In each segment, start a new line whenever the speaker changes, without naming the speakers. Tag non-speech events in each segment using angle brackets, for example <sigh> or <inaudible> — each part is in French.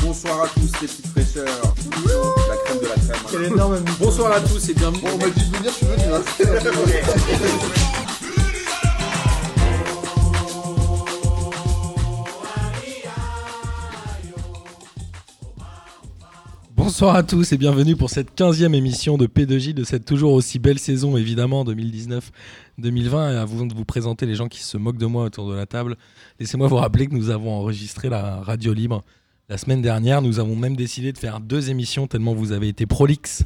bonsoir à tous les petites fraîcheurs. La crème de la crème.
Quel énorme ami.
Bonsoir à tous et bienvenue.
Bon, on m'a dit de venir, je suis venu. Hein.
Bonsoir à tous et bienvenue pour cette 15e émission de P2J de cette toujours aussi belle saison évidemment 2019-2020. Et avant de vous présenter les gens qui se moquent de moi autour de la table, laissez-moi vous rappeler que nous avons enregistré la radio libre la semaine dernière. Nous avons même décidé de faire deux émissions tellement vous avez été prolixe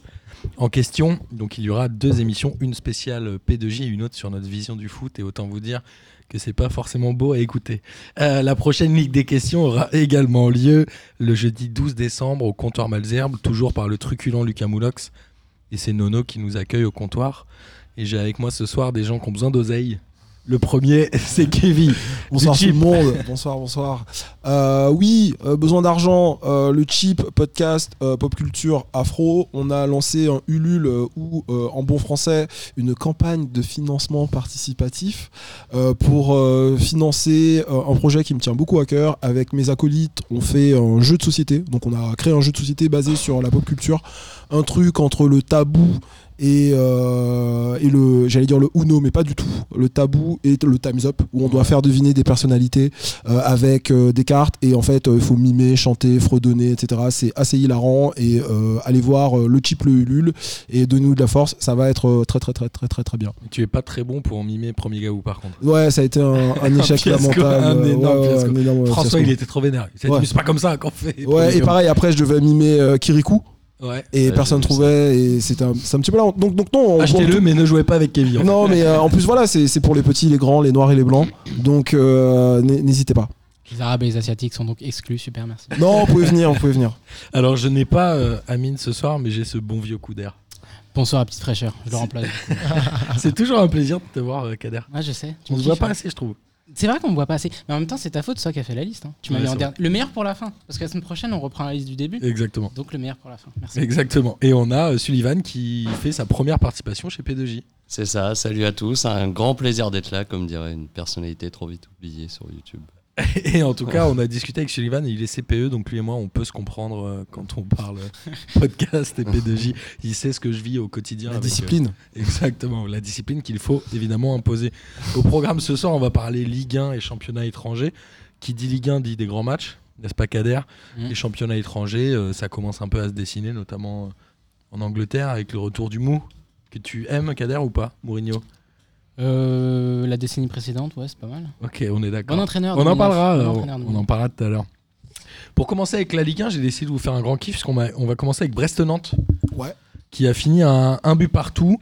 en question. Donc il y aura deux émissions, une spéciale P2J et une autre sur notre vision du foot. Et autant vous dire que c'est pas forcément beau à écouter. Euh, la prochaine Ligue des questions aura également lieu le jeudi 12 décembre au comptoir Malzerbe, toujours par le truculent Lucas Moulox. Et c'est Nono qui nous accueille au comptoir. Et j'ai avec moi ce soir des gens qui ont besoin d'oseille. Le premier, <laughs> c'est Kevin.
Bonsoir
Du
tout
chip.
le monde. Bonsoir, bonsoir. Euh, oui, euh, besoin d'argent, euh, le chip, podcast, euh, pop culture, afro. On a lancé un Ulule euh, ou euh, en bon français une campagne de financement participatif euh, pour euh, financer euh, un projet qui me tient beaucoup à cœur. Avec mes acolytes, on fait un jeu de société. Donc on a créé un jeu de société basé sur la pop culture. Un truc entre le tabou et, euh, et le j'allais dire le Uno mais pas du tout le tabou et le Time's Up où on doit faire deviner des personnalités euh, avec euh, des cartes et en fait il faut mimer chanter fredonner etc c'est assez hilarant et euh, allez voir euh, le chip le Ulule et donnez-nous de la force ça va être euh, très très très très très très bien
Tu es pas très bon pour mimer Premier Gaou par contre.
ouais ça a été
<laughs>
un, un échec
fiasco,
lamentable
un
Ouais,
énorme
ouais,
fiasco.
un énorme
François,
fiasco.
il était trop vénère. Il s'est dit,
Ouais.
mais c'est pas comme ça qu'on fait.
ouais et
Premier
pareil après je devais mimer euh, Kirikou
Gaou. Ouais.
et
Ouais,
personne
j'ai vu ça.
trouvait et c'était un, c'est un petit peu là donc donc non on-
Achetez-le, mais ne jouez pas avec Kevin. en fait.
Non, mais euh, en plus, voilà, c'est c'est pour les petits, les grands, les noirs et les blancs. Donc, euh, n'hé- n'hésitez pas.
Les Arabes et les Asiatiques sont donc exclus, super, merci.
Non, vous pouvez venir, vous pouvez venir.
Alors, je n'ai pas euh, Amine ce soir, mais j'ai ce bon vieux coup
<laughs>
d'air.
Bonsoir à Petite Fraîcheur, je le remplace.
C'est toujours un plaisir de te voir, euh, Kader.
Ah, je sais. tu
On
me
se voit
kiffes,
pas
hein.
assez, je trouve.
C'est vrai qu'on me voit pas assez. Mais en même temps, c'est ta faute, c'est toi qui as fait la liste. hein. Tu m'as
Ouais,
mis en
c'est Euh.
dernier. Le meilleur pour la fin. Parce que la semaine prochaine, on reprend la liste du début.
Exactement.
Donc le meilleur pour la fin. Merci.
Exactement. Et on a euh, Sullivan qui fait sa première participation chez P2J.
C'est ça, salut à tous, un grand plaisir d'être là, comme dirait une personnalité trop vite oubliée sur YouTube.
<laughs> Et en tout cas, on a discuté avec Sullivan, il est CPE, donc lui et moi, on peut se comprendre euh, quand on parle
<laughs>
euh, podcast et P2J. Il sait ce que je vis au quotidien.
La
avec, euh,
discipline.
<laughs> Exactement, la discipline qu'il faut évidemment imposer. Au programme ce soir, on va parler Ligue 1 et championnat étranger. Qui dit Ligue 1 dit des grands matchs, n'est-ce pas Kader
Mm.
Mmh.
Les championnats étrangers, euh, ça commence un peu à se dessiner, notamment euh, en Angleterre avec le retour du Mou. Que tu aimes Kader ou pas, Mourinho
Euh, la décennie précédente, ouais, c'est pas mal.
Ok, on est d'accord.
Bon entraîneur.
Ah, On en
2009.
parlera,
Bon
euh,
entraîneur,
on
2009.
en parlera tout à l'heure. Pour commencer avec la Ligue 1, j'ai décidé de vous faire un grand kiff, parce qu'on va, on va commencer avec Brest-Nantes,
Ouais.
qui a fini à un but partout,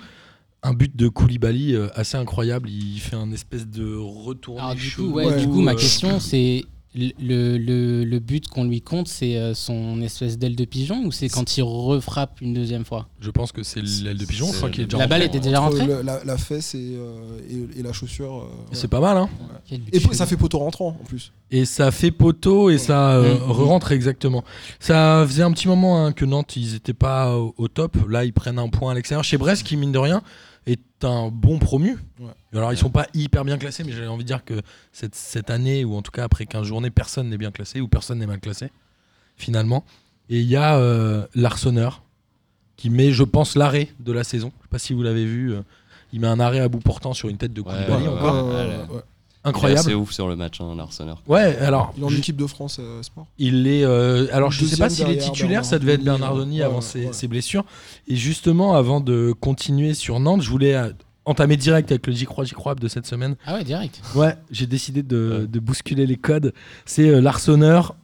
un but de Koulibaly euh, assez incroyable, il fait un espèce de euh, retour.
Alors, du coup, ouais, du coup, ma question, c'est. Le, le- le- le but qu'on lui compte, c'est euh, son espèce d'aile de pigeon ou c'est quand il refrappe une deuxième fois
Je pense que c'est l'aile de pigeon, je crois qu'il est déjà
La balle
rentré.
était déjà rentrée
Entre le- la, la fesse et, euh, et- et la chaussure. euh, ouais.
C'est pas mal, hein
Quel but
Et puis,
chelou.
ça fait poteau rentrant en plus.
Et ça fait poteau et ça
Mm.
euh, re-rentre exactement. Ça faisait un petit moment hein, que Nantes, ils n'étaient pas au, au top. Là, ils prennent un point à l'extérieur. Chez Brest, qui, mine de rien, est un bon promu.
Ouais.
Alors, ils sont pas hyper bien classés, mais j'avais envie de dire que cette, cette année, ou en tout cas après 15 journées, personne n'est bien classé ou personne n'est mal classé, finalement. Et il y a euh, l'Arseneur, qui met, je pense, l'arrêt de la saison. Je sais pas si vous l'avez vu. euh, il met un arrêt à bout portant sur une tête de
Ouais,
Koulibaly
ouais,
encore.
Euh, ouais.
C'est
Incroyable.
ouf sur le match, hein, l'Arsenal.
Ouais, alors,
Il est en équipe de France euh, sport.
Il est. euh, alors, je ne sais
Deuxième
pas s'il est
derrière
titulaire, ça devait être Bernardoni
Bernardoni, ouais,
avant
ouais,
ses,
ouais.
ses blessures. Et justement, avant de continuer sur Nantes, je voulais euh, entamer direct avec le J'y crois, J'y crois de cette semaine.
Ah ouais, direct.
Ouais, j'ai décidé de, de bousculer les codes. C'est euh, l'Arseneur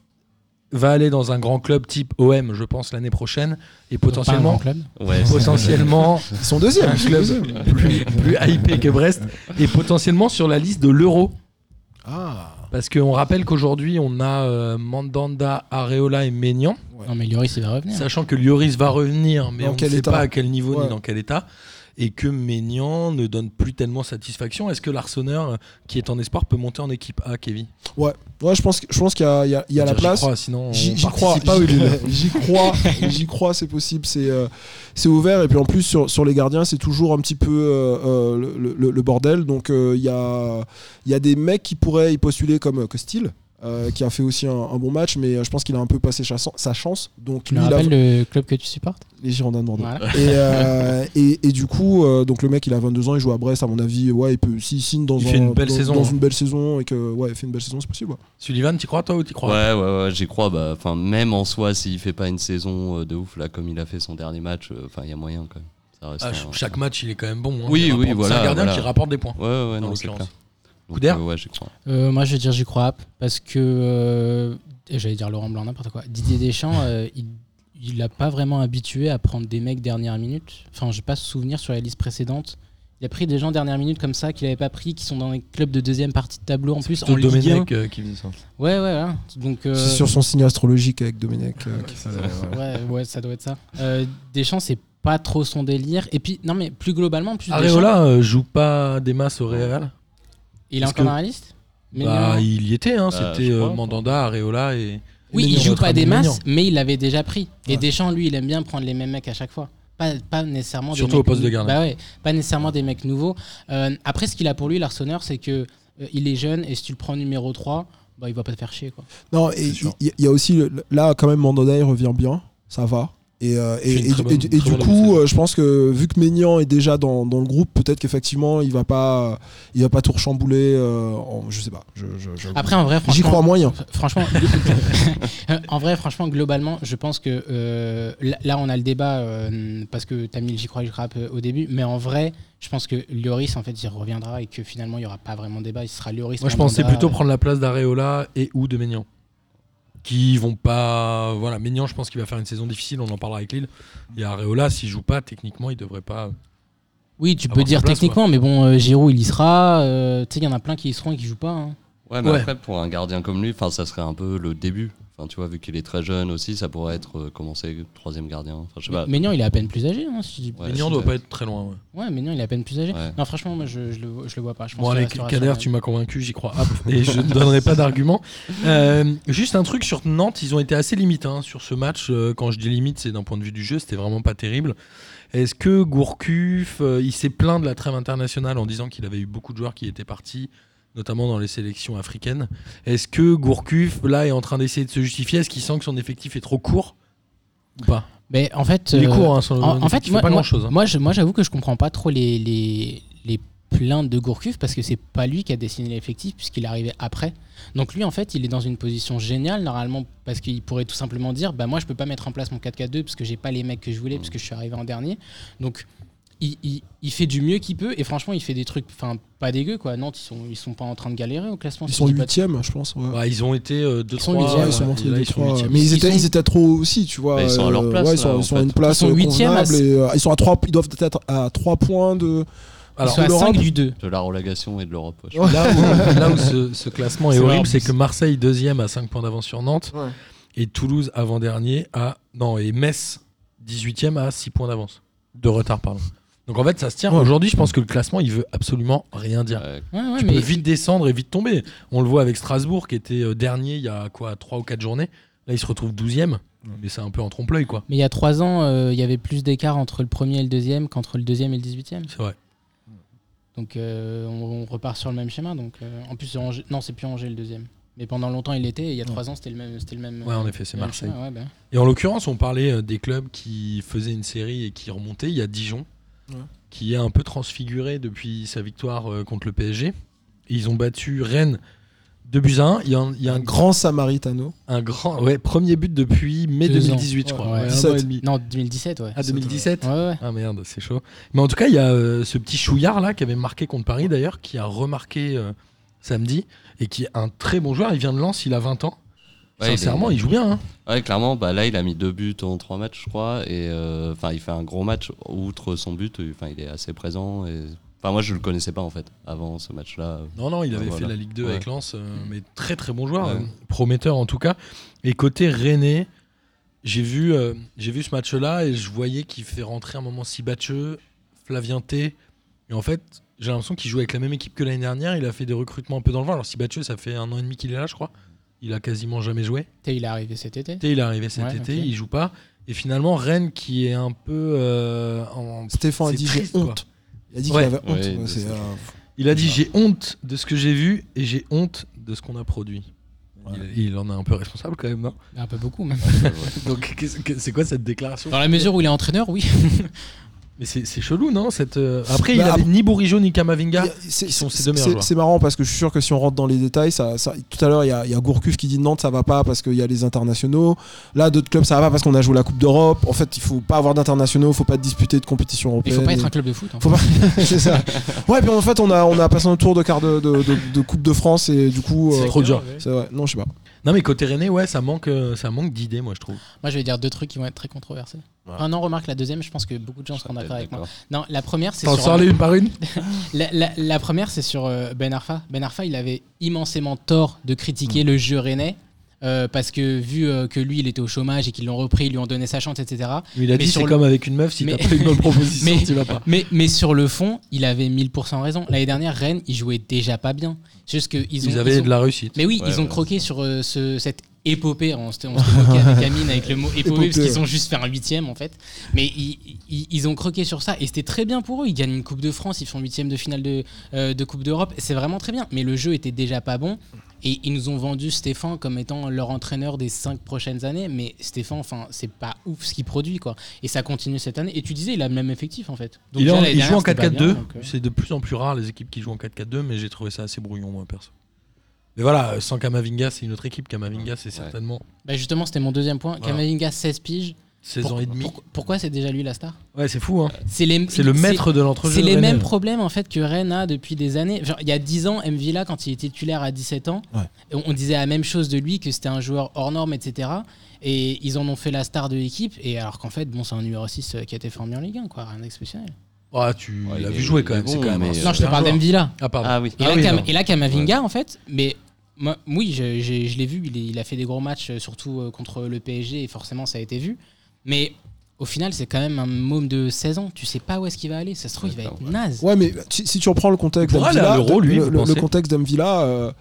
va aller dans un grand club type OM, je pense, l'année prochaine. Et
Pas un grand
potentiellement.
club.
Ouais,
Potentiellement
Ils sont deuxièmes.
un club plus, plus hypé que Brest et potentiellement sur la liste de l'Euro.
Ah.
Parce qu'on rappelle qu'aujourd'hui on a euh, Mandanda, Areola et Maignan.
Non, mais Lloris, il va revenir.
Sachant que Lloris va revenir, mais
Dans
on ne
quel
sait
état
pas à quel niveau
Ouais.
ni dans quel état. Et que Maignan ne donne plus tellement satisfaction. Est-ce que l'Arseneur, euh, qui est en espoir, peut monter en équipe A, Kevin
Ouais, je pense, que- je pense qu'il y a, il y a- il y a la
Dire, j'y
place.
crois, sinon on
J'y j'y crois,
participe pas au
j'y-
Lille.
<laughs> j'y crois, j'y crois, c'est possible, c'est euh, c'est ouvert. Et puis en plus sur, sur les gardiens, c'est toujours un petit peu euh, euh, le- le, le bordel. Donc euh, il y a il y a des mecs qui pourraient y postuler comme euh, Costil. euh, qui a fait aussi un, un bon match, mais euh, je pense qu'il a un peu passé sa, sa chance. Donc
Tu
lui,
me
il a-
rappelles le club que tu supportes
les Girondins de Bordeaux.
Voilà.
Et, euh, et, et du coup, euh, donc le mec, il a 22 ans, il joue à Brest, à mon avis, ouais, il peut s'il signe dans,
Il
un-
fait une belle
dans-
saison,
dans
hein.
une belle saison et que ouais, il fait une belle saison, c'est possible. ouais.
Sullivan, t'y crois toi ou t'y crois
Ouais, ouais, ouais, j'y crois. Bah, enfin, même en soi, s'il fait pas une saison euh, de ouf, là, comme il a fait son dernier match, euh, enfin, il y a moyen quand même. Ça reste
Ah,
un-
ch- chaque match, il est quand même bon. hein.
Oui,
Il
oui,
rapporte- C'est
voilà,
un gardien
voilà.
qui rapporte des points.
Ouais, ouais,
en
non, c'est
l'occurrence.
clair.
Coup d'air
euh, Ouais, j'y crois.
Euh, Moi, je veux dire, j'y crois parce que. euh, et J'allais dire Laurent Blanc, n'importe quoi. Didier Deschamps,
<laughs>
euh, il. Il n'a pas vraiment habitué à prendre des mecs dernière minute. Enfin, j'ai pas souvenir sur la liste précédente. Il a pris des gens dernière minute comme ça qu'il n'avait pas pris, qui sont dans les clubs de deuxième partie de tableau en plus. En
Plutôt
Ligue 1. Ouais,
Domenech euh, qui faisait ça.
ouais, voilà. Donc, euh,
C'est sur son signe astrologique avec Dominique. euh, qui-
Ouais, ouais, ça doit être ça. Euh, Deschamps, c'est pas trop son délire. Et puis, non, mais plus globalement, plus Deschamps,
Areola euh, joue pas des masses au Real.
il est
parce
encore
que-
dans la liste Mais
Bah,
non.
il y était, hein,
Bah,
c'était
je
euh,
crois.
Mandanda, Areola et.
Oui,
et
il
Maignan,
joue
notre
pas
ami
des
Maignan.
masses, mais il l'avait déjà pris. Et
Ouais.
Deschamps, lui, il aime bien prendre les mêmes mecs à chaque fois. Pas, pas nécessairement
Surtout
des mecs
au poste de
nou-
gardien.
Bah ouais, pas nécessairement des mecs nouveaux. Euh, après, ce qu'il a pour lui, l'Arseneur, c'est que euh, il est jeune et si tu le prends numéro 3, bah, il va pas te faire chier. Quoi.
Non, et
C'est sûr.
il y, y a aussi le- là quand même Mandanda il revient bien, ça va. Et, euh, et,
C'est une
et-
très bonne-
et du-
très
et du
bonne
coup,
saison.
euh, je pense que vu que Ménian est déjà dans, dans le groupe, peut-être qu'effectivement il va pas, il va pas tout chambouler. je sais pas. Je, je- je-
Après, en vrai, franchement.
j'y crois moyen.
Franchement, en vrai, franchement, <laughs> globalement, je pense que euh, là, là, on a le débat euh, parce que t'as mis le j'y crois, j'y crois euh, au début, mais en vrai, je pense que Lloris, en fait, il reviendra et que finalement, il n'y aura pas vraiment de débat. Il sera Lloris.
Moi, je
Mandanda,
pensais plutôt
euh,
prendre la place d'Areola et ou de Maignan. Qui vont pas. Voilà, Maignan, je pense qu'il va faire une saison difficile, on en parlera avec Lille. Et Areola, s'il joue pas, techniquement, il devrait pas.
Oui, tu peux
avoir sa
dire
place,
techniquement, mais bon, euh, Giroud, il y sera. euh, tu sais, il y en a plein qui y seront et qui jouent pas. hein.
Ouais, mais
Ouais.
après, pour un gardien comme lui, enfin, ça serait un peu le début. Enfin, tu vois, vu qu'il est très jeune aussi, ça pourrait être euh, commencer troisième gardien. Enfin, je sais pas.
Mais Maignan, il est à peine plus âgé. Hein, si je dis-
Ouais, bah,
Maignan
c'est
doit
vrai.
pas être très loin. ouais.
Ouais, Maignan, il est à peine plus âgé.
Ouais.
Non, franchement, moi, je, je le, vois- je le vois pas. Je pense
Bon,
que
allez,
ça restera
Kader,
sur-
tu m'as convaincu, j'y crois.
<laughs>
Hop, et je ne donnerai pas d'argument. Euh, juste un truc sur Nantes, ils ont été assez limites hein, sur ce match. Euh, quand je dis limite, c'est d'un point de vue du jeu, c'était vraiment pas terrible. Est-ce que Gourcuff, euh, il s'est plaint de la trêve internationale en disant qu'il avait eu beaucoup de joueurs qui étaient partis, notamment dans les sélections africaines. Est-ce que Gourcuff, là, est en train d'essayer de se justifier Est-ce qu'il sent que son effectif est trop court ou pas
Mais en fait.
Il est
euh,
court, hein, son
En, en
effectif,
fait,
il
moi,
pas
moi-
grand-chose. hein.
moi, je- moi, j'avoue que je comprends pas trop les, les, les plaintes de Gourcuff parce que c'est pas lui qui a dessiné l'effectif puisqu'il est arrivé après. Donc lui, en fait, il est dans une position géniale normalement parce qu'il pourrait tout simplement dire bah moi je peux pas mettre en place mon 4K2 parce que j'ai pas les mecs que je voulais parce que je suis arrivé en dernier. Donc il, il- il fait du mieux qu'il peut et franchement il fait des trucs enfin pas dégueu quoi. Nantes ils sont ils sont pas en train de galérer au classement.
Ils
si
sont
je dis pas de-
huitièmes, je pense. ouais.
Bah, ils ont été 2-3.
Ils sont huitièmes,
Ouais,
euh,
ils sont montés de trois, Mais ils
Ils
étaient,
sont-
ils étaient trop aussi, tu vois.
Bah, ils sont à leur
euh,
place,
ouais, ils sont,
là,
ils
en
sont à
fait.
une place
Ils sont
euh,
huitièmes à-
convenable. et, euh, Ils sont à trois, ils doivent être à trois points de.
Ils
Alors,
sont à
l'Europe-
5 du 2.
De la relégation et de l'Europe. ouais, je
Ouais.
là où, là où ce, ce classement est,
C'est
horrible,
marrant.
c'est que Marseille deuxième à 5 points d'avance sur Nantes
Ouais.
et Toulouse avant-dernier à non et Metz 18e à 6 points d'avance de retard pardon. Donc en fait ça se tient. Aujourd'hui je pense que le classement il veut absolument rien dire.
crois. Ouais,
Ouais, ouais,
Tu
mais
peux vite descendre et vite tomber. On le voit avec Strasbourg qui était euh, dernier il y a quoi 3 ou 4 journées. Là il se retrouve 12e mais c'est un peu en trompe-l'œil quoi.
mais il y a 3 ans, euh, il y avait plus d'écart entre le premier et le deuxième qu'entre le deuxième et le 18 e
C'est vrai.
Donc euh, on, on repart sur le même schéma. Donc euh, en plus, c'est Angers- non, c'est plus Angers le deuxième. Mais pendant longtemps, il l'était. et Il y a trois ans, c'était le même. C'était le même.
Ouais en
euh,
effet c'est
le même
Marseille.
schéma, ouais, bah.
Et en l'occurrence, on parlait euh, des clubs qui faisaient une série et qui remontaient. Il y a Dijon,
Ouais.
qui est un peu transfiguré depuis sa victoire euh, contre le PSG. Et ils ont battu Rennes 2 buts à 1. Il y a un, il y a un, grand,
Grand Samaritano.
un grand ouais, premier but depuis mai
Deux
2018, je
ans.
crois.
Ouais,
Ouais, un
dix-sept.
an et demi.
Non, 2017, ouais.
Ah, 2017
Ouais, ouais.
Ah merde, c'est chaud. Mais en tout cas, il y a euh, ce petit chouillard là qui avait marqué contre Paris d'ailleurs, qui a remarqué euh, samedi et qui est un très bon joueur. Il vient de Lens, il a 20 ans.
Ouais,
Sincèrement,
il
il,
est-
joue bien. hein.
Ouais, clairement, bah là, il a mis deux buts en trois matchs, je crois. Et euh, enfin, il fait un gros match. Outre son but, euh, enfin, il est assez présent. Et... Enfin, moi, je le connaissais pas en fait avant ce match-là.
Non, non, il avait
Ah, voilà.
fait la Ligue 2
Ouais.
avec Lens, euh, mais très très bon joueur,
Ouais.
euh, prometteur en tout cas. Et côté René, j'ai vu, euh, j'ai vu ce match-là et je voyais qu'il fait rentrer un moment Sibatcheux, Flavien T. Et en fait, j'ai l'impression qu'il joue avec la même équipe que l'année dernière. Il a fait des recrutements un peu dans le vent. Alors Sibatcheux, ça fait un an et demi qu'il est là, je crois. Il a quasiment jamais joué.
T'es, il est arrivé cet été.
T, il est arrivé cet
Ouais,
été,
ok.
il joue pas. Et finalement, Rennes qui est un peu euh, en.
Stéphane a
C'est
dit j'ai
triste, quoi.
honte. Il a dit
Ouais.
qu'il avait honte.
Ouais,
Ouais,
de
c'est,
ça.
euh,
Il a dit j'ai honte de ce que j'ai vu et j'ai honte de ce qu'on a produit. Il, il en est un peu responsable quand même, non
Un peu beaucoup, même.
Donc <laughs> qu'est-ce que- c'est quoi cette déclaration
Dans la mesure où il est entraîneur, oui.
Mais c'est c'est chelou, non cette, euh, Après, il
Bah,
avait
après-
ni Bourigeau ni Kamavinga.
Et c'est-
qui sont ces
c'est-
deux meilleurs
c'est-
joueurs.
C'est marrant parce que je suis sûr que si on rentre dans les détails, ça, ça- tout à l'heure, il y a, il y a Gourcuff qui dit Nantes, ça va pas parce qu'il y a les internationaux. Là, d'autres clubs, ça va pas parce qu'on a joué la Coupe d'Europe. En fait, il faut pas avoir d'internationaux, faut pas disputer de compétition
Il
européenne.
faut pas être un club de foot. hein. en
Faut <laughs>
fait.
c'est ça. Ouais, puis en fait, on a, on a passé un tour de quart de, de- de- de Coupe de France et du coup.
C'est
euh,
trop dur.
c'est vrai. Non, je sais pas.
Non, mais côté René, ouais, ça manque, euh, ça manque d'idées, moi, je trouve.
Moi, je vais dire deux trucs qui vont être très controversés.
Ouais.
Ah non, remarque, la deuxième, je pense que beaucoup de gens seront d'accord avec moi. Non, la première, c'est
T'en
sur.
sors les une par une
La, la- la première, c'est sur euh, Ben Arfa. Ben Arfa, il avait immensément tort de
Mm.
critiquer le jeu rennais. euh, parce que vu euh, que lui il était au chômage et qu'ils l'ont repris, ils lui ont donné sa chance, etc.
Il a
Mais
dit,
sur
c'est
le-
comme avec une meuf, si
Mais-
t'as pas une
<laughs>
bonne proposition,
Mais-
tu vas pas.
Mais, mais sur le fond, il avait 1000% raison. L'année dernière, Rennes, ils jouaient déjà pas bien. C'est Juste qu'ils
Ils,
ont,
avaient
ils ont-
de la réussite.
Mais oui,
Ouais,
ils ont
ouais.
croqué sur euh, ce, cette épopée. On se, on se moquait avec Amine
<laughs>
avec le mot épopée,
Épopée,
parce qu'ils
ouais.
ont juste fait un huitième en fait. Mais ils, ils- ils ont croqué sur ça et c'était très bien pour eux. Ils gagnent une Coupe de France, ils font huitième de finale de, euh, de Coupe d'Europe. C'est vraiment très bien. Mais le jeu était déjà pas bon. Et ils nous ont vendu Stéphane comme étant leur entraîneur des cinq prochaines années. Mais Stéphane, enfin, c'est pas ouf ce qu'il produit, quoi. Et ça continue cette année. Et tu disais, il a le même effectif, en fait. Donc,
il, est
déjà,
en-
l'année
il joue en
dernière, c'était pas bien,
4-4-2.
donc, euh,
C'est de plus en plus rare les équipes qui jouent en 4-4-2, mais j'ai trouvé ça assez brouillon, moi, perso. Mais voilà, sans Kamavinga, c'est une autre équipe. Kamavinga, c'est certainement
Bah, justement, c'était mon deuxième point.
Voilà.
Kamavinga, 16 piges.
16 ans
Pour-
et demi.
pour- pourquoi c'est déjà lui la star
Ouais, c'est fou, hein.
C'est les-
C'est le maître de l'entrejeu.
C'est les
René.
mêmes problèmes en fait que Rennes a depuis des années. Genre, il y a 10 ans, M. Villa, quand il était titulaire à 17 ans,
Ouais.
on, on disait la même chose de lui, que c'était un joueur hors norme, etc. Et ils en ont fait la star de l'équipe, et alors qu'en fait, bon, c'est un numéro 6 qui a été formé en Ligue 1, quoi, rien d'exceptionnel.
Ah, tu
Ouais,
l'as
il
vu
est-
jouer
il
quand
est
même. c'est
bon,
quand même
mais,
un
euh,
non, je te
super
parle
joueur.
d'M. Villa.
Ah, pardon.
Ah oui.
Et,
Ah
là,
oui,
Cam-
non.
et là, Kamavinga, en fait, mais moi, oui, je, je- je l'ai vu, il, est- il a fait des gros matchs, euh, surtout euh, contre le PSG, et forcément, ça a été vu. Mais au final, c'est quand même un môme de 16 ans, tu sais pas où est-ce qu'il va aller, ça se trouve, il va
D'accord,
être naze.
Ouais, mais si, si tu reprends le contexte
Il pourra aller à
d'Amvila,
l'Euro, lui,
le,
vous
le- le
pensez
contexte d'Amvila, euh,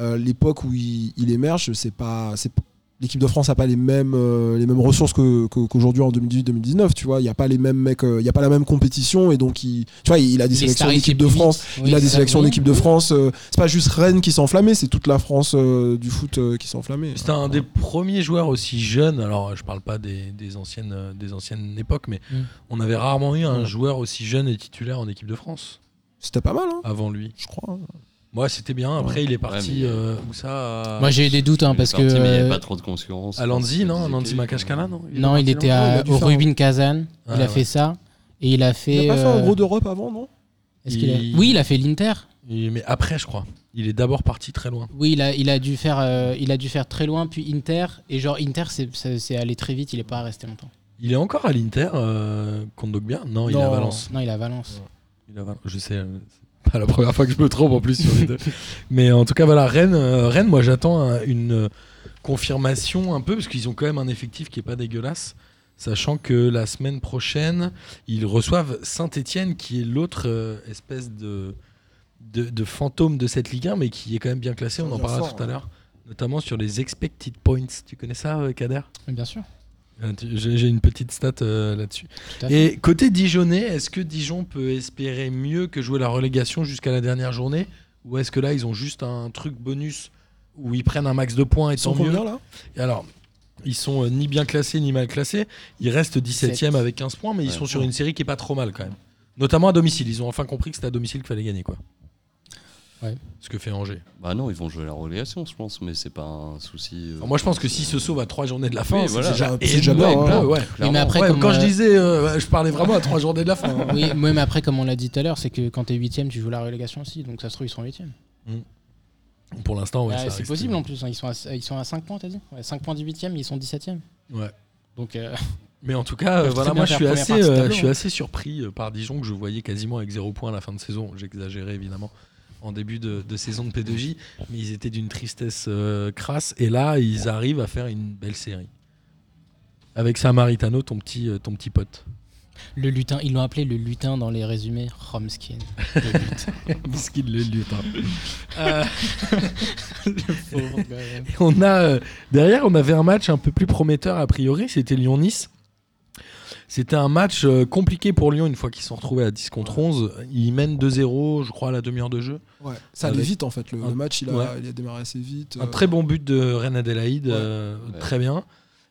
euh, l'époque où il, il émerge, c'est pas, c'est p- l'équipe de France n'a pas les mêmes, euh, les mêmes ressources que- que- qu'aujourd'hui en 2018-2019. Tu vois, il n'y a pas les mêmes mecs, euh, il y a pas la même compétition et donc il, tu vois, il a des
Les
sélections
stars
d'équipe de
équipes
France.
vite.
il
Oui,
a des
ça,
sélections
oui.
d'équipe de France. euh, c'est pas juste Rennes qui s'est enflammée, c'est toute la France euh, du foot euh, qui s'est enflammée.
C'était un des premiers joueurs aussi jeunes. Alors, je parle pas des, des anciennes, euh, des anciennes époques, mais
Mm.
on avait rarement eu un joueur aussi jeune et titulaire en équipe de France
C'était pas mal, hein,
avant lui.
je crois. hein.
Moi, c'était bien. Après, il est parti
mais-
euh, où ça à-
Moi, j'ai eu des doutes, hein, parce que.
Il n'y avait
euh,
pas trop de concurrence. euh,
À Lanzi, non À
Des
Lanzi
équipes,
Makashkala, non est
Non, il
parti
était
là-bas
à-
il a dû
au
faire
Rubin Kazan.
Ah,
il a
ouais.
fait ça. Et il a
Il
fait.
n'a pas fait
euh,
un gros d'Europe avant, non
est-ce qu'il a-
Il-
Oui, il a fait l'Inter.
Il- Mais après, je crois. Il est d'abord parti très loin.
Oui, il a, il, a dû faire, euh, il a dû faire très loin, puis Inter. Et genre, Inter, c'est- c'est c'est allé très vite, il est pas resté longtemps.
Il est encore à l'Inter, euh, bien non, il est à
Non.
Valence.
Non, il est à Valence.
Il est à Valence. Je sais, euh, c'est pas la première fois que je me trompe en plus sur les deux. Mais en tout cas, voilà, Rennes, euh, Rennes moi j'attends un- une euh, confirmation un peu, parce qu'ils ont quand même un effectif qui est pas dégueulasse. Sachant que la semaine prochaine, ils reçoivent Saint-Etienne, qui est l'autre euh, espèce de, de, de fantôme de cette Ligue 1, mais qui est quand même bien classé. On en
Bien
parlera
fort,
tout à
ouais.
l'heure, notamment sur les expected points. Tu connais ça, euh, Kader
Oui, Bien sûr.
Euh, tu- J'ai j'ai une petite stat euh, là-dessus.
Tout à fait.
Et côté Dijonais, est-ce que Dijon peut espérer mieux que jouer la relégation jusqu'à la dernière journée Ou est-ce que là, ils ont juste un truc bonus où ils prennent un max de points et
Ils sont
tant mieux
combien là
Et Alors, ils sont euh, ni bien classés ni mal classés. Ils restent 17 e avec 15 points, mais ils
Ouais.
sont sur une série qui est pas trop mal quand même. Notamment à domicile. Ils ont enfin compris que c'était à domicile qu'il fallait gagner. quoi.
Ouais.
Ce que fait Angers.
Bah non, ils vont jouer la relégation, je pense, mais c'est pas un souci. euh,
Alors moi, je pense que s'ils se sauvent à 3 journées de la fin,
Oui,
c'est
voilà.
déjà,
C'est déjà
énorme.
bien, hein.
Ouais, ouais.
Oui, mais
clairement.
après,
Ouais,
comme,
quand
euh,
je disais, euh, je parlais vraiment à 3 journées de la fin. hein.
oui, ouais, mais après, comme on l'a dit tout à l'heure, c'est que quand t'es 8 tu joues la relégation aussi. Donc ça se trouve, ils sont 8
Pour l'instant, ouais, ça
C'est
reste- euh,
possible en plus. hein, Ils, sont à, ils sont à 5 points, t'as dit ouais, 5 points du 8 ils sont 17 e
Ouais.
Donc,
<laughs>
euh,
Mais en tout cas,
Ils
euh,
peuvent
voilà,
très
moi
bien
je
faire
suis,
première
assez,
partie de
euh,
tableau,
je suis
hein.
assez surpris euh, par Dijon que je voyais quasiment avec 0 points à la fin de saison. J'exagérais évidemment en début de, de saison de P2J, mais ils étaient d'une tristesse euh, crasse. Et là, ils arrivent à faire une belle série. Avec Samaritano, ton petit, euh, ton petit pote.
le lutin, ils l'ont appelé le lutin dans les résumés. Romskin. Le <laughs> lutin.
Miskin le
hein.
lutin. Euh,
Pauvre, quand même.
on a, euh, derrière, on avait un match un peu plus prometteur a priori, c'était Lyon-Nice. C'était un match euh, compliqué pour Lyon une fois qu'ils se sont retrouvés à 10 contre 11. Ils mènent 2-0, je crois, à la demi-heure de jeu.
Ouais, ça allait
Avec-
vite en fait. Le,
un-
le match, il a,
ouais.
il a démarré assez vite.
Un très bon but de Reine Adélaïde,
Euh, Ouais.
euh,
Ouais.
très bien.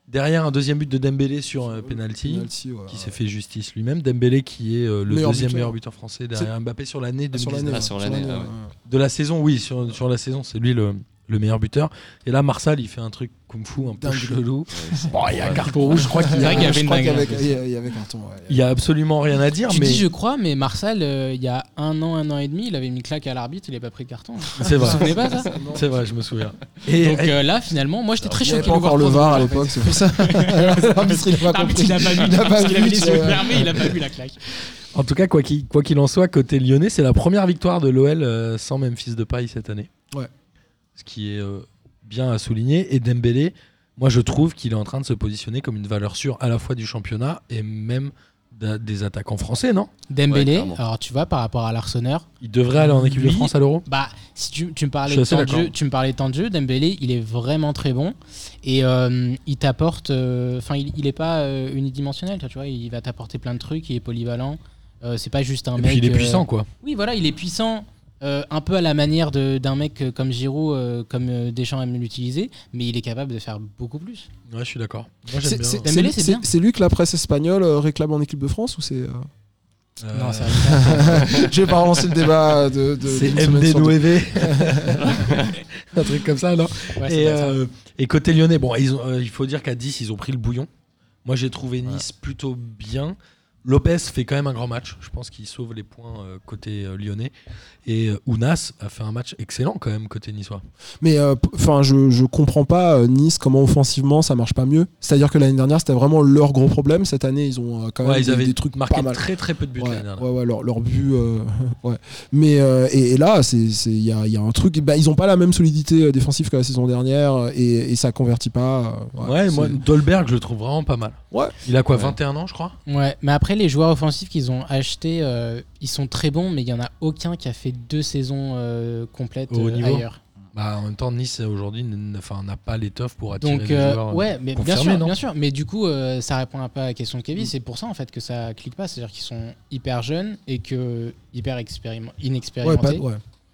Derrière, un deuxième but de Dembélé sur euh, penalty,
ouais.
qui s'est fait justice lui-même. Dembélé qui est euh, le
Meilleur
deuxième
buteur.
meilleur buteur français derrière Mbappé sur l'année
Ah, sur l'année.
2019.
ouais,
sur l'année, ah ouais.
ouais.
De la saison, oui, sur, sur la saison, c'est lui le, le meilleur buteur. Et là, Marsal, il fait un truc kung fu un peu
Dingue.
chelou.
Ouais,
<laughs>
c'est-
Bon, il y a un carton rouge, je crois qu'il
C'est
y a-
vrai qu'il y avait
Je
une
crois qu'il y
dinguerie,
avait- il y avait- il y avait carton. ouais.
il y a absolument rien à dire,
Tu
mais
dis je crois, mais Marsal, euh, il y a un an, un an et demi, il avait mis une claque à l'arbitre, il n'avait pas pris de carton. Vous
c'est
vous
vrai.
souvenez pas ça
C'est vrai, je me souviens. Et, eh,
Donc euh, là, finalement, moi j'étais très
Il n'y
choqué.
avait pas
de
encore le
voir
VAR à
Prozor, en
l'époque, c'est
<laughs>
pour ça. L'arbitre, il a
fait.
pas
L'arbitre,
compris.
il a pas vu,
Il a
parce qu'il avait
vu,
les
c'est-
yeux fermés, il a pas vu la claque.
En tout cas, quoi qu'il quoi qu'il en soit, côté lyonnais, c'est la première victoire de l'OL euh, sans Memphis Depay cette année.
Ouais.
Ce qui est euh, bien à souligner. Et Dembélé, moi je trouve qu'il est en train de se positionner comme une valeur sûre à la fois du championnat et même d'un- des attaquants français, non
Ouais,
Dembélé,
clairement.
alors tu vois, par rapport à l'Arseneur,
Il devrait aller en équipe de
Oui.
France à l'Euro
bah, si tu, tu me
Je
parlais
suis
de
assez
temps de
d'accord.
jeu, tu me parlais de temps de jeu, Dembélé, il est vraiment très bon et euh, il t'apporte, euh, enfin, il, il est pas euh, unidimensionnel, tu vois, il va t'apporter plein de trucs, il est polyvalent, Euh, c'est pas juste un
Et
mec.
puis il est
euh,
puissant, quoi.
Oui, voilà, il est puissant, euh, un peu à la manière de- d'un mec euh, comme Giroud, euh, comme euh, Deschamps aime l'utiliser, mais il est capable de faire beaucoup plus.
Ouais, je suis d'accord. Moi
C'est-
j'aime bien.
c'est-
Dembélé,
c'est-
c'est
c'est-
bien.
C'est lui que la presse espagnole euh, réclame en équipe de France ou c'est. euh,
Euh,
Non, c'est vrai.
Je vais pas relancer le débat de. de-
c'est
d'une semaine sur deux.
MD9.
<laughs>
un truc comme ça, non
Ouais, c'est
et,
pas ça.
euh, et côté lyonnais, bon, ils ont- euh, il faut dire qu'à 10, ils ont pris le bouillon. Moi, j'ai trouvé Nice plutôt bien. Lopez fait quand même un grand match. Je pense qu'il sauve les points euh, côté euh, lyonnais. Et euh, Ounas a fait un match excellent quand même côté niçois.
Mais euh, enfin, je, je comprends pas euh, Nice comment offensivement ça marche pas mieux. C'est-à-dire que l'année dernière c'était vraiment leur gros problème. Cette année ils ont euh, quand même
Ouais, ils
des,
avaient
des trucs
marqué
pas mal.
très très peu de buts
ouais,
l'année dernière.
ouais, ouais, leur, leur but. euh, <laughs> ouais. Mais euh, et, et là, c'est c'est- il y a, il y a un truc. bah, ils ont pas la même solidité euh, défensive que la saison dernière euh, et, et ça convertit pas. euh,
Ouais,
c'est-
moi, Dolberg, je le trouve vraiment pas mal.
Ouais.
Il a quoi,
Ouais.
21 ans, je crois
Ouais, mais après, les joueurs offensifs qu'ils ont achetés, euh, ils sont très bons, mais il n'y en a aucun qui a fait deux saisons euh, complètes
Au haut
euh,
niveau.
ailleurs.
bah, En même temps, Nice aujourd'hui n- enfin, n'a pas l'étoffe pour attirer
Donc,
les
euh,
joueurs.
ouais, mais bien
confirmés,
sûr,
non Mm.
bien sûr. Mais du coup, euh, ça répond un peu à la question de Kevin. C'est pour ça, en fait, que ça clique pas. C'est-à-dire qu'ils sont hyper jeunes et que hyper expériment-
ouais, pas-
inexpérimentés.
ouais.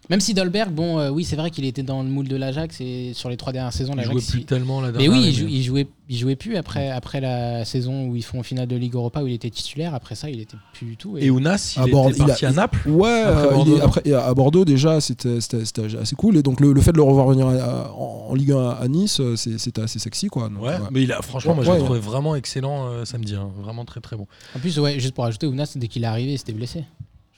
Même si Dolberg, bon, euh, oui, c'est vrai qu'il était dans le moule de l'Ajax et sur les trois dernières saisons,
Il
l'Ajax.
jouait plus
il-
tellement la
Mais
dernière.
oui,
année.
il, jou- il jouait, il jouait plus après,
Mm.
après la saison où ils font finale de Ligue Europa où il était titulaire. Après ça, il était plus du tout.
Et Ounas, il
Ah,
est
Borde-
était
il a-
parti à
il-
Naples.
Ouais, euh, il est-
Bordeaux, non
après, et à Bordeaux déjà, c'était c'était- c'était assez cool. Et donc le, le fait de le revoir venir à- à- en, en Ligue 1 à Nice, euh, c'est- c'était assez sexy, quoi. Donc,
Ouais,
ouais.
mais il a, franchement, moi je
Ouais,
l'ai
ouais.
trouvé vraiment excellent euh, samedi, hein. vraiment très très bon.
En plus, ouais, juste pour ajouter, Ounas, dès qu'il est arrivé, il s'était blessé.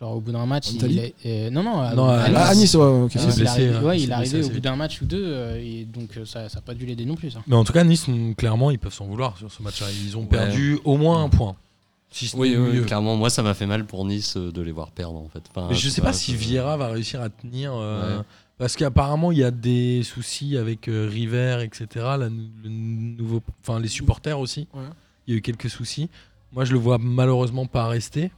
Genre au bout d'un match,
En
il
Italie
est- euh, non, non, à,
Non, à-
à Nice.
Ah, à Nice, ouais, ok.
Ah,
Il s'est
il est
blessé,
arrivé-
euh,
ouais,
il
il
s'est
est
blessé
arrivé
assez
au bout
vite.
d'un match ou deux, euh, et donc euh, ça n'a pas dû l'aider non plus. hein.
Mais en tout cas, Nice, mm, clairement, ils peuvent s'en vouloir sur ce match-là. Ils ont
Ouais.
perdu au moins un point. Si ce
Oui,
n'est
oui,
mieux.
clairement, moi ça m'a fait mal pour Nice euh, de les voir perdre en fait. Enfin,
Mais je sais pas si
je-
Vieira va réussir à tenir. euh,
Ouais.
Parce qu'apparemment, il y a des soucis avec euh, River, etc. la nou- le nouveau, enfin, les supporters aussi.
Ouais.
Il y a eu quelques soucis. Moi, je le vois malheureusement pas rester.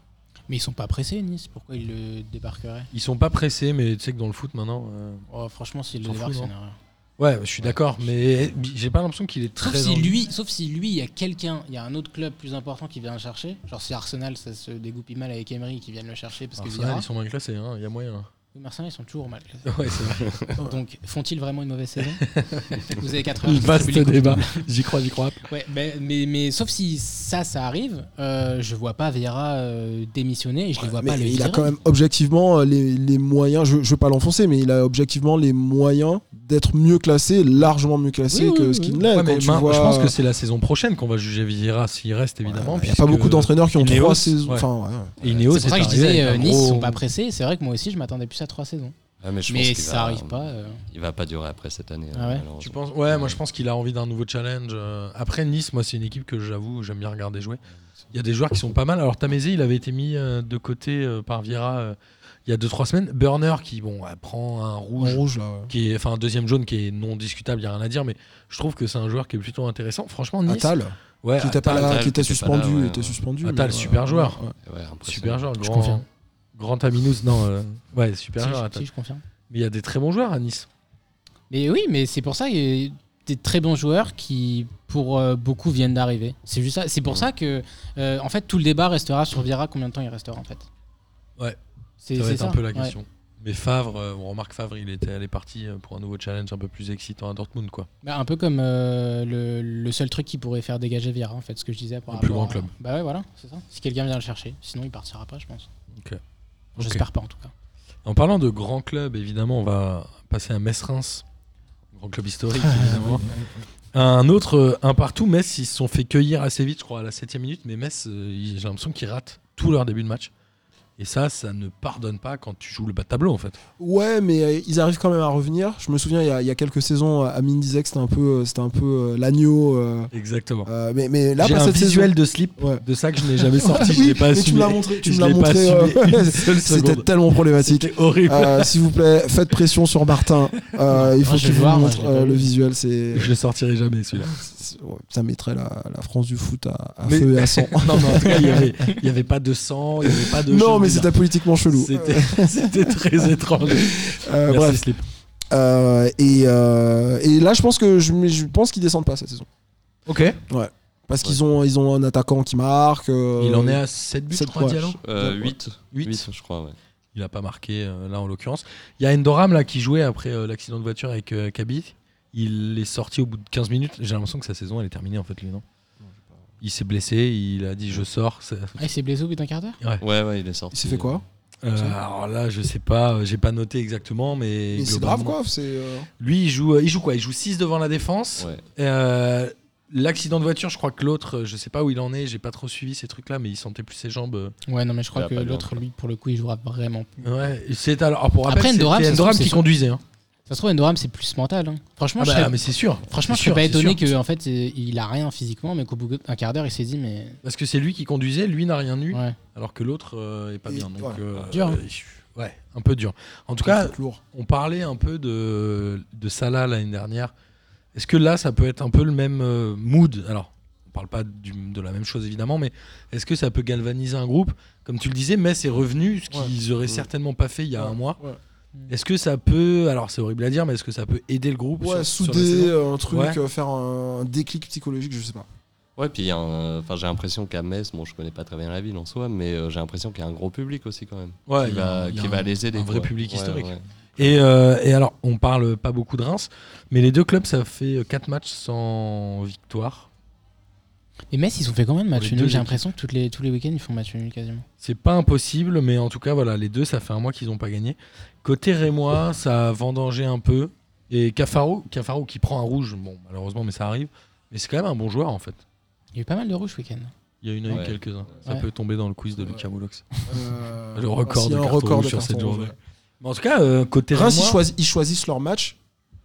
Mais ils sont pas pressés, Nice. Pourquoi ils le débarqueraient
Ils sont pas pressés, mais tu sais que dans le foot maintenant. euh,
Oh, Franchement, s'ils le
S'en fout,
débarquent, c'est
non
une erreur.
Ouais, je suis d'accord, mais j'ai pas l'impression qu'il est très.
Sauf si,
en-
lui, sauf si lui, il y a quelqu'un, il y a un autre club plus important qui vient le chercher. Genre si Arsenal, ça se dégoupille mal avec Emery, qui viennent le chercher parce que
Arsenal,
Vieira-
ils sont bien classés, hein, il y a moyen.
Oui, mais Arsenal, ils sont toujours mal.
<laughs>
classés.
Ouais, c'est vrai.
<laughs> Donc font-ils vraiment une mauvaise
<laughs>
saison Vous avez 4 heures.
Le
pour
vaste
distribuer les coupes.
<laughs> débat. J'y crois, j'y crois.
Ouais, mais, mais, mais sauf si ça, ça arrive, euh, je vois pas Vieira euh, démissionner et je ne vois
Mais
pas le
il a
virer.
quand même objectivement euh, les, les moyens, je, je veux pas l'enfoncer, mais il a objectivement les moyens d'être mieux classé, largement mieux classé
Oui,
que
oui,
ce
oui.
qu'il l'est.
Ouais,
quand
mais
tu
ma-
vois-
Je pense que c'est la saison prochaine qu'on va juger Vieira s'il reste, évidemment.
Il y a pas
puisque-
beaucoup d'entraîneurs qui ont
Ineos,
trois saisons.
ouais.
Enfin, ouais.
Et Ineos,
C'est pour ça que je
arrivé
disais, euh,
avec un
Nice, ils
gros-
sont pas pressés. C'est vrai que moi aussi, je m'attendais plus à trois saisons.
Ah, mais je pense
mais
qu'il
ça
va-
arrive pas. euh.
Il va pas durer après cette année.
Ah
hein,
ouais
malheureusement.
Tu penses Ouais, moi je pense qu'il a envie d'un nouveau challenge. Euh, Après Nice, moi c'est une équipe que j'avoue j'aime bien regarder jouer. Il y a des joueurs qui sont pas mal. Alors Tamézé, il avait été mis euh, de côté euh, par Vieira euh, il y a 2-3 semaines. Burner qui bon ouais, prend un
En
rouge,
rouge, là. ouais.
qui est enfin un deuxième jaune qui est non discutable, il y a rien à dire. Mais je trouve que c'est un joueur qui est plutôt intéressant. Franchement Nice,
Attal,
ouais,
qui était pas
Attal,
là,
Attal,
qui était
qui était pas là,
suspendu,
ouais,
était
ouais.
suspendu.
Attal,
mais, euh,
super
ouais,
joueur.
ouais.
Ouais, impressionnant.
Super joueur, grand,
confirme.
grand Aminous, non, euh, ouais, super
Si,
joueur.
je-
attends.
si, je confirme.
Mais il y a des très bons joueurs à Nice.
Mais oui, mais c'est pour ça qu'il y a des très bons joueurs qui pour euh, beaucoup viennent d'arriver. C'est juste ça. C'est
Mm.
pour ça que, euh, en fait, tout le débat restera sur Vieira. Combien de temps il restera en fait
Ouais.
C'est
Ça va
c'est
être un
ça.
peu la
Ouais.
question. Mais Favre, euh, on remarque Favre, il était allé parti euh, pour un nouveau challenge un peu plus excitant à Dortmund, quoi.
Bah, un peu comme euh, le, le seul truc qui pourrait faire dégager Vieira, en fait, ce que je disais. Par
Un plus
rapport
grand club.
Bah ouais, voilà, c'est ça. Si quelqu'un vient le chercher, sinon il partira pas, je pense.
Ok.
J'espère pas en tout cas.
En parlant de grands clubs, évidemment, on va passer à Metz-Reims, grand club historique, évidemment. Un autre, euh, un partout, Metz, ils se sont fait cueillir assez vite, je crois, à la 7 minute, mais Metz, euh, ils- j'ai l'impression qu'ils ratent tout leur début de match. Et ça, ça ne pardonne pas quand tu joues le bas de tableau, en fait.
Ouais, mais euh, ils arrivent quand même à revenir. Je me souviens, il y a, il y a quelques saisons, euh, Amine disait que c'était un peu, euh, c'était un peu euh, l'agneau. euh,
Exactement.
euh, mais, mais là,
j'ai
pas
un
cette
visuel
saison.
de slip
Ouais.
de ça que je n'ai jamais sorti, je
<laughs> Oui,
l'ai pas
mais tu me
assumé.
l'as montré. Tu
Je
me l'as
l'ai pas
montré.
assumé
euh,
une seule
C'était
seconde.
tellement problématique.
C'était horrible.
Euh, S'il vous plaît, faites pression sur Martin. Euh,
<laughs>
il
Moi,
faut
je
qu'il
vais
vous
voir, moi,
montre
je l'ai pas
euh,
vu.
le visuel. C'est
Je le sortirai jamais celui-là.
c'est- ouais, ça mettrait la, la France du foot à, à
Mais- <laughs>
feu et à sang.
non, mais en tout cas, il n'y avait, il y avait pas de sang, il n'y avait pas de.
<laughs> non,
choses
mais
bizarres.
c'était politiquement chelou.
C'était- <laughs> C'était très étrange.
Euh,
Merci,
bref.
Slip.
Euh, et, euh, et là, je pense que je, mais je pense qu'ils descendent pas cette saison.
Ok.
Euh, Parce qu'ils ont, ils ont un attaquant qui marque. euh,
Il en est à 7 buts,
sept,
3
ouais.
Diallo
Euh,
Ouais.
8.
8.
8, je crois, ouais.
Il n'a pas marqué euh, là en l'occurrence. Il y a Endoram là qui jouait après euh, l'accident de voiture avec euh, Kaby. Il est sorti au bout de 15 minutes. J'ai l'impression que sa saison elle est terminée en fait lui non. Il s'est blessé, il a dit je sors. c'est-
Ah, il s'est blessé au bout d'un quart d'heure
Ouais, ouais, il est sorti.
Il s'est fait quoi
Euh, alors là je sais pas, euh, j'ai pas noté exactement mais.
Mais C'est
globalement-
grave quoi. C'est euh,
Lui il joue, euh, il joue quoi Il joue 6 devant la défense.
Ouais.
Euh, l'accident de voiture je crois que l'autre, euh, je sais pas où il en est, j'ai pas trop suivi ces trucs là mais il sentait plus ses jambes. euh,
Ouais, non, mais je
Il
crois
a
que
pas bien,
l'autre,
quoi.
lui, pour le coup, il jouera vraiment.
Ouais, c'est alors alors, pour rappel,
Après, Endoram,
c'était
ça se
Endoram
trouve,
qui
c'est sûr.
conduisait. hein.
Ça se trouve, Endoram, c'est plus mental. hein. Franchement,
Ah
je
bah,
serais-
mais c'est sûr.
Franchement,
C'est
je suis
sûr,
pas
c'est
étonné
sûr.
que en fait, euh, il a rien physiquement, mais qu'au bout d'un quart d'heure, il s'est dit, mais
Parce que c'est lui qui conduisait, lui n'a rien eu,
ouais.
alors que l'autre euh, est pas
Et-
bien. Donc,
voilà.
euh,
Dur, hein.
euh, je- ouais, un peu dur. En tout cas,
c'est lourd.
on parlait un peu de, de Salah l'année dernière. Est-ce que là, ça peut être un peu le même euh, mood Alors, on parle pas du- de la même chose évidemment, mais est-ce que ça peut galvaniser un groupe Comme tu le disais, Metz est revenu, ce qu'ils auraient certainement pas fait il y a
Ouais.
un mois.
Ouais.
Est-ce que ça peut, alors c'est horrible à dire, mais est-ce que ça peut aider le groupe
Ouais,
sur- sur la
souder
saison
euh, un truc,
Ouais.
euh, faire un déclic psychologique, je sais pas.
Ouais, puis il y a un- enfin, j'ai l'impression qu'à Metz, bon, je connais pas très bien la ville en soi, mais euh, j'ai l'impression qu'il y a un gros public aussi quand même.
Ouais,
qui
il y a
va,
un- il y a
qui
un-
va les aider.
un vrai
quoi.
public
Ouais,
historique.
ouais.
Et, euh, et alors, on parle pas beaucoup de Reims, mais les deux clubs, ça fait 4 matchs sans victoire.
Et Metz, ils ont fait combien de
les
matchs
deux
nuls J'ai
équipes.
l'impression que toutes les, tous les week-ends, ils font match nul quasiment.
C'est pas impossible, mais en tout cas, voilà, les deux, ça fait un mois qu'ils n'ont pas gagné. Côté Rémois, ça a vendangé un peu. Et Cafaro, Cafaro qui prend un rouge, bon, malheureusement, mais ça arrive. Mais c'est quand même un bon joueur, en fait.
Il y a eu pas mal de rouges ce week-end.
Il y a une eu
Ouais.
quelques-uns. Ça
Ouais.
peut tomber dans le quiz de Lucas Moulox.
Euh,
Le record
s'il y a
de
un
cartons
record
rouges
de
sur cette
cartons rouges,
journée.
ouais.
Mais en tout cas, euh, côté
Reims, ils,
Rémois-
choisi- ils choisissent leur match.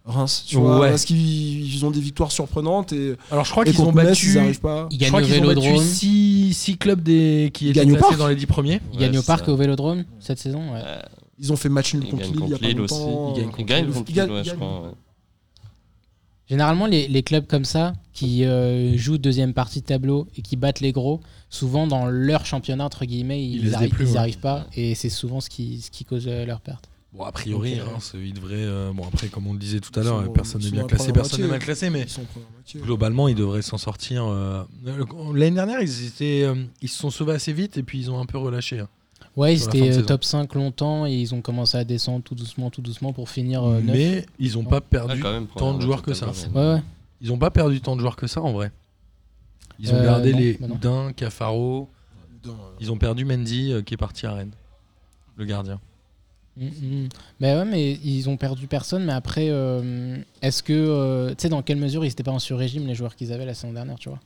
Reims, tu
Ouais.
vois, parce qu'ils ils ont des victoires surprenantes et,
alors je crois
et
qu'ils ont
contre Metz,
battu.
ils arrivent pas.
Ils
je
gagnent
crois
au
qu'ils ont battu
Vélodrome.
6 clubs des, qui étaient
gagnent au
classés
parc.
dans les 10 premiers.
Ils
Ouais,
gagnent au
c'est
parc
ça.
et au Vélodrome cette saison. ouais.
Ils ont fait match nul
Ils
contre
gagnent
Lille il y a
contre
pas
Lille
longtemps.
aussi.
Ils gagnent
Ils gagnent contre
Ils
Lille,
gagnent-
ouais, je
ils
crois.
gagnent.
ouais.
Généralement, les, les clubs comme ça, qui euh, jouent deuxième partie de tableau et qui battent les gros, souvent dans leur championnat, entre guillemets, ils
laissent des
n'arrivent
plumes, ouais.
pas. Et c'est souvent ce qui, ce qui cause euh, leur perte.
Bon, a priori, hein,
Ok.
Reims, il devrait. euh, bon, après, comme on le disait tout à
Ils
l'heure,
sont-
euh, personne
ils
n'est
sont
bien
en
classé,
première
personne n'est mal
moitié. hein.
classé, mais
Ils sont en première moitié.
globalement, il devrait s'en sortir. euh, euh, L'année dernière, ils, étaient, euh, ils se sont sauvés assez vite et puis ils ont un peu relâché. hein.
Ouais, ils
Sur la fin de
étaient euh,
saison.
top 5 longtemps et ils ont commencé à descendre tout doucement, tout doucement pour finir 9.
mais ils n'ont pas
Ah,
perdu.
quand même,
tant de
première
joueurs que
tableau,
ça.
ouais.
Ouais, ouais.
ils ont pas perdu tant de joueurs que ça en vrai. Ils ont
Euh,
gardé
non,
les
bah non.
Houdin, Cafaro.
Dans-
Ils ont perdu Mendy euh, qui est parti à Rennes, le gardien.
Mm, mm. Mais ouais, mais ils ont perdu personne. Mais après, euh, est-ce que. euh, tu sais, dans quelle mesure ils n'étaient pas en sur-régime, les joueurs qu'ils avaient la saison dernière, tu vois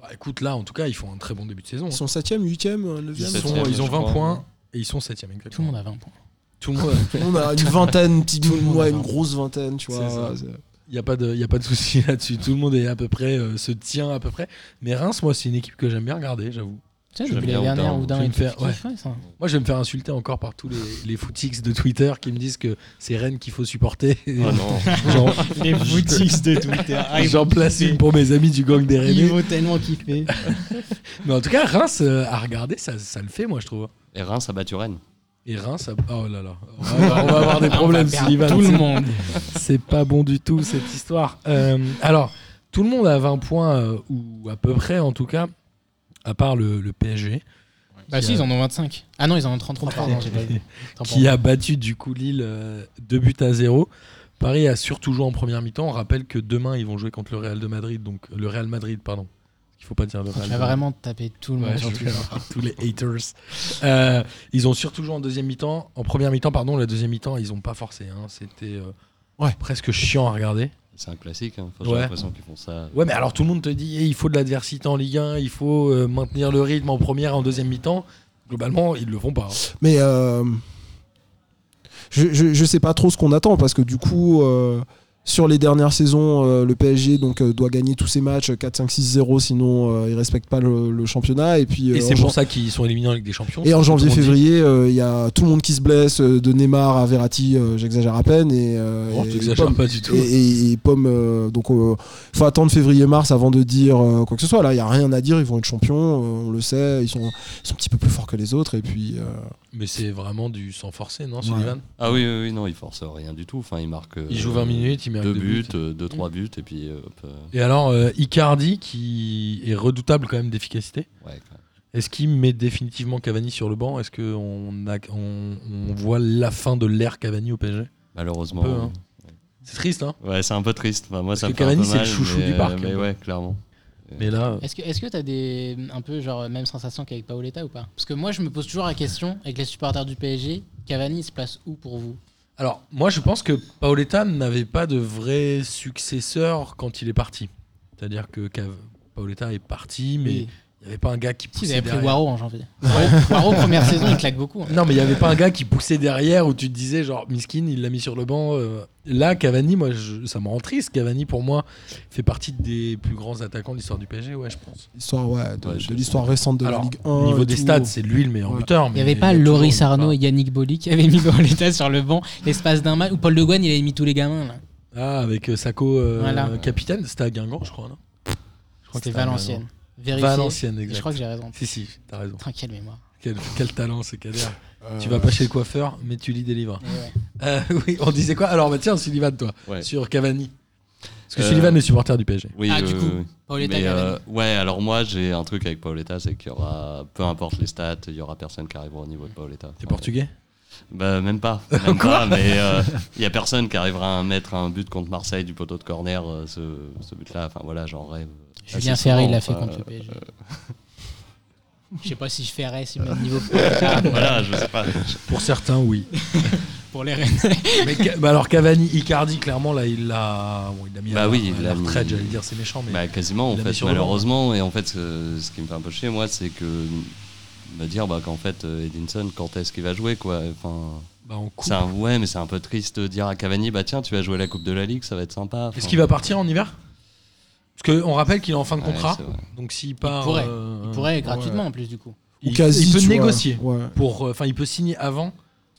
Bah, écoute, là, en tout cas, ils font un très bon début de saison.
Ils
hein.
sont euh, 7ème, 8ème, 9ème.
Ils,
Ils
sont-
septième,
ils ont
je
20
crois.
points et ils sont 7 exactement.
Tout le monde a 20 points.
Tout le monde.
On a une vingtaine, une petite,
Tout le monde
ouais,
a
une
vingt.
grosse vingtaine, tu
C'est ça.
vois. C'est-
Il n'y a pas de, y a pas de souci <laughs> là-dessus. Tout le monde est à peu près, euh, se tient à peu près. Mais Reims, moi, c'est une équipe que j'aime bien regarder, j'avoue.
Tu sais,
J'aime
depuis
bien
l'année dernière,
Oudin.
Oudin
J'aime
et tout,
faire-
je kiffe, ouais, ça.
Moi, je vais me faire insulter encore par tous les, les footix de Twitter qui me disent que c'est Rennes qu'il faut supporter. <laughs>
Ah, non.
J'en-
Les boutiques de Twitter. <laughs>
J'en place une pour mes amis du gang des
Ils
Rennais.
vont tellement kiffer.
Mais en tout cas, Reims, euh, à regarder, ça, ça le fait, moi, je trouve.
Et Reims a battu Rennes.
Et Reims, ça- oh là là, on va, <laughs> avoir- on va
<laughs>
avoir des problèmes,
perdre
Sullivan.
Tout le monde.
C'est pas bon du tout, cette histoire. Euh, alors, Tout le monde a 20 points, euh, ou à peu près en tout cas, à part le, le PSG,
Bah
Qui
si,
a-
ils en ont 25. Ah non, ils en ont 33.
<laughs>
pardon, j'ai pas vu. Tant pour
qui a battu du coup Lille 2 buts à 0. Paris a surtout joué en première mi-temps. On rappelle que demain, ils vont jouer contre le Real de Madrid. Donc, le Real Madrid, pardon. Il faut pas dire le
moi.
Real de
Tu vas
Madrid.
Ah, vraiment taper tout le monde
Ouais,
sur
je vais
Twitter.
avoir tous les haters. Euh, ils ont surtout joué en deuxième mi-temps, en première mi-temps, pardon, la deuxième mi-temps, ils ont pas forcé. hein. C'était euh,
Ouais.
presque chiant à regarder.
C'est un classique, hein. Enfin, j'ai
Ouais.
l'impression qu'ils font ça.
Ouais, mais alors tout le monde te dit, eh, il faut de l'adversité en Ligue 1, il faut euh, maintenir le rythme en première, en deuxième mi-temps. Globalement, ils le font pas. hein.
Mais euh, je, je, je sais pas trop ce qu'on attend parce que du coup, euh, sur les dernières saisons, euh, le PSG donc, euh, doit gagner tous ses matchs euh, 4, 5, 6, 0, sinon euh, il respecte pas le, le championnat. Et puis, euh,
Et c'est
en
pour
jan-
ça qu'ils sont éliminés en Ligue des Champions.
et en
Tout le monde dit,
janvier-février, euh, il y a tout le monde qui se blesse, euh, de Neymar à Verratti, euh, j'exagère à peine. Et, euh,
Oh,
et
t'exagères
Pomme-
pas du tout.
Et, et- et Pomme, euh, donc euh, faut attendre février-mars avant de dire euh, quoi que ce soit. Là, il y a rien à dire, ils vont être champions, euh, on le sait, ils sont, ils sont un petit peu plus forts que les autres. Et puis, euh,
Mais c'est vraiment du sans forcer, non,
Ouais.
Sullivan
Ah oui, oui, oui, non, ils forcent rien du tout. Enfin, ils marquent. euh,
Il joue 20 minutes, il met
Deux
deux
buts, euh, deux, trois buts, et puis. euh, hop, euh,
Et alors, euh, Icardi, qui est redoutable quand même d'efficacité.
ouais, quand même.
Est-ce qu'il met définitivement Cavani sur le banc Est-ce qu'on a- on, on voit la fin de l'ère Cavani au PSG
Malheureusement.
Un peu, hein. C'est triste, hein
Ouais, c'est un peu triste. Enfin, moi,
Parce
ça me
que
fait un peu
Cavani, c'est le
mal,
chouchou
mais, euh,
du parc,
Mais
hein.
ouais, clairement.
Mais là, euh.
Est-ce que est-ce que t'as des un peu genre même sensation qu'avec Paoletta ou pas Parce que moi je me pose toujours la question avec les supporters du PSG, Cavani il se place où pour vous
alors moi je pense que Paoletta n'avait pas de vrai successeur quand il est parti. C'est-à-dire que Cav- Paoletta est parti, mais il
Oui.
n'y avait pas un gars qui
Si
poussait
ils avaient pris
derrière.
Waro en janvier. Waro première saison il claque beaucoup. hein.
Non, mais il n'y avait pas un gars qui poussait derrière où tu te disais, genre, Miskin, il l'a mis sur le banc. euh. Là, Cavani, moi, je- ça me rend triste. Cavani, pour moi, fait partie des plus grands attaquants de l'histoire du PSG, ouais, je pense.
l'histoire ouais, de,
Ouais, je-
de l'histoire récente de
Alors,
la Ligue 1.
Au niveau
et
des
tout.
stats, c'est lui le meilleur
Ouais.
buteur.
Il
mais
n'y avait pas
y a toujours
Loris
une part.
Arnaud et Yannick Boli qui avaient mis Paoletta sur le banc l'espace d'un match. Ou Paul Le Guen, il avait mis tous les gamins. Là.
Ah, avec euh, Sacco, euh,
Voilà.
capitaine, c'était à Guingamp, je crois, non Je crois que
C'était
c'était à
Valenciennes.
Guingamp.
Vérifiez.
Valenciennes,
Et
exact.
je crois que j'ai raison.
Si, si, t'as raison.
Putain, quelle mémoire.
Quel, quel talent, c'est Kader.
Euh,
Tu vas pas chez le coiffeur, mais tu lis des livres.
Et ouais.
Euh, <laughs> oui, on disait quoi Alors, bah, tiens, Sullivan, toi,
Ouais.
sur Cavani. Parce que
Euh,
Sullivan est supporter du PSG.
Oui,
Ah,
oui,
du
oui,
coup,
oui.
<laughs> Paoletta
Mais,
Cavani.
euh, ouais, alors moi j'ai un truc avec Paoletta, c'est qu'il y aura, peu importe les stats, il y aura personne qui arrivera au niveau de Paoletta.
T'es
Enfin,
portugais
Bah même pas, même pas, mais euh, il y a personne qui arrivera à mettre un but contre Marseille du poteau de corner, euh, ce, ce but-là. Enfin voilà,
<laughs>
j'en rêve.
Julien
assez
Ferré,
souvent,
il l'a fait
enfin,
contre le
euh, <laughs>
PSG. Je sais pas si Ferré, c'est le même niveau <laughs>
voilà, je sais pas.
Pour certains, oui.
pour les Rennais.
Mais Ca- bah alors Cavani, Icardi, clairement, là, il l'a bon, il l'a mis à
Bah
la-
oui,
à
il
la
l'a mis-
retraite, j'allais dire, c'est méchant, mais
Bah quasiment en
Il l'a mis
fait,
sur le banc.
malheureusement. Et en fait, ce, ce qui me fait un peu chier, moi, c'est que me dire bah, qu'en fait euh, Edinson, quand est-ce qu'il va jouer quoi Enfin,
bah, on coupe.
c'est un ouais, mais c'est un peu triste de dire à Cavani, bah tiens, tu vas jouer la Coupe de la Ligue, ça va être sympa.
Est-ce qu'il va partir en hiver Parce qu'on rappelle qu'il est en fin de
Ouais,
contrat,
c'est vrai.
donc s'il part...
pourrait.
euh,
Il pourrait gratuitement en plus du coup.
ou
il,
quasi,
il peut
tu vois.
négocier.
Ouais.
Pour, euh, enfin, il peut signer avant,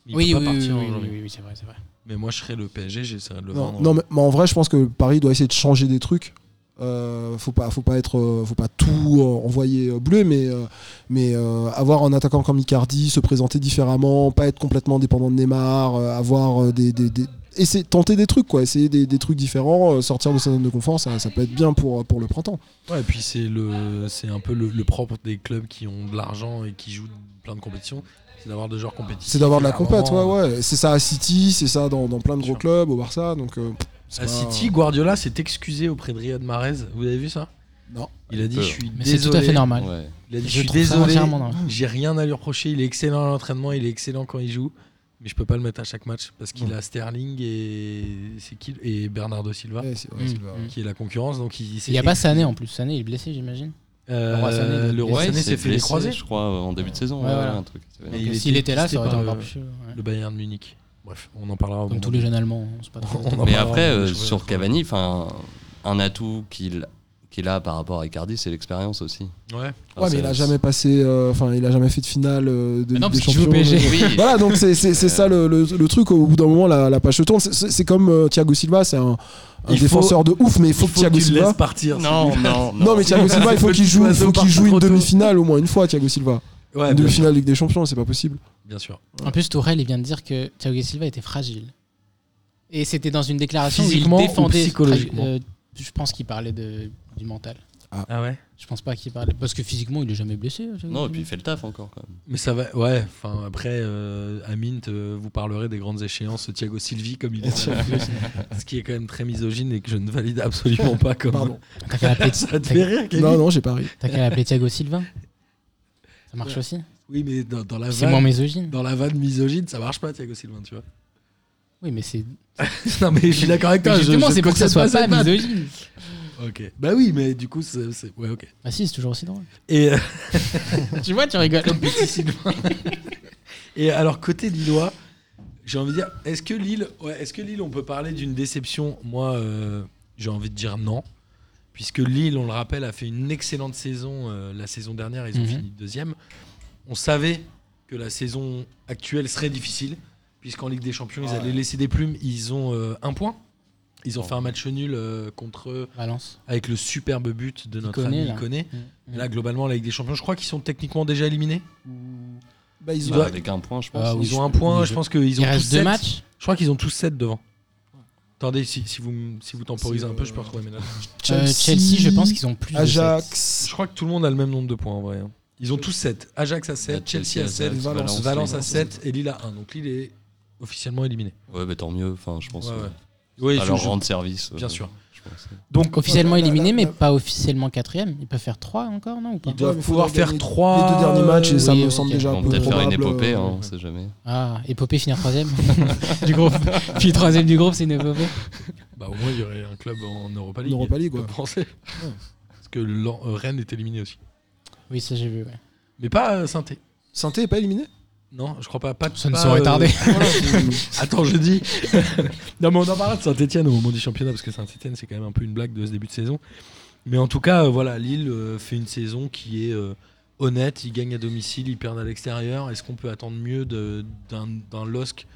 mais il
oui,
peut
oui,
pas
oui,
partir en
oui,
janvier.
oui, oui, c'est vrai, c'est vrai.
Mais moi, je serais le PSG, j'essaierais de le
Non,
vendre.
non, mais, mais en vrai, je pense que Paris doit essayer de changer des trucs. Euh, faut pas, faut pas être, euh, faut pas tout euh, envoyer euh, bleu, mais euh, mais euh, avoir un attaquant comme Icardi, se présenter différemment, pas être complètement dépendant de Neymar, euh, avoir euh, des, des, des- essayer- tenter des trucs quoi, essayer des, des trucs différents, euh, sortir de sa zone de confort, ça, ça peut être bien pour euh, pour le printemps.
Ouais, et puis c'est le, c'est un peu le, le propre des clubs qui ont de l'argent et qui jouent plein de compétitions, c'est d'avoir des joueurs compétitifs.
C'est d'avoir de la
À un moment,
compète, ouais ouais. C'est ça à City, c'est ça dans, dans plein de gros
Sûr.
clubs, au Barça, donc. euh, c'est
À
pas-
City, Ah, Guardiola s'est excusé auprès de Riyad Mahrez. Vous avez vu ça
Non.
Il a dit
Peu.
je suis
Euh, Mais c'est
désolé.
tout à fait normal.
Ouais.
Il a dit,
Je
je suis
trouve ça
désolé. Mmh.
entièrement normal.
J'ai rien à lui reprocher. Il est excellent à l'entraînement. Il est excellent quand il joue. Mais je peux pas le mettre à chaque match parce qu'il
Mmh.
a Sterling et c'est qui et Bernardo Silva
Ouais, c'est- ouais,
Mm,
c'est le-
mm.
qui est la concurrence. Donc il
Il n'y a pas Sané en plus. Sané il est blessé, j'imagine.
Euh,
le roi Sané.
le roi
Ouais,
Sané
Il
s'est fait les
blessé,
croisés.
je crois, en début de saison.
Ouais,
ouais,
voilà.
un truc. c'est vrai.
Et il
Donc,
était
S'il était là,
testé
ça aurait été
par,
encore
euh,
plus chaud, ouais.
Le Bayern de Munich. Bref, on en parlera. au
Comme
moment
tous
du-
les jeunes Allemands. on se passe pas
On en
trop.
Mais
parlera au
après,
moment
euh,
du championnat.
sur Cavani, enfin, un atout qu'il qu'il a par rapport à Icardi, c'est l'expérience aussi.
Ouais.
Ouais,
Enfin,
mais
c'est-
il a jamais passé, euh, enfin, il a jamais fait de finale euh, de
Mais Ah non,
Ligue des
parce qu'il joue
Champions.
au PSG.
Oui,
Voilà, donc c'est c'est- c'est ça le, le- le truc. Au bout d'un moment, la, la page se tourne. C'est- C'est c'est comme euh, Thiago Silva, c'est un, un
Il faut-
défenseur de ouf, mais il faut que Thiago
tu le
Silva.
laisses partir.
non, non,
<laughs>
non.
Non, mais Thiago Silva, il faut
Petit
qu'il joue,
oiseau
faut qu'il joue
parti trop
une
tôt.
demi-finale au moins une fois, Thiago Silva.
Ouais,
Une
bien,
demi-finale Ligue des Champions, c'est pas possible.
bien sûr.
En plus, Tourelle, il vient de dire que Thiago Silva était fragile. Et c'était dans une déclaration où il
Physiquement ou
défendait.
psychologiquement
euh, Je pense qu'il parlait de, du mental.
Ah ouais
Je pense pas qu'il parlait. Parce que physiquement, il est jamais blessé. euh,
Non, et puis il fait le taf encore quand même.
Mais ça va. Ouais, enfin, après, euh, Amint, euh, vous parlerez des grandes échéances Thiago Sylvie, comme il est.
<laughs>
ce qui est quand même très misogyne et que je ne valide absolument pas comme.
Pardon.
T'as qu'à
<laughs>
l'appeler-
Ça te fait rire, Kevin
Non, non, j'ai pas ri.
t'as qu'à l'appeler Thiago Sylvain. Ça marche
Ouais.
aussi.
Oui, mais dans, dans la
C'est moins
vanne.
misogyne.
Dans la vanne misogyne, ça marche pas, Thiago Sylvain, tu vois. <laughs>
Oui, mais c'est.
non, mais je suis d'accord avec toi.
Mais
je-
justement,
je
c'est pour que ça
concède
soit
cette
pas
vanne.
misogyne.
Ok. Bah oui, mais du coup, c'est. c'est- Ouais, ok.
Ah si, c'est toujours aussi drôle.
Et, euh,
tu vois, tu rigoles.
et alors, côté Lillois, j'ai envie de dire, est-ce que Lille, ouais, est-ce que Lille, on peut parler d'une déception Moi, euh, j'ai envie de dire non. Puisque Lille, on le rappelle, a fait une excellente saison euh, la saison dernière, ils ont
Mhm.
fini deuxième. On savait que la saison actuelle serait difficile, puisqu'en Ligue des Champions, ils allaient laisser des plumes. Ils ont euh, un point. Ils ont
Oh.
fait un match nul euh, contre eux,
Valence.
avec le superbe but de notre
Iconé,
ami
là.
Iconé.
Mm.
Là, globalement, la Ligue des Champions, je crois qu'ils sont techniquement déjà éliminés.
Bah, ils
Ils
ont-
doivent- doit-
Avec un point, je pense.
Ah,
ils
oui, je-
ont un point,
oui,
je
je-
pense qu'ils
Il
ont tous
reste deux
sept.
matchs.
Je crois qu'ils ont tous 7 devant. Attendez, si, si vous, m- si vous temporisez
C'est,
un peu, je peux
euh,
retrouver mes notes.
Euh, Chelsea, je pense qu'ils ont plus de sept.
Ajax.
Je crois que tout le monde a le même nombre de points en vrai. hein. Ils ont tous 7. Ajax à 7, Chelsea à 7,
Valence,
Valence à 7 et Lille à 1. Donc Lille est officiellement éliminé.
Ouais, mais tant mieux. Enfin, je pense.
Ouais, ouais.
euh,
Oui,
à leur rendre service. euh,
bien sûr.
je pense.
Donc
Officiellement
Là, là,
éliminé,
là,
mais
là.
pas officiellement quatrième. Ils peuvent faire trois encore, non ou pas
Ils doivent
Ouais, mais
pouvoir
faudra gagner
faire
les
trois.
deux derniers matchs et
ça me semble déjà
Ils
un
vont peut-être faire une épopée, hein,
euh,
on sait jamais.
Ah, épopée finir troisième <laughs> du <laughs> groupe. Puis troisième du groupe, c'est une épopée.
Bah, au moins, il y aurait un club en Europa
En
League.
Europa League, ouais.
Le Français. Parce que l'an- euh, Rennes est éliminé aussi.
Oui, ça j'ai vu. ouais.
Mais pas euh, Saint-Étienne.
Sainté est pas éliminé
Non, je crois pas. pas
Ça ne
pas,
saurait
euh, <laughs>
tarder.
Attends, je dis. <laughs> non, mais on en parlera de Saint-Etienne au moment du championnat, parce que Saint-Etienne, c'est quand même un peu une blague de ce début de saison. Mais en tout cas, euh, voilà, Lille euh, fait une saison qui est euh, honnête. Ils gagnent à domicile, ils perdent à l'extérieur. Est-ce qu'on peut attendre mieux de- d'un d'un LOSC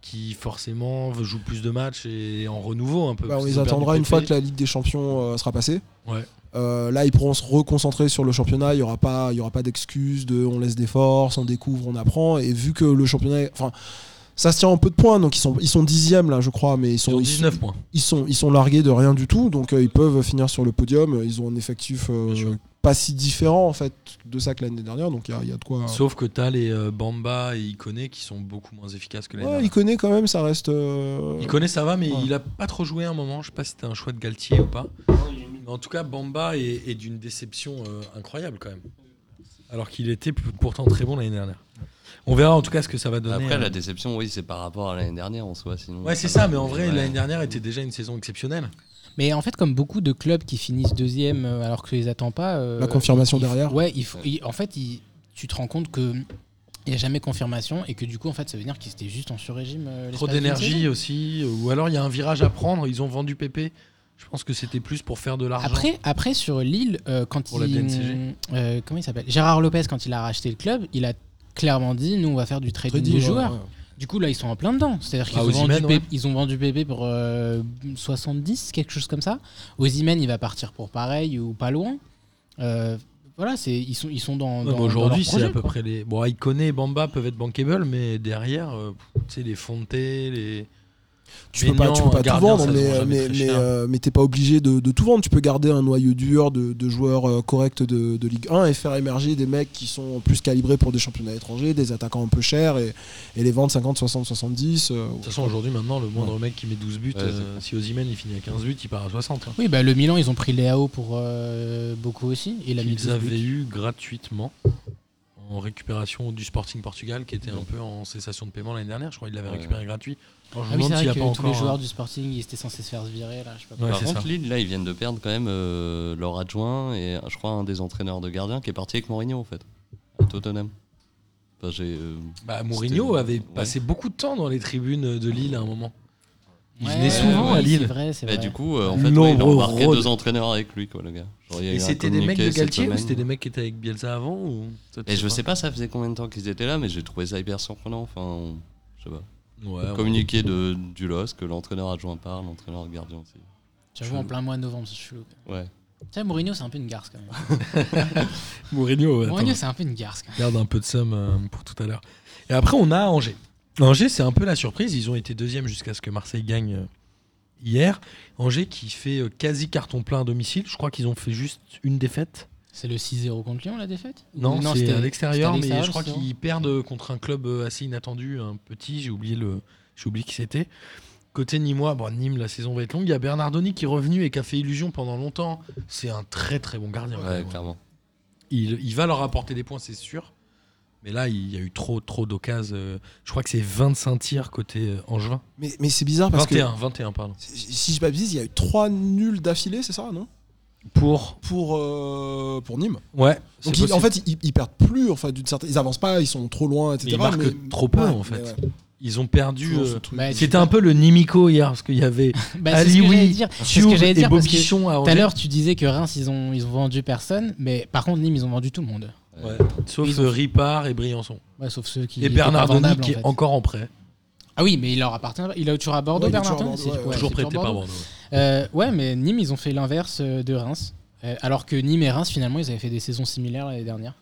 qui, forcément, joue plus de matchs et en renouveau un peu
Bah, On
parce
les
qu'ils ont perdu
attendra une
Pépé.
fois que la Ligue des Champions euh, sera passée.
Ouais.
Euh, là, ils pourront se reconcentrer sur le championnat. Il n'y aura pas, il y aura pas d'excuses de on laisse des forces, on découvre, on apprend. Et vu que le championnat, est- enfin, ça se tient en peu de points, donc ils sont, ils sont dixièmes là, je crois, mais ils
Ils
sont,
ont
ils,
19 points.
ils sont, ils sont largués de rien du tout, donc euh, ils peuvent finir sur le podium. Ils ont un effectif euh,
Bien sûr.
pas si différent en fait de ça que l'année dernière, donc il y a- il y, a de quoi.
Sauf que t'as les euh, Bamba et Iconé qui sont beaucoup moins efficaces que les
Ouais, il connaît quand même, ça reste. euh,
Il connaît, ça va, mais
Ouais.
il a pas trop joué à un moment. Je sais pas si c'était un choix de Galtier ou pas. Mais en tout cas, Bamba est, est d'une déception euh, incroyable quand même. Alors qu'il était p- pourtant très bon l'année dernière. On verra en tout cas ce que ça va donner.
Après,
euh.
la déception, oui, c'est par rapport à l'année dernière en soi. Sinon,
Ouais, c'est
va.
ça, mais en vrai,
Ouais.
l'année dernière était déjà une saison exceptionnelle.
Mais en fait, comme beaucoup de clubs qui finissent deuxième euh, alors que tu les attends pas. euh,
La confirmation
il faut-
derrière.
Ouais, il faut- il- en fait, il- tu te rends compte que. Il n'y a jamais confirmation et que du coup, en fait, ça veut dire qu'ils étaient juste en surrégime. euh,
Trop
l'espace d'une saison.
d'énergie aussi. euh, Ou alors, il y a un virage à prendre. Ils ont vendu Pépé. Je pense que c'était plus pour faire de l'argent.
Après, après sur Lille, euh, quand
Pour la
il,
DNCG.
euh, comment il s'appelle, Gérard Lopez, quand il a racheté le club, il a clairement dit, nous on va faire du trading
Trading,
des
ouais,
joueurs.
ouais.
Du coup, là, ils sont en plein dedans. C'est-à-dire qu'ils
Bah,
ont, vendu
Osimhen, ouais.
Pep- ils ont vendu PP pour euh, 70, quelque chose comme ça. Ozymen, il va partir pour pareil ou pas loin. Euh, voilà, c'est ils sont, ils sont dans.
Ouais,
dans-
mais Aujourd'hui,
dans
c'est
leur
à peu
projet,
près les. Bon, Iconé et Bamba peuvent être bankable, mais derrière, euh, pff, tu sais, les Fonté, les.
Tu peux, pas, tu
Maignan,
peux pas tout
gardien,
vendre,
ça se vend jamais hein.
mais, mais,
très
mais,
cher.
euh, mais t'es pas obligé de, de tout vendre. Tu peux garder un noyau dur de, de joueurs euh, corrects de, de Ligue 1 et faire émerger des mecs qui sont plus calibrés pour des championnats étrangers, des attaquants un peu chers et, et les vendre 50, 60, 70. euh,
De toute façon, aujourd'hui, maintenant, le moindre mec qui met 12 buts,
Ouais,
euh, si Ozymen il finit à 15 buts, il part à 60. hein.
quoi. Oui, bah, le Milan, ils ont pris Léao pour euh, beaucoup aussi. Et la Ah
Ils avaient eu gratuitement en récupération du Sporting Portugal, qui était un peu en cessation de paiement l'année dernière. Je crois qu'il l'avait
Ouais.
récupéré gratuit. Alors, je
Ah
me
oui,
demande s'il
c'est vrai
y a
que
pas
tous
encore.
les
un-
joueurs du Sporting, ils étaient censés se faire virer là. Je sais pas.
Ouais,
Par
c'est ça.
contre, Lille, là, ils viennent de perdre quand même euh, leur adjoint et euh, je crois un des entraîneurs de gardien qui est parti avec Mourinho en fait, à Tottenham. Enfin, j'ai, euh,
Bah, Mourinho
C'était-
avait
Ouais.
passé beaucoup de temps dans les tribunes de Lille à un moment. Il
Ouais,
venait souvent à
oui,
Lille.
C'est vrai, c'est
bah,
vrai.
du coup, euh, en fait,
Nombre
ouais, il a embarqué
rôde.
deux entraîneurs avec lui, quoi, le gars. Genre, il y a eu
Et
un
c'était des mecs
communiqué
de
cette
Galtier ou
semaine.
c'était des mecs qui étaient avec Bielsa avant ou... Ça, tu
Et je sais pas, ça faisait combien de temps qu'ils étaient là, mais j'ai trouvé ça hyper surprenant. Enfin, on- je sais pas.
Ouais, on-
Communiqué de, du LOS, que l'entraîneur adjoint parle, l'entraîneur de gardien aussi.
J'avoue, en plein mois de novembre, c'est chelou.
Ouais.
Tu sais, Mourinho, c'est un peu une garce quand même.
Mourinho, attends.
Mourinho, c'est un peu une garce quand même.
Garde un peu de somme euh, pour tout à l'heure. Et après, on a Angers. Angers, c'est un peu la surprise. Ils ont été deuxième jusqu'à ce que Marseille gagne euh, hier. Angers qui fait euh, quasi carton plein à domicile. Je crois qu'ils ont fait juste une défaite.
C'est le 6-0 contre Lyon, la défaite
Non,
Non,
c'est
c'était-
à l'extérieur,
c'était à
mais je
l'extérieur,
crois
le 6-0.
qu'ils perdent euh, contre un club euh, assez inattendu, un petit. J'ai oublié le, j'ai oublié qui c'était. Côté Nîmois, bon, Nîmes, la saison va être longue. Il y a Bernardoni qui est revenu et qui a fait illusion pendant longtemps. C'est un très très bon gardien. quand
Ouais,
même. hein.
clairement.
il, il va leur apporter des points, c'est sûr. Mais là, il y a eu trop, trop d'occasions. euh, Je crois que c'est 25 tirs côté euh, Angevin.
Mais, mais c'est bizarre parce
21, 21, pardon.
que si si je m'abuse, il y a eu trois nuls d'affilée, c'est ça, non
Pour.
Pour euh, pour Nîmes.
Ouais. c'est
Donc ils- en
possible.
fait, ils, ils perdent plus. Enfin, d'une certaine, ils avancent pas, ils sont trop loin, etc.
Mais ils marquent
mais-
trop peu,
ouais,
en fait.
mais ouais.
Ils ont perdu.
Toujours
euh,
ce truc.
Bah,
C'était un peu le Nimico hier, parce qu'il y avait
Bah, c'est ce que j'allais
Alioui,
dire. C'est ce
Thioub
que j'allais
et
dire parce que
Bobichon à
tout à
Angers.
l'heure, tu disais que Reims, ils ont, ils ont vendu personne, mais par contre, Nîmes, ils ont vendu tout le monde.
Ouais.
Ouais.
Sauf
Ils ont-
euh, Ripard et Briançon.
Ouais, sauf ceux qui
et
étaient pas
Bernardoni
vendables,
qui
en fait.
est encore en prêt.
Ah oui, mais il leur appartient. Il est toujours à Bordeaux,
Ouais, il est toujours à
Bernardoni
Bordeaux,
c'est-
ouais,
Toujours
ouais, c'est toujours
prêté par
Bordeaux.
Bordeaux.
Euh, ouais, mais Nîmes, ils ont fait l'inverse euh, de Reims. Euh, alors que Nîmes et Reims, finalement, ils avaient fait des saisons similaires l'année dernière.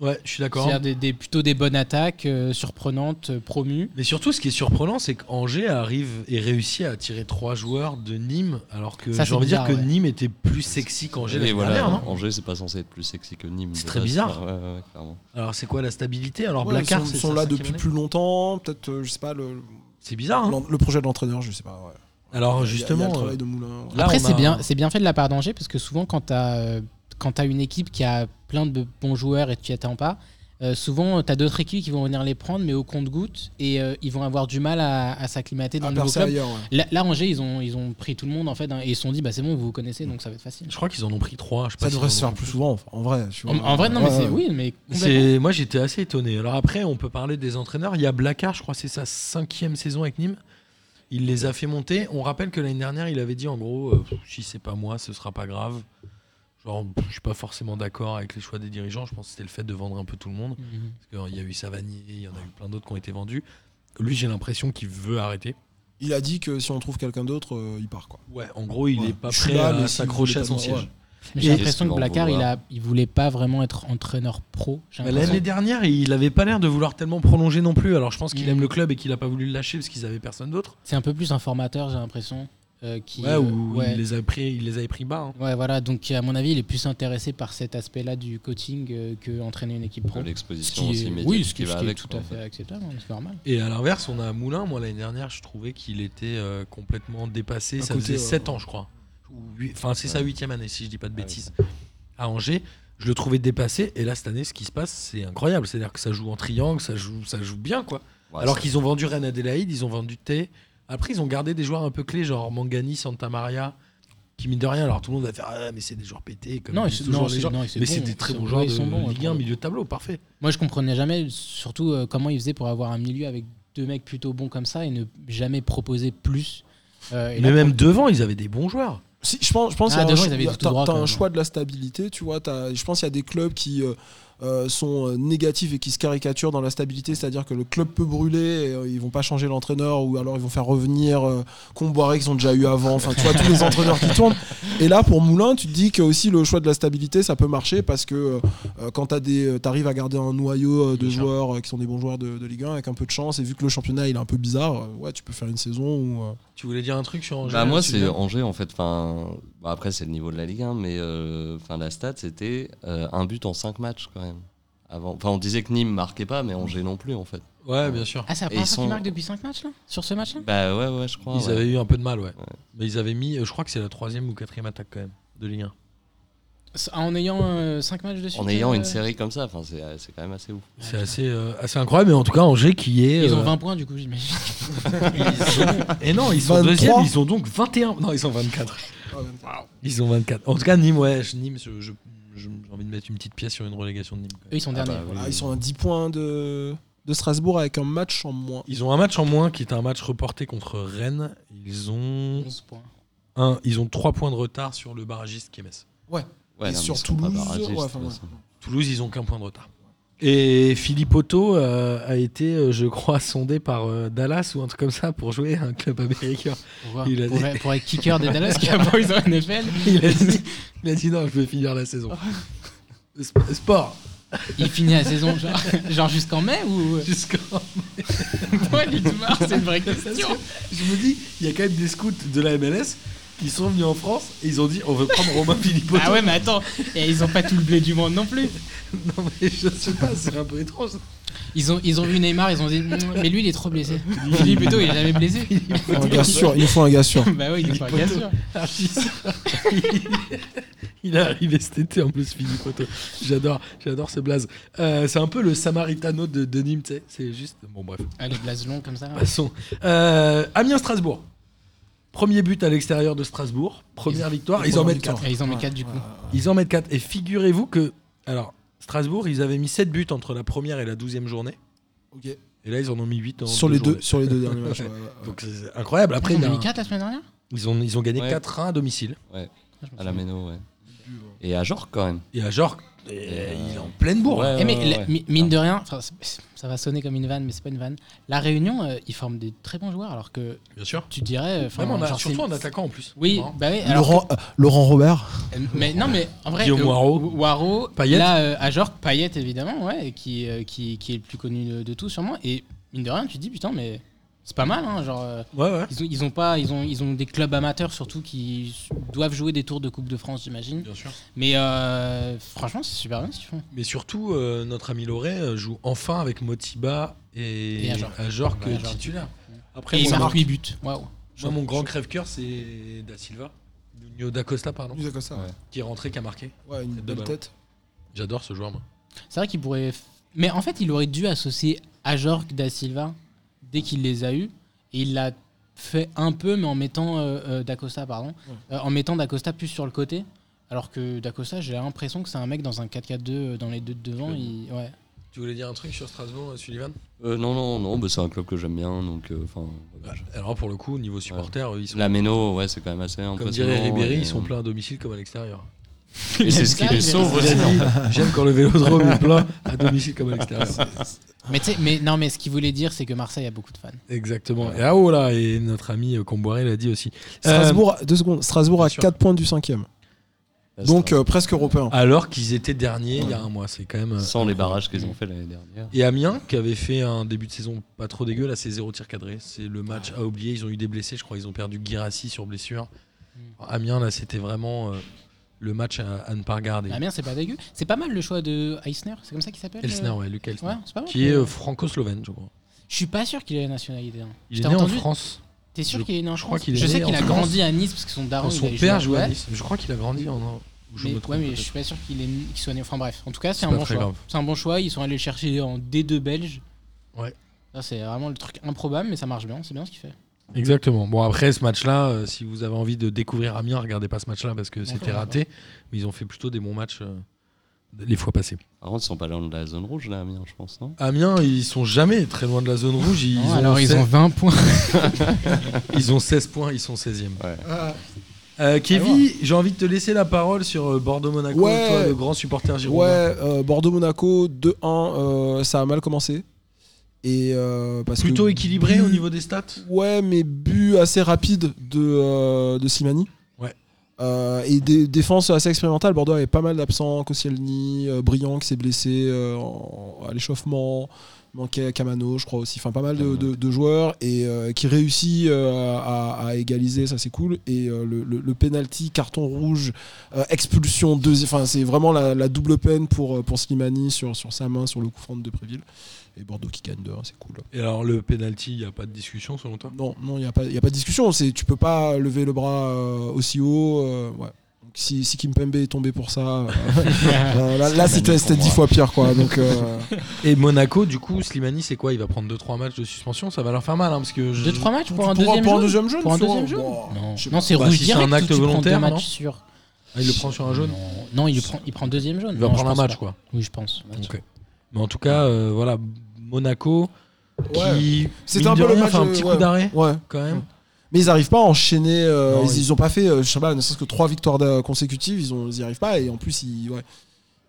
Ouais, je suis d'accord.
C'est-à-dire des, des- plutôt des bonnes attaques, euh, surprenantes, euh, promues.
Mais surtout, ce qui est surprenant, c'est qu'Angers arrive et réussit à attirer trois joueurs de Nîmes, alors que
Ça,
j'ai
c'est
envie de dire que
bizarre, ouais.
Nîmes était plus sexy qu'Angers
Et
l'année
voilà,
dernière, non
Angers, c'est pas censé être plus sexy que
Ah, hein.
Nîmes.
C'est
de
très
base.
bizarre.
Ouais, ouais, ouais, clairement.
Alors c'est quoi la stabilité Alors
Ouais,
Blacard,
ils sont,
c'est
sont
sa
là
cinquième
depuis
année
plus longtemps. Peut-être, euh, je sais pas, le,
C'est bizarre. Hein
l'en- le projet de l'entraîneur, je sais pas. ouais. Il y
Alors
a- il y a
justement,
le
euh,
travail de Moulin. Ah,
Là,
Après,
on
c'est
a-
bien, c'est bien fait de la part d'Angers parce que souvent, quand t'as euh, quand t'as une équipe qui a plein de bons joueurs et tu t'y attends pas, euh, souvent t'as d'autres équipes qui vont venir les prendre, mais au compte-goutte et euh, ils vont avoir du mal à, à s'acclimater dans
à
le nouveau
percer
club.
ailleurs. ouais.
Là, là, Angers, ils ont ils ont pris tout le monde en fait hein, et ils se sont dit bah c'est bon, vous vous connaissez donc ça va être facile.
je crois qu'ils en ont pris trois. Je sais pas
Ça
s'ils
devrait
en
se
ont
faire
pris
plus souvent, enfin, en vrai. tu
En,
vois.
en vrai, non, mais
Ouais,
c'est
ouais.
oui, mais complètement.
C'est moi j'étais assez étonné. Alors après on peut parler des entraîneurs. Il y a Blacard, je crois que c'est sa cinquième saison avec Nîmes. Il les a fait monter. On rappelle que l'année dernière il avait dit en gros euh, si c'est pas moi ce sera pas grave. Genre pff, je suis pas forcément d'accord avec les choix des dirigeants. Je pense que c'était le fait de vendre un peu tout le monde.
Mhm.
Parce qu'il y a eu Savanier, il y en a eu plein d'autres qui ont été vendus. Lui j'ai l'impression qu'il veut arrêter.
Il a dit que si on trouve quelqu'un d'autre, euh, il part quoi.
Ouais en gros il
Ouais.
est pas
Je suis
prêt
là, mais
à
si
s'accrocher à
vous
son
voulez pas de moi,
siège.
Mais
Et-
j'ai l'impression
Est-ce
que
qu'on
Blacard,
va
il,
voir
a, il voulait pas vraiment être entraîneur pro. j'ai
Bah,
l'impression.
L'année dernière, il avait pas l'air de vouloir tellement prolonger non plus. Alors je pense qu'il
Mm.
aime le club et qu'il a pas voulu le lâcher parce qu'ils avaient personne d'autre.
C'est un peu plus un formateur, j'ai l'impression. euh, qui,
Ouais,
euh,
ou
ouais.
il les avait pris, il les avait pris bas. hein.
Ouais, voilà. Donc, à mon avis, il est plus intéressé par cet aspect-là du coaching euh, que entraîner une équipe pro.
De
Ce
L'exposition
qui
aussi
est,
médiatique
oui, ce qui,
qui
ce
va
qui
avec.
est tout
quoi,
à
en fait.
fait acceptable, hein, c'est normal.
Et à l'inverse, on a Moulin. Moi, l'année dernière, je trouvais qu'il était euh, complètement dépassé.
À
ça
côté,
faisait
ouais.
7 ans, je crois. Ou huit- Enfin, c'est sa
Ouais.
huitième année, si je dis pas de
Ah oui.
bêtises. À Angers, je le trouvais dépassé. Et là, cette année, ce qui se passe, c'est incroyable. C'est-à-dire que ça joue en triangle, ça joue, ça joue bien, quoi.
Ouais,
Alors
ça-
qu'ils ont vendu Reine Adélaïde, ils ont vendu T. Après, ils ont gardé des joueurs un peu clés, genre Mangani, Santa Maria, qui mine de rien. Alors tout le monde va faire Ah, mais c'est des joueurs pétés. Comme
Non,
ils disent
c'est-
toujours
non,
les
c'est-
gens.
non, c'est
mais
bon,
c'est des très
ils
bons
sont-
joueurs
ouais, ils
de
sont bons, ouais,
Ligue
pour
1,
le
milieu de tableau, parfait.
Moi, je comprenais jamais, surtout euh, comment il faisait pour avoir un milieu avec deux mecs plutôt bons comme ça et ne jamais proposer plus. Euh, et
mais
là,
même devant, ils avaient des bons joueurs.
Si, je pense, je pense
Ah,
qu'il y a un
devant,
cho-
ils avaient
il y a-
tout
t'as-
droit,
t'as
quand
un
même.
choix de la stabilité, tu vois. t'as- je pense qu'il y a des clubs qui euh, euh, sont euh, négatifs et qui se caricaturent dans la stabilité, c'est-à-dire que le club peut brûler, et, euh, ils vont pas changer l'entraîneur ou alors ils vont faire revenir euh, Comboiré qu'ils ont déjà eu avant. Enfin, tu vois
<laughs>
tous les entraîneurs qui tournent. Et là, pour Moulin, tu te dis que aussi le choix de la stabilité, ça peut marcher parce que euh, quand t'as des, euh, t'arrives à garder un noyau euh, de
Bien sûr.
joueurs euh, qui sont des bons joueurs de, de Ligue 1 avec un peu de chance et vu que le championnat il est un peu bizarre, euh, ouais, tu peux faire une saison où euh,
Tu voulais dire un truc sur Angers
Bah, moi,
là-dessus,
c'est
là
Angers, en fait. Enfin, bon, après, c'est le niveau de la Ligue 1, mais euh, enfin, la stat, c'était euh, un but en 5 matchs, quand même. Avant. Enfin, on disait que Nîmes marquait pas, mais Angers non plus, en fait.
Ouais, bien sûr.
Ah, c'est la
Et
première
ils
fois
sont-
qu'il marque depuis 5 matchs, là Sur ce match-là
Bah, ouais, ouais, je crois.
Ils
ouais.
avaient eu un peu de mal, ouais. Mais ils avaient mis, euh, je crois que c'est la troisième ou quatrième attaque quand même de Ligue 1.
En ayant 5 matchs de suite
En ayant
euh,
une série comme ça, enfin, c'est euh, c'est quand même assez ouf.
C'est assez, euh, assez incroyable, mais en tout cas, Angers qui est.
Ils ont
euh,
20 points, du coup, j'imagine. <laughs>
Et non, ils sont
23.
deuxième, ils ont donc 21. Non, ils ont 24. Ils ont 24. En tout cas, Nîmes, ouais, je- Nîmes, je- je- je- j'ai envie de mettre une petite pièce sur une relégation de Nîmes. quand
Eux,
même.
ils sont
Ah bah,
derniers.
voilà.
Ah, ils sont à 10 points de, de Strasbourg avec un match en moins.
Ils ont un match en moins qui est un match reporté contre Rennes. Ils ont
11 points.
un, ils ont 3 points de retard sur le barragiste qui est Metz.
et
Ouais, non, mais
sur
ils sont pas
Toulouse,
barragistes,
ouais,
de
enfin,
toute
ouais.
façon.
Toulouse, ils ont qu'un point de retard. Et Philippe Otto euh, a été, euh, je crois, sondé par euh, Dallas ou un truc comme ça pour jouer à un club américain.
Pourquoi
Il a
pour,
dit-
être- pour être kicker des Dallas qui a pas
<laughs>
eu en NFL
Il a dit, il a dit non, je veux finir la saison. Sp- Sport.
Il finit la saison genre, genre jusqu'en mai
<laughs>
ou
Jusqu'en-
quoi Lidmar C'est une vraie question.
Je me dis, il y a quand même des scouts de la MLS qui sont venus en France et ils ont dit on veut prendre <laughs> Romain Philippot.
Ah ouais, mais attends, et ils ont pas tout le blé du monde non plus.
Non mais je sais pas, c'est un peu étrange.
Ils ont, ils ont vu Neymar, ils ont dit, Mmm, mais lui il est trop blessé. Philippe plutôt, il est jamais blessé. <laughs> Oh,
Un gars sûr, il nous faut un gars sûr.
bah oui, il est pas bien sûr.
Archie, Ah, <laughs> il est arrivé cet été en plus Philippe Otto. J'adore, j'adore ce blaze. Euh, c'est un peu le Samaritano de, de Nîmes, tu sais. C'est juste. Bon bref.
Ah, les blases longs comme ça.
Passons. Euh, Amiens Strasbourg. Premier but à l'extérieur de Strasbourg. Première victoire. Ils en mettent 4.
Et ils en mettent 4 du coup.
Ils en mettent 4. Et figurez-vous que. Alors, Strasbourg, ils avaient mis 7 buts entre la première et la douzième journée.
Ok.
Et là, ils en ont mis 8 en
Sur les deux,
journées.
sur les
<laughs>
deux derniers matchs. ouais, ouais, ouais.
Donc, c'est incroyable. Après,
Après,
il
ils
y
en
a
ont
un-
mis 4 la semaine dernière
ils, ont, ils ont gagné
Ouais.
4-1 à domicile.
à la méno, ouais. Et à Jorge quand même.
Et à Jorge,
Euh,
il est en pleine bourre.
Ouais,
Eh, mais
ouais, Ah.
la-
ouais.
mi- mine de rien, enfin, c'est- ça va sonner comme une vanne, mais c'est pas une vanne. La Réunion, euh, ils forment des très bons joueurs, alors que
Bien sûr.
tu dirais. euh, enfin,
Vraiment, on a-
genre,
surtout
c'est-
en attaquant en plus.
Oui,
Marrant.
bah oui. Alors,
Laurent, euh, Laurent Robert.
euh, mais non, mais en vrai,
Guillaume
euh,
Waro.
Waro,
Payet.
là, euh, à Jorge, Payet évidemment, ouais, et qui, euh, qui, qui est le plus connu de, de tous sûrement. Et mine de rien, tu te dis putain, mais c'est pas mal, hein, genre. euh,
Ouais, ouais.
Ils ont, ils ont pas, ils ont, ils ont des clubs amateurs surtout qui doivent jouer des tours de Coupe de France, j'imagine.
Bien sûr.
Mais euh, franchement, c'est super bien ce qu'ils font.
Mais surtout, euh, notre ami Loré euh, joue enfin avec Motiba et,
Et
à
à Jorge.
Jorge
Ouais, à Jorge.
titulaire. Après,
Et ils
moi,
marquent 8 buts. Waouh.
moi, mon grand crève-cœur, c'est Da Silva. Nuno Da Costa, pardon.
Nous, c'est comme ça. Ouais,
Qui est rentré, qui a marqué.
Ouais, une
Deux
belle
ballons.
tête.
J'adore ce joueur, moi.
C'est vrai qu'il pourrait. f- Mais en fait, il aurait dû associer Ajorc da Silva dès qu'il les a eus. Et il l'a fait un peu, mais en mettant euh, euh, Dacosta, pardon. Euh, en mettant Dacosta plus sur le côté. Alors que Dacosta, j'ai l'impression que c'est un mec dans un 4-4-2 euh, dans les deux de devant.
Oui.
il- Ouais.
Tu voulais dire un truc sur Strasbourg, euh, Sullivan
Euh, non, non, non, bah, c'est un club que j'aime bien. Donc, euh, enfin, voilà.
Alors, pour le coup, niveau supporter, euh, ils sont.
La méno, ouais, c'est quand même assez
Comme
impressionnant.
dirait Ribéry, euh,
et-
ils sont pleins à domicile comme à l'extérieur.
Et c'est ce qui les sauve
Ouais,
aussi.
c'est
J'aime quand le vélodrome est plein à domicile comme à
<laughs>
l'extérieur.
Mais, tu sais- mais non, mais ce qu'il voulait dire, c'est que Marseille a beaucoup de fans.
Exactement. Et ah oh là, et notre ami euh, Comboiré l'a dit aussi.
Strasbourg, deux secondes. Strasbourg
Euh, bien
à
sûr. Ah,
4 points du 5 Donc euh, presque européen.
Alors qu'ils étaient derniers il y a un mois, c'est quand même. euh,
sans les barrages qu'ils ont fait l'année dernière.
Et Amiens, qui avait fait un début de saison pas trop dégueu, là c'est zéro tir cadré. C'est le match à oublier. Ils ont eu des blessés, je crois. Ils ont perdu Guirassi sur blessure.
Hmm.
Amiens, là c'était vraiment euh, le match à, à ne pas regarder.
La merde, c'est pas dégueu. C'est pas mal le choix de Eisner, c'est comme ça qu'il s'appelle euh
Elsner, ouais, Luc Elsner.
Ouais, c'est pas mal.
Qui est euh, franco-slovène, je crois.
Je suis pas sûr qu'il ait la nationalité. hein.
Il
Je
est
t'ai
né
entendu-
en France.
T'es sûr
Je
qu'il est né en
crois
France
qu'il est
Je sais
né
qu'il
en
a
France.
grandi à Nice parce que son daron.
Quand
il
son
avait
père
à
jouait à
Brest.
Nice. Je crois qu'il a grandi en. ou Je
Mais,
me
ouais,
trompe.
mais je
peut-être.
suis pas sûr qu'il est, qu'il soit né. Enfin bref, en tout cas, c'est
C'est
un
pas
bon
très
choix.
grave.
C'est un bon choix. Ils sont allés le chercher en D2 belge.
Ouais.
Ça, c'est vraiment le truc improbable, mais ça marche bien. C'est bien ce qu'il fait.
Exactement. Bon, après ce match-là, euh, si vous avez envie de découvrir Amiens, regardez pas ce match-là parce que c'était
D'accord.
raté. Mais ils ont fait plutôt des bons matchs euh, les fois passées.
Par contre, ils sont pas loin de la zone rouge, là, Amiens, je pense, non
Amiens, ils sont jamais très loin de la zone rouge. Ils,
Non,
ont,
alors, ils
16,
ont 20 points.
ils ont 16 points, ils sont 16e.
Ouais.
Ah.
Euh, Kevin, j'ai envie de te laisser la parole sur euh, Bordeaux-Monaco,
Ouais.
toi, le grand supporter
Ouais,
girondin.
euh, Bordeaux-Monaco 2-1, euh, ça a mal commencé. Et euh, parce
<laughs>
que
Plutôt équilibré
but-
au
<laughs>
niveau des stats
Ouais, mais but assez rapide de, euh, de Slimani.
Ouais.
Euh, et des défenses assez expérimentales. Bordeaux avait pas mal d'absents. Koscielny, euh, Briand qui s'est blessé euh, en- à l'échauffement. Manquait Camano, je crois aussi. Enfin, pas mal de, de- de joueurs. Et euh, qui réussit euh, à, à égaliser, ça c'est cool. Et euh, le, le, le penalty, carton rouge, euh, expulsion, deuxième. Enfin, c'est vraiment la, la double peine pour, euh, pour Slimani sur, sur sa main, sur le coup franc de Depréville. Et Bordeaux qui gagne 2 c'est cool.
Et alors, le penalty, il n'y a pas de discussion selon toi
Non, non, il n'y a, pas- y a pas de discussion. C'est, tu peux pas lever le bras euh, aussi haut. euh, ouais. Donc, si, si Kimpembe est tombé pour
<laughs>
ça, euh,
<laughs>
euh, là, là, c'était, c'était dix fois pire. Quoi. Donc, euh,
Et Monaco, du coup, Slimani, c'est quoi Il va prendre 2-3 matchs de suspension Ça va leur faire mal, hein, parce que. je-
2-3 matchs pour un
pour
deuxième
pour un
jaune
deuxième jaune,
Pour un
tu vois,
deuxième jaune
bon,
Non,
je sais
Non, c'est
Bah,
rouge
si c'est
direct.
un acte
ou tu prends deux
volontaire, non
matchs sûrs.
Ah, il le prend sur un jaune
Non, non, il, le prend, il prend deuxième jaune.
Il va
Non, je
prendre un
pense
match,
pas.
quoi.
Oui, je pense.
Ok. Mais en tout cas, euh, voilà, Monaco
Ouais.
qui
C'était
mine
un
de
peu le
rien,
match,
fait un
euh,
petit
ouais.
coup d'arrêt
Ouais.
quand même.
Mais ils n'arrivent pas à enchaîner. euh,
Non,
ils, ils ont pas fait, euh, je sais pas, ne serait-ce que trois victoires euh, consécutives. Ils n'y arrivent pas. Et en plus, ils, ouais,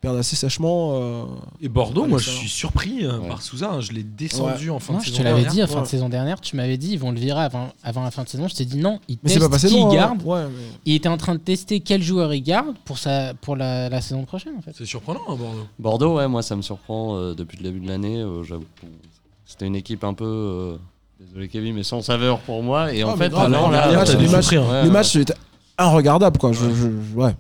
perdent assez sèchement. euh,
Et Bordeaux,
Ouais,
moi, je
ça va.
suis surpris euh,
Ouais.
par Souza. hein. Je l'ai descendu en fin
Non,
de
je
saison.
te l'avais
dernière.
dit en fin
ouais.
de saison dernière, tu m'avais dit ils vont le virer avant, avant la fin de saison. Je t'ai dit non, il
Mais c'est pas passé
qui
loin, hein.
garde.
Ouais, mais-
Il était en train de tester quel joueur il garde pour, sa, pour la, la saison prochaine en fait.
C'est surprenant, hein, Bordeaux.
Bordeaux, ouais, moi ça me surprend euh, depuis le début de l'année. euh, j'avoue. C'était une équipe un peu. euh, désolé Kevin, mais sans saveur pour moi. Et en
Ah, mais
fait,
grave,
alors,
hein,
là,
les matchs,
euh,
les matchs,
ouais, ouais.
Les matchs étaient inregardables, quoi. Je, je- je- ouais.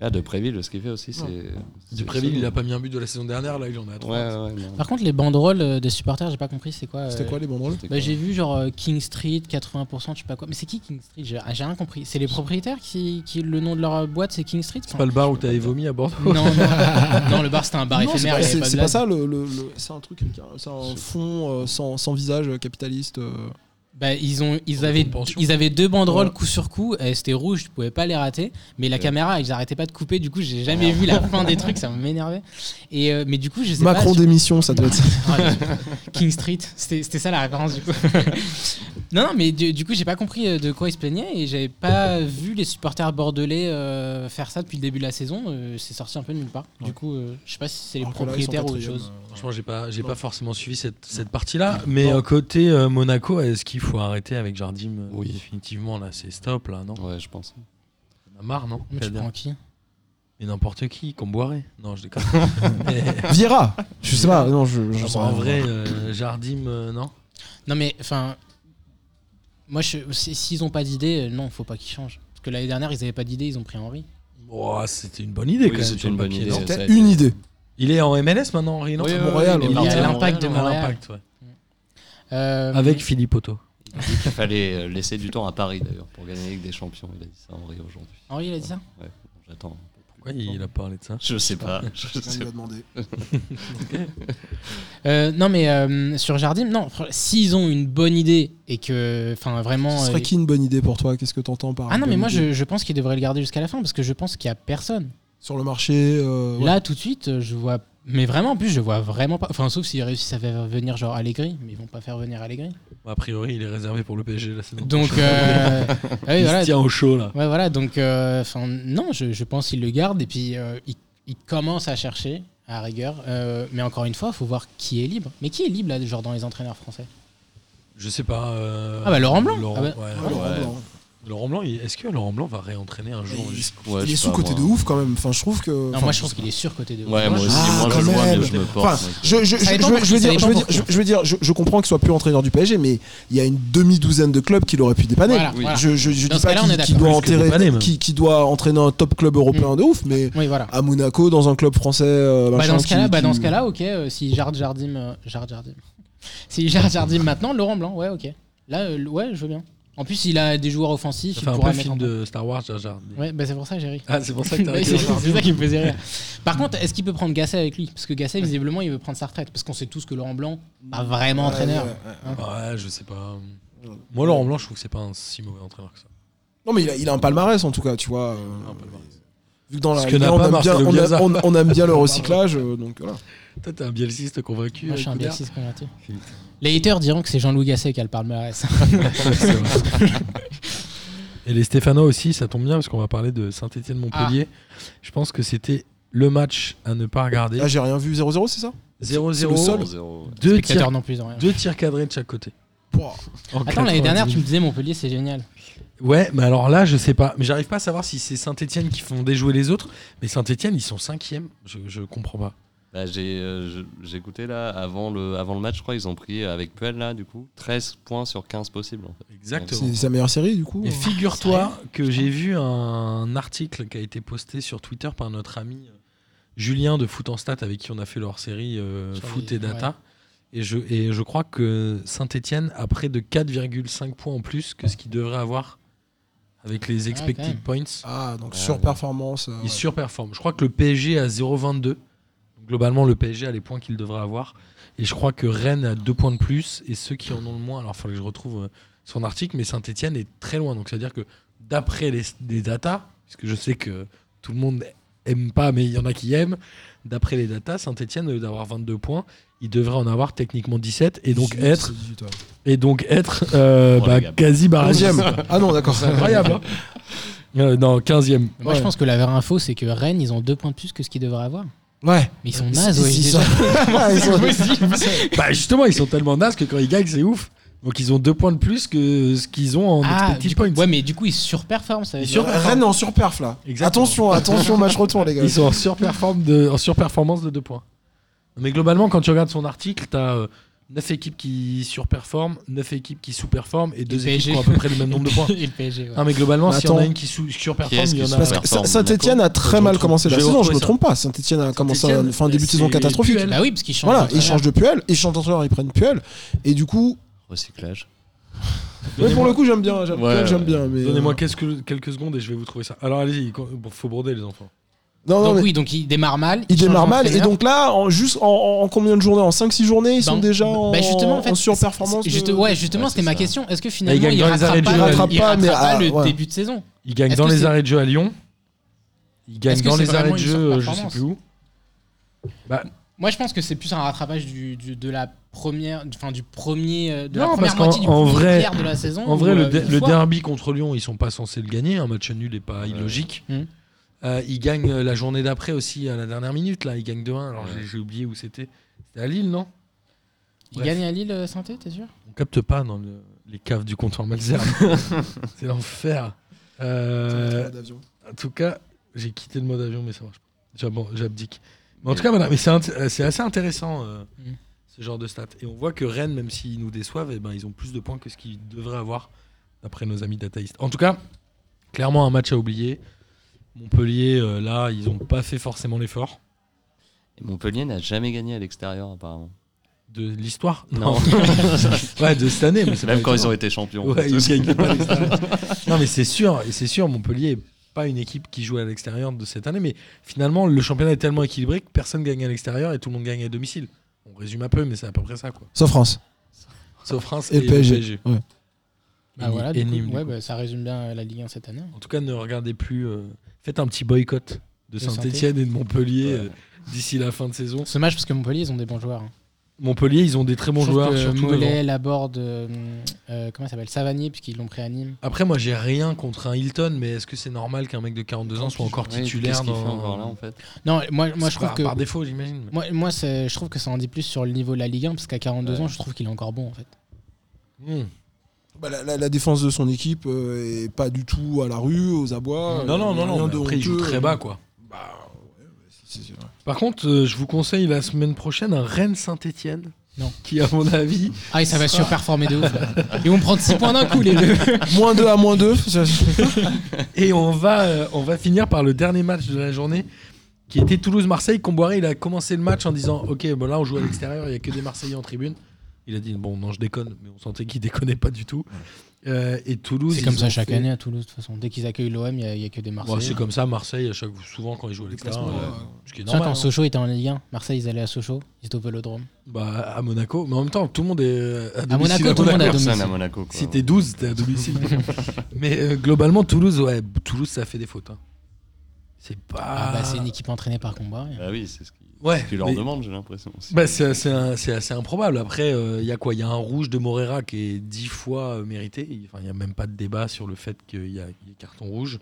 Là, de Préville, ce qu'il fait aussi, c'est. c'est-
Dupréville, il a pas mis un but de la saison dernière. Là, il en a
Ouais,
trois.
ouais, non.
Par contre, les banderoles euh, des supporters, j'ai pas compris, c'est quoi euh,
C'était quoi les banderoles
C'était
bah,
quoi
J'ai vu genre euh, King Street, 80%, je sais pas quoi. Mais c'est qui King Street J'ai ah, j'ai rien compris. C'est les propriétaires qui, qui. Le nom de leur euh, boîte, c'est King Street
C'est pas le bar où t'avais vomi à Bordeaux.
Non, non, non, le bar c'était un bar
Non, c'est
éphémère.
pas-
il y avait
c'est
de
c'est pas
blague.
ça, le, le- le- c'est un truc, avec un- c'est un fond euh, sans, sans visage euh, capitaliste. euh.
Bah, ils, ont, ils,
Pour
avaient,
les pensions.
ils avaient deux banderoles
Ouais.
coup sur coup, et c'était rouge, tu pouvais pas les rater, mais la
Ouais.
caméra, ils arrêtaient pas de couper, du coup j'ai jamais vu la fin des trucs, ça m'énervait. Et, euh, mais du coup, je sais
Macron
pas.
démission, ça devait être ça.
Ah, bien sûr. King Street, c'était c'était ça la référence du coup. <laughs> non, non, mais du, du coup, j'ai pas compris euh, de quoi ils se plaignaient et j'avais pas vu les supporters bordelais euh, faire ça depuis le début de la saison. euh, c'est sorti un peu de nulle part. Du coup, euh, je sais pas si c'est les
Alors que là, ils sont
propriétaires ou autre
quatrième,
chose.
euh.
Franchement, j'ai pas, j'ai
Non.
pas forcément suivi cette, cette partie-là. Mais
Non.
euh, côté euh, Monaco, est-ce qu'il faut arrêter avec Jardim euh,
Oui.
Définitivement, là, c'est stop, là, non
Ouais, je pense.
On a marre, non
Mais tu prends qui
Mais n'importe qui, qu'on boirait. Non, je <laughs> déconne. Mais-
<laughs> Vieira euh. Je sais pas, non, je, je
Ah,
sais
bah,
bon,
pas.
en vrai, euh, Jardim, euh, non
Non, mais enfin, moi, je- si- s'ils ont pas d'idée, euh, non, faut pas qu'ils changent. Parce que l'année dernière, ils avaient pas d'idée, ils ont pris Henri.
Oh, C'était une bonne idée,
Oui,
quand même.
c'était
sur le
une bonne
papier,
idée.
non
ça
C'était
a été-
une idée.
Il est en MLS maintenant, Henri, non
Oui, oui, oui,
Montréal, hein.
il est
ouais.
parti
Il est à
à
l'impact de
Montréal.
Montréal.
Impact, ouais.
Euh,
Avec Philippe Otto.
Il fallait euh, laisser du temps à Paris d'ailleurs pour gagner la Ligue des Champions. Il a dit ça en Henri aujourd'hui.
Henri, il a dit ça
Ouais, j'attends.
Pourquoi il a parlé de ça
Je sais <laughs> pas. Je
Personne
sais
lui
pas.
a demandé.
Euh, Non, mais euh, sur Jardim, non. fr- S'ils ont une bonne idée et que, enfin, vraiment.
Ce
euh,
serait qui une bonne idée pour toi Qu'est-ce que t'entends par
Ah non,
bonne
mais moi,
idée
je, je pense qu'ils devraient le garder jusqu'à la fin parce que je pense qu'il y a personne.
Sur le marché. euh, ouais.
Là, tout de suite, euh, je vois. Mais vraiment, en plus, je vois vraiment pas. Enfin, sauf euh, s'ils réussissent à faire venir genre Allegri, mais ils vont pas faire venir Allegri.
A priori, il est réservé pour le PSG la saison
Donc,
prochaine.
euh, ah oui,
il
voilà.
se tient au chaud, là.
Ouais, voilà. Donc, euh, enfin, non, je, je pense qu'ils le gardent et puis euh, ils, ils commencent à chercher à rigueur. Euh, mais encore une fois, faut voir qui est libre. Mais qui est libre là, genre dans les entraîneurs français
Je sais pas. euh,
Ah bah, Laurent Blanc.
Laurent,
Ah bah,
ouais.
Ah, Laurent
Ouais.
Blanc.
Laurent Blanc, il- est-ce que Laurent Blanc va réentraîner un jour
Il-
juste
Ouais,
Il
je
est
sais
sous
pas,
côté
moi.
de ouf quand même. Enfin, je trouve que.
Non,
enfin,
moi, je pense qu'il est surcoté de ouf.
Ouais, moi aussi,
Ah,
moi je
quand
le vois,
même.
mais je me
Enfin,
porte. mec.
je, je, je,
Ça dépend
je-
pour
je veux
qui, ça
dire, je veux
dépend
dire,
pour
je,
qui.
je veux dire, je, je comprends qu'il soit plus entraîneur du PSG, mais il y a une demi-douzaine de clubs qu'il aurait pu dépanner.
Voilà,
Oui.
voilà.
Je, je, je
Dans
dis
ce
pas
cas-là, on est
qu'il qu'il
d'accord.
doit
Plus que dépanner,
enterrer-
même.
qui, qui doit entraîner un top club européen de ouf, mais
Oui, voilà.
à Monaco, dans un club français. euh,
Bah,
machin,
dans ce cas-là,
qui-
bah, dans
qui-
ce cas-là, ok. euh, si Jard Jardim, euh, Jard Jardim. <laughs> si Jard Jardim maintenant, Laurent Blanc, ouais, ok. Là, euh, l- ouais, je veux bien. En plus, il a des joueurs offensifs.
Ça
il
fait un
pourra
peu
mettre
film
en-
de Star Wars, Jar Jar.
Ouais, bah c'est pour ça que j'ai ri.
Ah, c'est pour ça que t'as
<laughs> Ouais,
arrêté
c'est
Jar Jar.
c'est ça qui me faisait rire. Par contre, est-ce qu'il peut prendre Gasset avec lui Parce que Gasset, visiblement, il veut prendre sa retraite. Parce qu'on sait tous que Laurent Blanc, pas vraiment
Ouais,
entraîneur.
ouais, ouais.
Ouais, je sais pas. Moi, Laurent Blanc, je trouve que c'est pas un si mauvais entraîneur que ça.
Non, mais il a, il a un palmarès en tout cas, tu vois. euh,
Ah,
Vu que dans la
Ce que
Liga,
n'a
on,
pas
aime bien,
Marcelo
on, aime-
Bielsa.
on- on aime
<laughs>
bien le recyclage, euh, donc voilà.
Toi, t'es un bielciste convaincu.
Moi, je suis un
Coudert
B6 converti. Les haters diront que c'est Jean-Louis Gasset qui a le palmarès.
<laughs> Et les Stéphanois aussi, ça tombe bien parce qu'on va parler de Saint-Etienne-Montpellier.
Ah.
Je pense que c'était le match à ne pas regarder.
Là, j'ai rien vu, 0-0, Ah, c'est ça le seul.
0-0,
0-0, ouais.
deux
Spectateur
tirs,
non plus. en rien.
deux tirs cadrés de chaque côté.
Pouah.
En
Attends, l'année
90
dernière, tu me disais Montpellier, c'est génial.
Ouais, mais alors là, je sais pas. Mais j'arrive pas à savoir si c'est Saint-Etienne qui font déjouer les autres. Mais Saint-Etienne, ils sont cinquième. Je, je comprends pas.
Bah, j'ai euh, je- j'ai écouté là avant le avant le match, je crois, ils ont pris euh, avec Puel là du coup 13 points sur 15 possibles. en fait.
Exactement.
C'est sa meilleure série du coup.
Et
euh.
Ah,
figure-toi que j'ai vu un article qui a été posté sur Twitter par notre ami euh, Julien de Foot en Stat avec qui on a fait leur série euh,
Sur
Foot
les-
et Data. Et, je, et je crois que Saint-Etienne a près de 4,5 points en plus que ce qu'il devrait avoir avec les
quand même.
expected points.
Ah, donc
Ouais,
surperformance. euh,
Il
ouais.
surperforme. Je crois que le PSG a 0,22. Globalement, le PSG a les points qu'il devrait avoir. Et je crois que Rennes a 2 points de plus. Et ceux qui en ont le moins, alors il faudrait que je retrouve euh, son article, mais Saint-Etienne est très loin. Donc c'est-à-dire que d'après les, les datas, puisque je sais que tout le monde aime pas, mais il y en a qui aiment, d'après les datas, Saint-Etienne, au lieu d'avoir 22 points, il devrait en avoir techniquement 17 et donc
18,
être,
18, ouais.
et donc être euh,
Oh,
bah,
les gars.
quasi barragiste.
<laughs>
11e. Ah non, d'accord.
C'est incroyable. hein. Euh, non, 15e.
Moi, je pense que la vraie info, c'est que Rennes, ils ont deux points de plus que ce qu'ils devraient avoir.
Ouais.
Mais ils sont nazes, ouais.
Ils
déjà.
sont-
<laughs>
ils sont-
Bah justement, ils sont tellement nazes que quand ils gagnent, c'est ouf. Donc ils ont deux points de plus que ce qu'ils ont en
Ah,
expected
du coup-
points.
ouais, mais du coup, ils surperforment. Ça veut
Ils
dire.
Rennes est en surperf là.
Exactement.
Attention, attention, match retour les gars.
Ils
euh,
sont en, surperforme de, en surperformance de deux points. Mais globalement, quand tu regardes son article, t'as euh, neuf équipes qui surperforment, neuf équipes qui sous-performent et deux équipes
PSG.
qui ont à peu près le même nombre de
<laughs>
points.
Et le PSG, ouais.
Non mais globalement,
Mais
s'il y en a
attends.
une qui sous-
Qui
surperforme,
est-ce
il y en a.
qui se-
Parce que
performe,
Saint-Etienne a très
Je
mal
retrouve-
commencé
je
la
vais
saison, je me
retrouver ça.
trompe pas. Saint-Etienne a commencé un-
Saint-Etienne,
enfin, un début de saison
c'est
catastrophique.
Puel.
Bah oui, parce qu'ils changent.
Voilà,
d'entraîneur.
ils changent de puel, ils changent d'entraîneur, ils prennent puel. Et du coup,
Recyclage.
ouais, pour le coup, j'aime bien. J'aime
Ouais,
Puel, j'aime
ouais.
bien. Mais
Donnez-moi
euh,
quelques, quelques secondes et je vais vous trouver ça. Alors allez-y, co- bon, faut broder les enfants.
Non, non,
Donc
mais
oui, donc ils démarrent mal.
il
changent
démarre mal. Et
d'entraîneur.
donc là, en, juste en, en- en combien de journées En 5-6 journées, ils sont
Bah,
déjà en,
bah, justement, en fait,
en surperformance.
c'est-
de-
juste- ouais, justement,
Ouais,
c'était
c'est
ma
ça.
question. Est-ce que finalement,
gagnent
ils
dans les
rattrapent
arrêts de
pas,
jeu,
le-
ils
rattrapent
ils
pas, mais
rattrapent pas
ah,
le
ouais.
début de saison
Ils gagnent
Est-ce
dans
que
les
c'est-
arrêts de jeu à Lyon. Ils gagnent
Est-ce que
dans
c'est
les arrêts
vraiment
de
une
jeu, euh, je sais
surperformance
plus où.
Moi, je pense que c'est plus un rattrapage du, du- de la première, du- enfin du premier, euh, de
Non,
la première
parce qu'en-
moitié du
en
premier
vrai-
tiers de la saison.
En
où,
vrai,
euh,
le, de-
une
le
fois-
derby contre Lyon, ils sont pas censés le gagner. Un match nul n'est pas illogique.
Mhm.
Euh, ils gagnent euh, la journée d'après aussi à la dernière minute. Là, ils gagnent 2-1. Alors j'ai- j'ai oublié où c'était. C'était à Lille, non
il
Bref.
gagne à Lille, saint t'es sûr
On capte pas dans le- les caves du comptoir Malzer.
<laughs>
C'est l'enfer. Euh, en tout cas, j'ai quitté le mode avion, mais ça marche pas. J'ab- bon, J'abdique. Mais en tout cas, voilà. Mais c'est int- euh, c'est assez intéressant euh,
Mm.
Mhm.
ce genre de stats. Et on voit que Rennes, même s'ils nous déçoivent, eh ben, ils ont plus de points que ce qu'ils devraient avoir d'après nos amis dataïstes. En tout cas, clairement un match à oublier. Montpellier, euh, là, ils ont pas fait forcément l'effort
Et Montpellier n'a jamais gagné à l'extérieur, apparemment.
de l'histoire.
<laughs> Non.
ouais, de cette année. Mais c'est
Même
pas
quand ils
étonnant.
ont été champions.
Ouais,
en
ils
<laughs>
fait.
gagnent pas
<laughs>
à l'extérieur. non, mais c'est sûr, et c'est sûr, Montpellier est pas une équipe qui joue à l'extérieur de cette année, mais finalement, le championnat est tellement équilibré que personne gagne à l'extérieur et tout le monde gagne à domicile. On résume un peu, mais c'est à peu près ça, quoi.
Sauf France.
Sauf France
Et
et,
le PSG. Ouais.
Et
Bah
Ni-
voilà,
et
du coup,
Nîmes, du
ouais,
coup.
bah, ça résume bien euh, la Ligue 1 cette année.
En tout cas, ne regardez plus. euh, faites un petit boycott de Saint-Etienne et de Montpellier euh, d'ici la fin de saison.
Ce match parce que Montpellier, ils ont des bons joueurs. hein.
Montpellier, ils ont des très bons
Je trouve
joueurs,
que
surtout devant.
Mollet, Laborde, euh, euh, comment il s'appelle Savanier, puisqu'ils l'ont pris à Nîmes.
Après, moi, j'ai rien contre un Hilton, mais est-ce que c'est normal qu'un mec de 42 ans soit encore
Ouais,
titulaire
Qu'est-ce qu'il
dans-
fait encore là, en fait
Non, moi, moi
C'est
je trouve
par-
que
Par défaut, j'imagine.
moi, moi c'est- je trouve que ça en dit plus sur le niveau de la Ligue 1 parce qu'à 42 ans, je trouve qu'il est encore bon en fait.
Hmm.
Bah, la, la- la défense de son équipe euh, est pas du tout à la rue, aux abois.
Non, non,
euh,
non,
rien
non. mais
de
Après, il joue
honteux. euh.
très bas, quoi.
Bah, ouais, ouais, c'est- c'est- ouais.
Par contre, euh, je vous conseille la semaine prochaine un Rennes Saint-Etienne.
Non.
Qui, à mon avis, <laughs>
Ah, et ça va surperformer de ouf. ouais. Ils vont prendre 6 points d'un coup, les
<laughs>
deux.
Moins 2 à moins 2.
et on va, euh, on va finir par le dernier match de la journée, qui était Toulouse-Marseille. Comboiré, il a commencé le match en disant, ok, bon là on joue à l'extérieur, il n'y a que des Marseillais en tribune. Il a dit, bon non, je déconne, mais on sentait qu'il déconnait pas du tout. Euh, et Toulouse,
C'est comme
ils
ça
ont
chaque
fait-
année à Toulouse, de toute façon. Dès qu'ils accueillent l'OM, il n'y a, que des
Bon,
Marseillais.
c'est comme ça, Marseille, hein. à chaque... souvent quand ils jouent à l'extérieur,
Déplacement,
euh,
ouais.
ce qui est
Tiens,
normal.
quand
hein.
Sochaux était en Ligue 1, Marseille, ils allaient à Sochaux, ils étaient au Vélodrome.
Bah, à Monaco, mais en même temps, tout le monde est euh, à, domicile
Monaco,
à
tout le monde a
Monaco.
Personne
domicile.
à Monaco. Quoi.
Si t'es 12, t'es à
<laughs>
domicile. Mais euh, globalement, Toulouse, ouais, Toulouse, ça fait des fautes. hein. C'est pas.
Ah, bah, c'est une équipe entraînée par combat.
Bah oui, c'est ce qui-
Ouais.
ce qu'ils leur
mais-
demandent, j'ai l'impression. aussi.
bah, c'est c'est un- c'est assez improbable. Après, il y a quoi Il y a un rouge de Morera qui est 10 fois euh, mérité. Enfin, il n'y a même pas de débat sur le fait qu'il y a il y a carton rouge.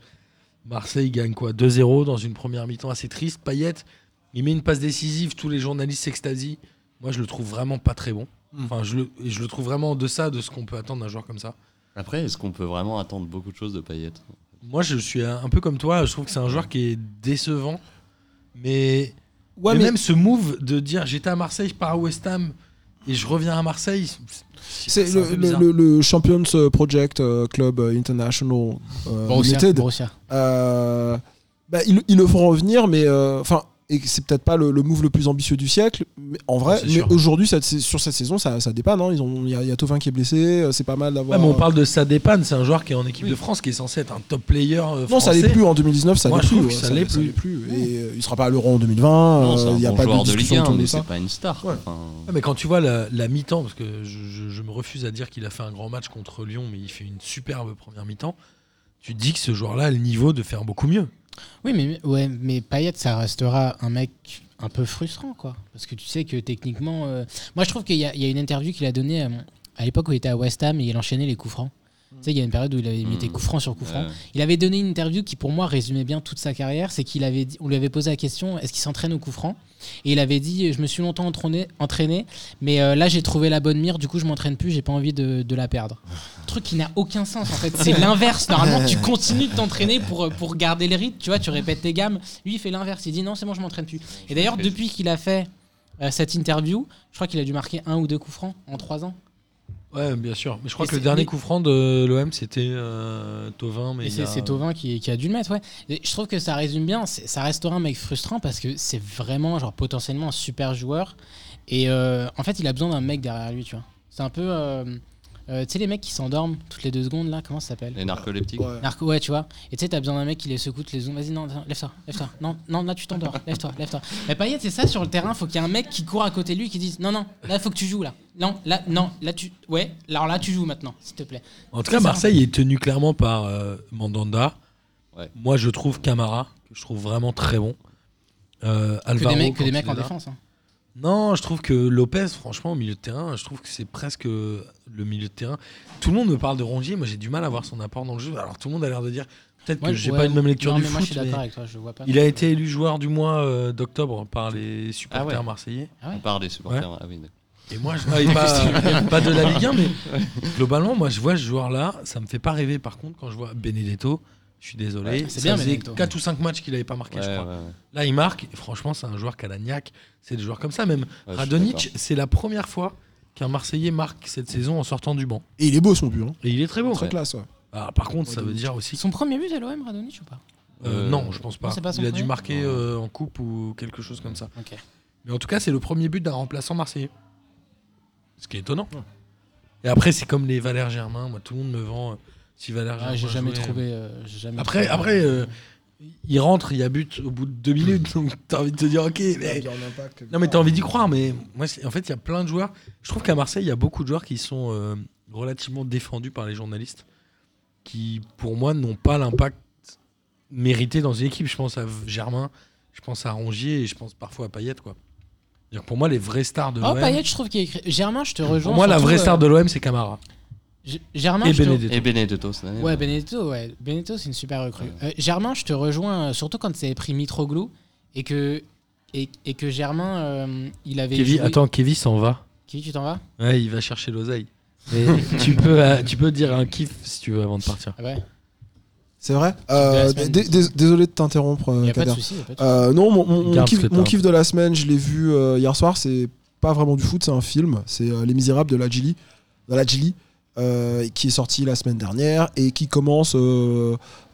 Marseille gagne quoi 2-0 dans une première mi-temps assez triste. Payet, il met une passe décisive. Tous les journalistes s'extasient. Moi, je le trouve vraiment pas très bon.
Hmm.
Mm.
Enfin, je le, je le trouve vraiment en deçà de ce qu'on peut attendre d'un joueur comme ça.
Après, est-ce qu'on peut vraiment attendre beaucoup de choses de Payet
Euh,
Moi, je suis un un peu comme toi. Je trouve que c'est un joueur qui est décevant. Mais,
Ouais,
mais
mais
même ce move de dire j'étais à Marseille, je pars à West Ham et je reviens à Marseille. c'est-
c'est
un
le,
peu
le-
bizarre.
le- le Champions Project euh, Club euh, International euh,
Borussia,
United.
Borussia.
Euh, bah, ils, ils le feront revenir, mais euh, enfin, et c'est peut-être pas le, le move le plus ambitieux du siècle, mais en vrai.
C'est
Mais
sûr.
aujourd'hui, ça- c'est- sur cette saison, ça, ça dépanne. hein. Ils ont, il y a, il y a Thauvin qui est blessé. euh, C'est pas mal
Ouais,
d'avoir.
mais on parle de ça dépanne. C'est un joueur qui est en équipe de France, qui est censé être un top player euh, français.
non, ça l'est plus en 2019, ça
Moi,
l'est
je
plus.
trouve que ça l'est plus.
Et euh, il sera pas à l'Euro en 2020.
Non,
euh,
c'est
Il
un
n'y a
bon
pas
joueur
de
de Ligue
discussion
1,
autour de
mais
ça.
c'est pas une star.
Ouais.
Enfin,
Ouais, mais quand tu vois la, la mi-temps, parce que je, je- je me refuse à dire qu'il a fait un grand match contre Lyon, mais il fait une superbe première mi-temps. Tu te dis que ce joueur-là a le niveau de faire beaucoup mieux.
Oui, mais, ouais, mais Payet, ça restera un mec un peu frustrant, quoi. Parce que tu sais que techniquement. euh, Moi, je trouve qu'il y, a- il y a une interview qu'il a donnée euh, à l'époque où il était à West Ham et il enchaînait les coups francs. Tu sais, il y a une période où il avait mis
Mm.
des coups francs sur
hein.
coups francs.
Ouais.
Il avait donné une interview qui, pour moi, résumait bien toute sa carrière. C'est qu'il avait, dit- on lui avait posé la question est-ce qu'il s'entraîne au coup franc Et il avait dit je me suis longtemps entraîné, entraîné mais euh, là j'ai trouvé la bonne mire, du coup je m'entraîne plus, j'ai pas envie de, de la perdre. Truc qui n'a aucun sens en fait. C'est l'inverse. Normalement, tu continues de t'entraîner pour euh, pour garder les rites, tu vois, tu répètes tes gammes. Lui, il fait l'inverse. Il dit non, c'est bon, je m'entraîne plus. Et d'ailleurs, depuis qu'il a fait euh, cette interview, je crois qu'il a dû marquer un ou deux coups francs en trois ans.
Ouais, bien sûr. Mais je crois
Mais
que le
c'est-
dernier
mais-
coup franc de l'OM, c'était euh, Tovin. Mais
Et
il y
c'est
a-
c'est Tovin qui, qui a dû le mettre, ouais. Et je trouve que ça résume bien. c'est- Ça restera un mec frustrant parce que c'est vraiment, genre, potentiellement un super joueur. Et euh, en fait, il a besoin d'un mec derrière lui, tu vois. C'est un peu. euh, euh, tu sais, les mecs qui s'endorment toutes les deux secondes, là, comment ça s'appelle
Les narcoleptiques.
Ouais.
Narco, ouais, tu vois. Et tu sais, t'as besoin d'un mec qui les secoue toutes les secondes. Vas-y, non, non, lève-toi, lève-toi. Non, non, là, tu t'endors. Lève-toi, lève-toi. Mais Payet, c'est ça sur le terrain. Faut qu'il y ait un mec qui court à côté de lui et qui dise Non, non, là, faut que tu joues, là. Non, là, non, là, tu. Ouais, alors là, tu joues maintenant, s'il te plaît.
En tout cas, Marseille est tenu clairement par euh, Mandanda.
Ouais.
Moi, je trouve Camara, que je trouve vraiment très bon. Euh,
Que
Alvaro,
des mecs, que
quand
des
il
mecs
est
en
là.
défense. hein.
Non, je trouve que Lopez, franchement, au milieu de terrain, je trouve que c'est presque euh, le milieu de terrain. Tout le monde me parle de Rongier, moi j'ai du mal à voir son apport dans le jeu. Alors tout le monde a l'air de dire peut-être
Moi,
que j'ai
ouais,
pas une même lecture
non,
du
mais moi,
foot,
je suis
mais
d'accord avec toi, je vois pas.
il a été élu joueur du mois euh, d'octobre par les supporters
Ah ouais.
marseillais.
Ouais.
On parle des supporters. Ah oui, d'accord.
Et moi, je <laughs> ah, et pas, pas de la Ligue 1, mais globalement, moi, je vois ce joueur-là, ça me fait pas rêver. Par contre, quand je vois Benedetto, je suis désolé.
Ouais, c'est
ça
bien,
faisait
Benedetto.
4 ou 5 matchs qu'il avait pas marqué,
Ouais,
je crois.
ouais, ouais.
Là, il marque. Et franchement, c'est un joueur calagnac. C'est des joueurs comme ça, même.
Ouais, je suis
Radonic, c'est la première fois qu'un Marseillais marque cette saison en sortant du banc.
Et il est beau son but, hein.
Et il est très beau.
très
Ouais.
classe. ouais.
Ah, par contre, ça veut dire aussi. que-
Son premier but à l'OM, Radonich ou pas
euh,
Euh,
non, je pense pas.
c'est pas son
il a dû
premier
marquer euh, en coupe ou quelque chose comme ça.
Ok.
Mais en tout cas, c'est le premier but d'un remplaçant marseillais. Ce qui est étonnant. Et après, c'est comme les Valère Germain. Moi, tout le monde me vend. euh, Si Valère Germain.
Ah, J'ai jamais
jouait,
trouvé. euh, j'ai jamais
Après,
trouvé.
après euh, il rentre, il y a but au bout de deux minutes. <laughs> Donc, t'as envie de te dire,
Bah,
ok,
Il a
mais
bien un impact.
Non mais t'as envie d'y croire, mais moi, c'est- en fait il y a plein de joueurs. Je trouve qu'à Marseille il y a beaucoup de joueurs qui sont euh, relativement défendus par les journalistes, qui pour moi n'ont pas l'impact mérité dans une équipe. Je pense à V- Germain, je pense à Rongier et je pense parfois à Payet quoi. C'est-à-dire que pour moi les vraies stars de
Oh,
l'OM,
Payet, je trouve qu'il est écrit. Germain, je te rejoins.
pour moi la
surtout,
vraie
euh,
star de l'OM c'est Camara
G- Germain,
et
je te-
Benedetto.
Et Benedetto cette année.
Ouais, Benedetto, ouais. Benedetto, c'est une super recrue.
Ouais.
Euh, Germain, je te rejoins, euh, surtout quand c'est pris Mitroglou et que, et, et que Germain, euh, il avait.
Kevin,
joué-
attends Kevin s'en va.
Kevin, tu t'en vas
Ouais il va chercher l'oseille. <laughs> Et tu peux euh, tu peux dire un kiff si tu veux avant de partir.
Ah ouais,
C'est vrai Euh,
la semaine.
dé- dé- Désolé de t'interrompre, euh,
il a pas de
Kader.
souci. y a
Ah,
pas de souci.
Euh, non, mon, mon- mon
Garde ce
kiff,
que t'as.
mon kiff de la semaine, je l'ai vu euh, hier soir. C'est pas vraiment du foot, c'est un film. C'est euh, Les Misérables de la Gilly, de la Gilly, euh, qui est sorti la semaine dernière et qui commence euh,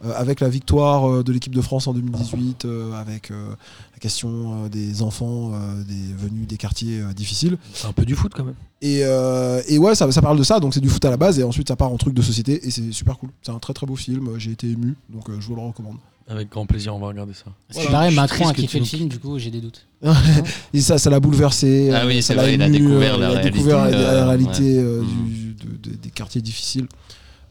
euh, avec la victoire euh, de l'équipe de France en 2018, euh, avec euh, la question euh, des enfants euh, des venus des quartiers euh, difficiles.
C'est un peu du foot quand même.
Et, euh, et ouais, ça, ça parle de ça, donc c'est du foot à la base, et ensuite ça part en truc de société, et c'est super cool. C'est un très très beau film, j'ai été ému, donc euh, je vous le recommande.
Avec grand plaisir on va regarder ça.
Parce qu'il paraît,
Je suis
Macron
triste
a
que tu
kiffé le
nous
film, du coup, j'ai des doutes.
<laughs> Et ça, ça l'a bouleversé.
Ah
euh,
oui,
ça
c'est
l'a
vrai, il a
ému,
découvert
euh,
la
il a
réalité,
découvert la- la
euh,
réalité, euh,
Mhm.
du- de- de- des quartiers difficiles.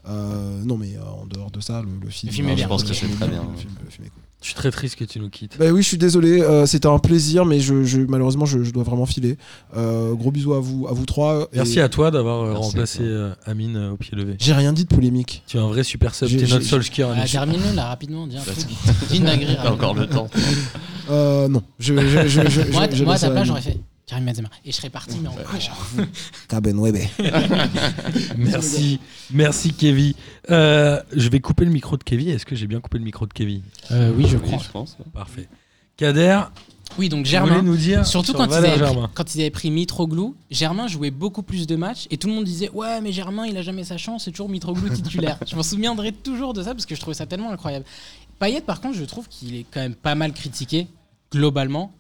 Euh, non, mais euh, en dehors de ça, le, film.
film est
euh,
bien. Je pense
le
que
film
c'est
est
très bien,
le
ouais.
film- le film est cool.
Je suis très triste que tu nous quittes.
Bah oui, je suis désolé, euh, c'était un plaisir, mais je, je- malheureusement, je, je dois vraiment filer. Euh, gros bisous à vous, à vous trois. et
Merci à toi d'avoir euh,
Merci
remplacé
à toi.
euh, Amine euh, au pied levé.
J'ai rien dit de polémique.
Tu es un vrai super sub,
J'ai-
t'es notre
j'ai-
Solskjaer. à
Ah,
l'échelle.
Termine-le là rapidement, dis un truc.
Parce-
Dis une dinguerie.
T'as encore le temps.
Euh, non, je. je, je, je- je-
Moi,
je
moi, à
laisse
ta place,
Amine.
j'aurais fait Karim Benzema. Et je serais parti, mais en courant.
Cabenueve.
Merci, merci Kevin. Euh, je vais couper le micro de Kevin. Est-ce que j'ai bien coupé le micro de Kevin
Euh, oui, je crois.
Oui, je pense. ouais.
Parfait. Kader,
Oui, donc
Germain,
Germain.
nous dire
Surtout
sur
quand ils,
Valère
avaient pris,
Germain.
quand ils avaient pris Mitroglou, Germain jouait beaucoup plus de matchs et tout le monde disait Ouais, mais Germain, il a jamais sa chance, c'est toujours Mitroglou
<laughs>
titulaire. je m'en souviendrai toujours de ça parce que je trouvais ça tellement incroyable. Payet, par contre, je trouve qu'il est quand même pas mal critiqué, globalement.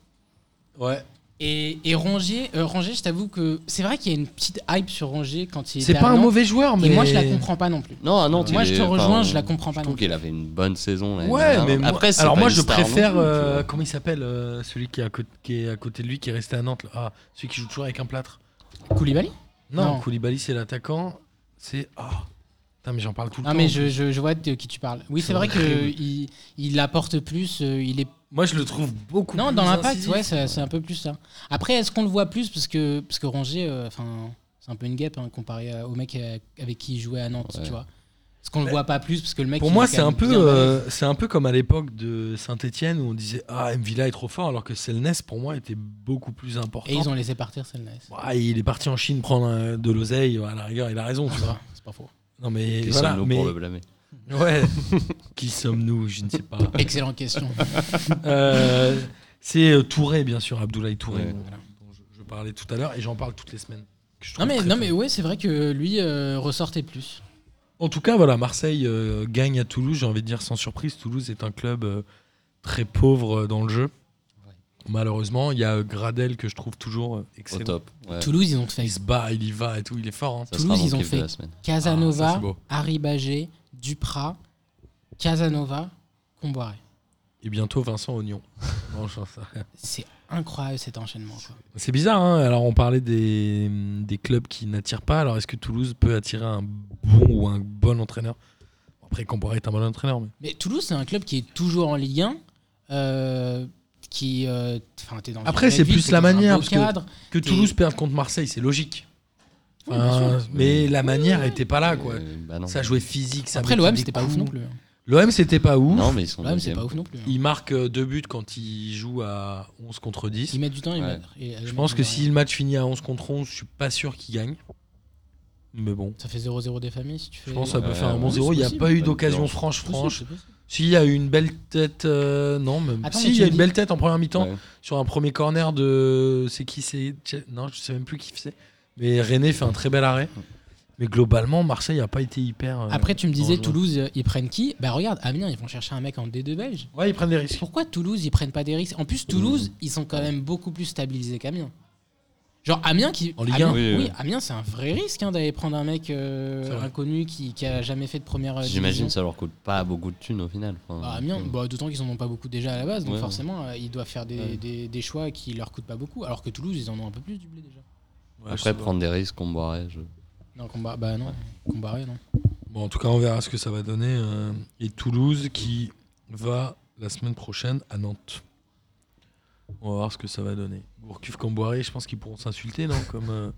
Ouais.
Et, et Rongier, euh, Rongier, je t'avoue que c'est vrai qu'il y a une petite hype sur Rongier quand il
C'est
était à
pas un
Nantes,
mauvais joueur, mais
Et moi, je la comprends pas non plus.
Non, à Nantes,
Moi,
il
je te
est- enfin,
rejoins, je
on-
la comprends pas
Je
non
trouve
plus.
qu'il avait une bonne saison. l'année
Ouais,
dernière.
mais moi-
après, c'est
alors
pas
moi
une
je
star non
préfère
plus, tu
euh,
vois.
comment il s'appelle euh, celui qui est, à côté, qui est à côté de lui qui est resté à Nantes là. Ah, celui qui joue toujours avec un plâtre.
Koulibaly
Non,
Non.
Koulibaly c'est l'attaquant. C'est ah. Putain, mais j'en parle tout le
Non,
temps.
mais je, je- je vois de qui tu parles. Oui,
C'est
c'est vrai
horrible.
qu'il il apporte plus, euh, il est
Moi je le trouve beaucoup
Non,
plus
dans l'impact,
incisif.
ouais, c'est c'est un peu plus ça. Après, est-ce qu'on le voit plus parce que parce que Rongier, euh, enfin, c'est un peu une guêpe hein, comparé à- au mec euh, avec qui il jouait à Nantes,
Ouais.
tu vois. Parce qu'on le voit pas plus, parce que le mec.
Pour
il
moi,
est
c'est
quand
un
même
peu,
bien balèze.
euh, c'est un peu comme à l'époque de Saint-Etienne où on disait ah Mvila est trop fort, alors que Selness pour moi était beaucoup plus important.
Et
<laughs>
ils ont laissé partir Selnes.
Ouais, il est parti en Chine prendre euh, de l'oseille. À la rigueur, il a raison, tu vois.
C'est pas faux.
Non mais
Qui
voilà,
sommes-nous
mais-
pour le blâmer
ouais. <laughs> qui sommes-nous Je ne sais pas. <laughs>
Excellente question.
Euh, c'est euh, Touré, bien sûr, Abdoulaye Touré,
Ouais.
dont- dont je, je parlais tout à l'heure, et j'en parle toutes les semaines. que je trouve
non, mais,
très
non,
fort.
mais ouais, c'est vrai que lui euh, ressortait plus.
En tout cas, voilà, Marseille euh, gagne à Toulouse, j'ai envie de dire sans surprise. Toulouse est un club euh, très pauvre euh, dans le jeu. Malheureusement, il y a euh, Gradel que je trouve toujours euh,
Au
excellent.
top. ouais.
Toulouse, ils ont
Il
fait
se bat, il y va et tout, il est fort. hein.
Ça sera
Toulouse,
mon
ils ont
kiff de
fait-
la semaine.
Ah, ça,
Casanova,
c'est beau.
Arribagé, Duprat, Casanova, Comboiré.
Et bientôt Vincent
<laughs>
Oignon. Non, je pense ça.
hein. C'est incroyable cet enchaînement. quoi.
C'est bizarre, hein alors on parlait des, des clubs qui n'attirent pas. Alors est-ce que Toulouse peut attirer un bon ou un bon entraîneur Bon, Après, Comparé est un bon entraîneur, mais
Mais Toulouse, c'est un club qui est toujours en Ligue 1. euh, qui, euh, 'fin, t'es dans une
Après,
belle
c'est
ville,
plus
t'es
la
dans un
manière,
beau
parce que-
cadre.
que Toulouse perde contre Marseille, c'est logique.
Oui, bien sûr.
Enfin, mais la manière était pas là, quoi.
Euh, bah non.
Ça jouait physique, ça
Après,
mettait
l'OM,
des
c'était pas
coups.
ouf non plus.
L'OM, c'était pas ouf.
Non, mais ils sont
L'OM, c'est
deuxième.
pas ouf non plus. hein.
Il marque euh, deux buts quand il joue à 11 contre 10.
Ils mettent du temps, ils
Ouais.
mettent. et-
Je
et-
pense
et-
que si le match finit à 11 contre 11, je suis pas sûr qu'il gagne. Mais bon,
Ça fait 0-0 des familles si tu fais. Euh,
je pense que ça peut
Ouais,
faire un
ouais,
bon
c'est
0. Il n'y a
possible.
pas eu
Bonne
d'occasion
différence.
franche,
C'est possible,
franche.
c'est possible.
S'il y a eu une belle tête, euh, non, même.
Attends,
si,
mais
il
tu
y a
me
une
dis-
belle tête en première mi-temps
Ouais.
sur un premier corner de. C'est qui c'est Tche- Non, je sais même plus qui c'est. Mais René fait un très bel arrêt. Mais globalement, Marseille n'a pas été hyper. euh,
Après, tu me disais
dangereux.
Toulouse, euh, ils prennent qui Bah regarde, Amiens, ils vont chercher un mec en D2 belge.
Ouais, ils prennent des risques.
Pourquoi Toulouse, ils prennent pas des risques En
Mmh.
plus, Toulouse, ils sont quand même beaucoup plus stabilisés qu'Amiens. Genre Amiens qui.
En Ligue un.
Amiens-
Oui,
oui,
oui.
Amiens, c'est un vrai risque hein, d'aller prendre un mec euh,
C'est vrai.
inconnu qui, qui a jamais fait de première. euh,
J'imagine
division.
ça leur coûte pas beaucoup de thunes au final. Enfin,
Bah, Amiens,
euh,
bah, d'autant qu'ils en ont pas beaucoup déjà à la base, donc
Ouais.
forcément, euh, ils doivent faire des,
Ouais.
des- des choix qui leur coûtent pas beaucoup. Alors que Toulouse, ils en ont un peu plus du blé déjà.
Ouais, je sais
Après,
pas.
prendre des risques, on boirait. Je...
Non, combat, bah non, comparé, non.
Bon, en tout cas, on verra ce que ça va donner. euh, et Toulouse qui va la semaine prochaine à Nantes. On va voir ce que ça va donner. Gourcuff Camboiré, je pense qu'ils pourront s'insulter, non Comme euh,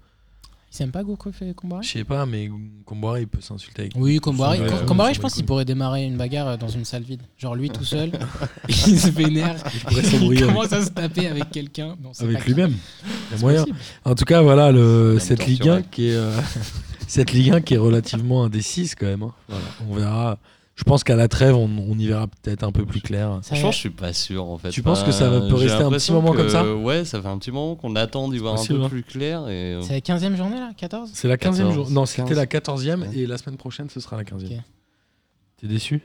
Ils s'aiment pas Gourcuff et Combaré
je sais pas, mais Camboiré il peut s'insulter avec.
Oui, Combaré,
Ouais, ouais, ouais,
je
ouais,
pense qu'il
cool.
pourrait démarrer une bagarre euh, dans une salle vide. Genre lui
<laughs>
tout seul, <laughs> il se vénère,
pourrait
il
s'embrouiller
commence à se taper avec quelqu'un. Bon, c'est pas
Avec
grave.
lui-même. Il y a
C'est
moyen.
possible.
En tout cas, voilà le,
même
cette
temps,
Ligue
sur
1
elle.
qui est euh, <laughs> cette Ligue 1 qui est relativement un des 6 quand même. hein. Voilà, on verra. Je pense qu'à la trêve, on, on y verra peut-être un peu plus clair.
Ça
Franchement,
va-
je suis pas sûr en fait.
Tu penses que ça va- peut
j'ai
rester un petit
l'impression
moment comme
que,
ça
Ouais, ça fait un petit moment qu'on attend d'y voir un
possible,
peu
hein.
plus clair. Et... euh,
C'est la 15 e journée là 14
C'est la 15e
14,
jour. Non, c'était
15.
la 14e
Ouais.
et la semaine prochaine, ce sera la 15e.
Ok.
T'es déçu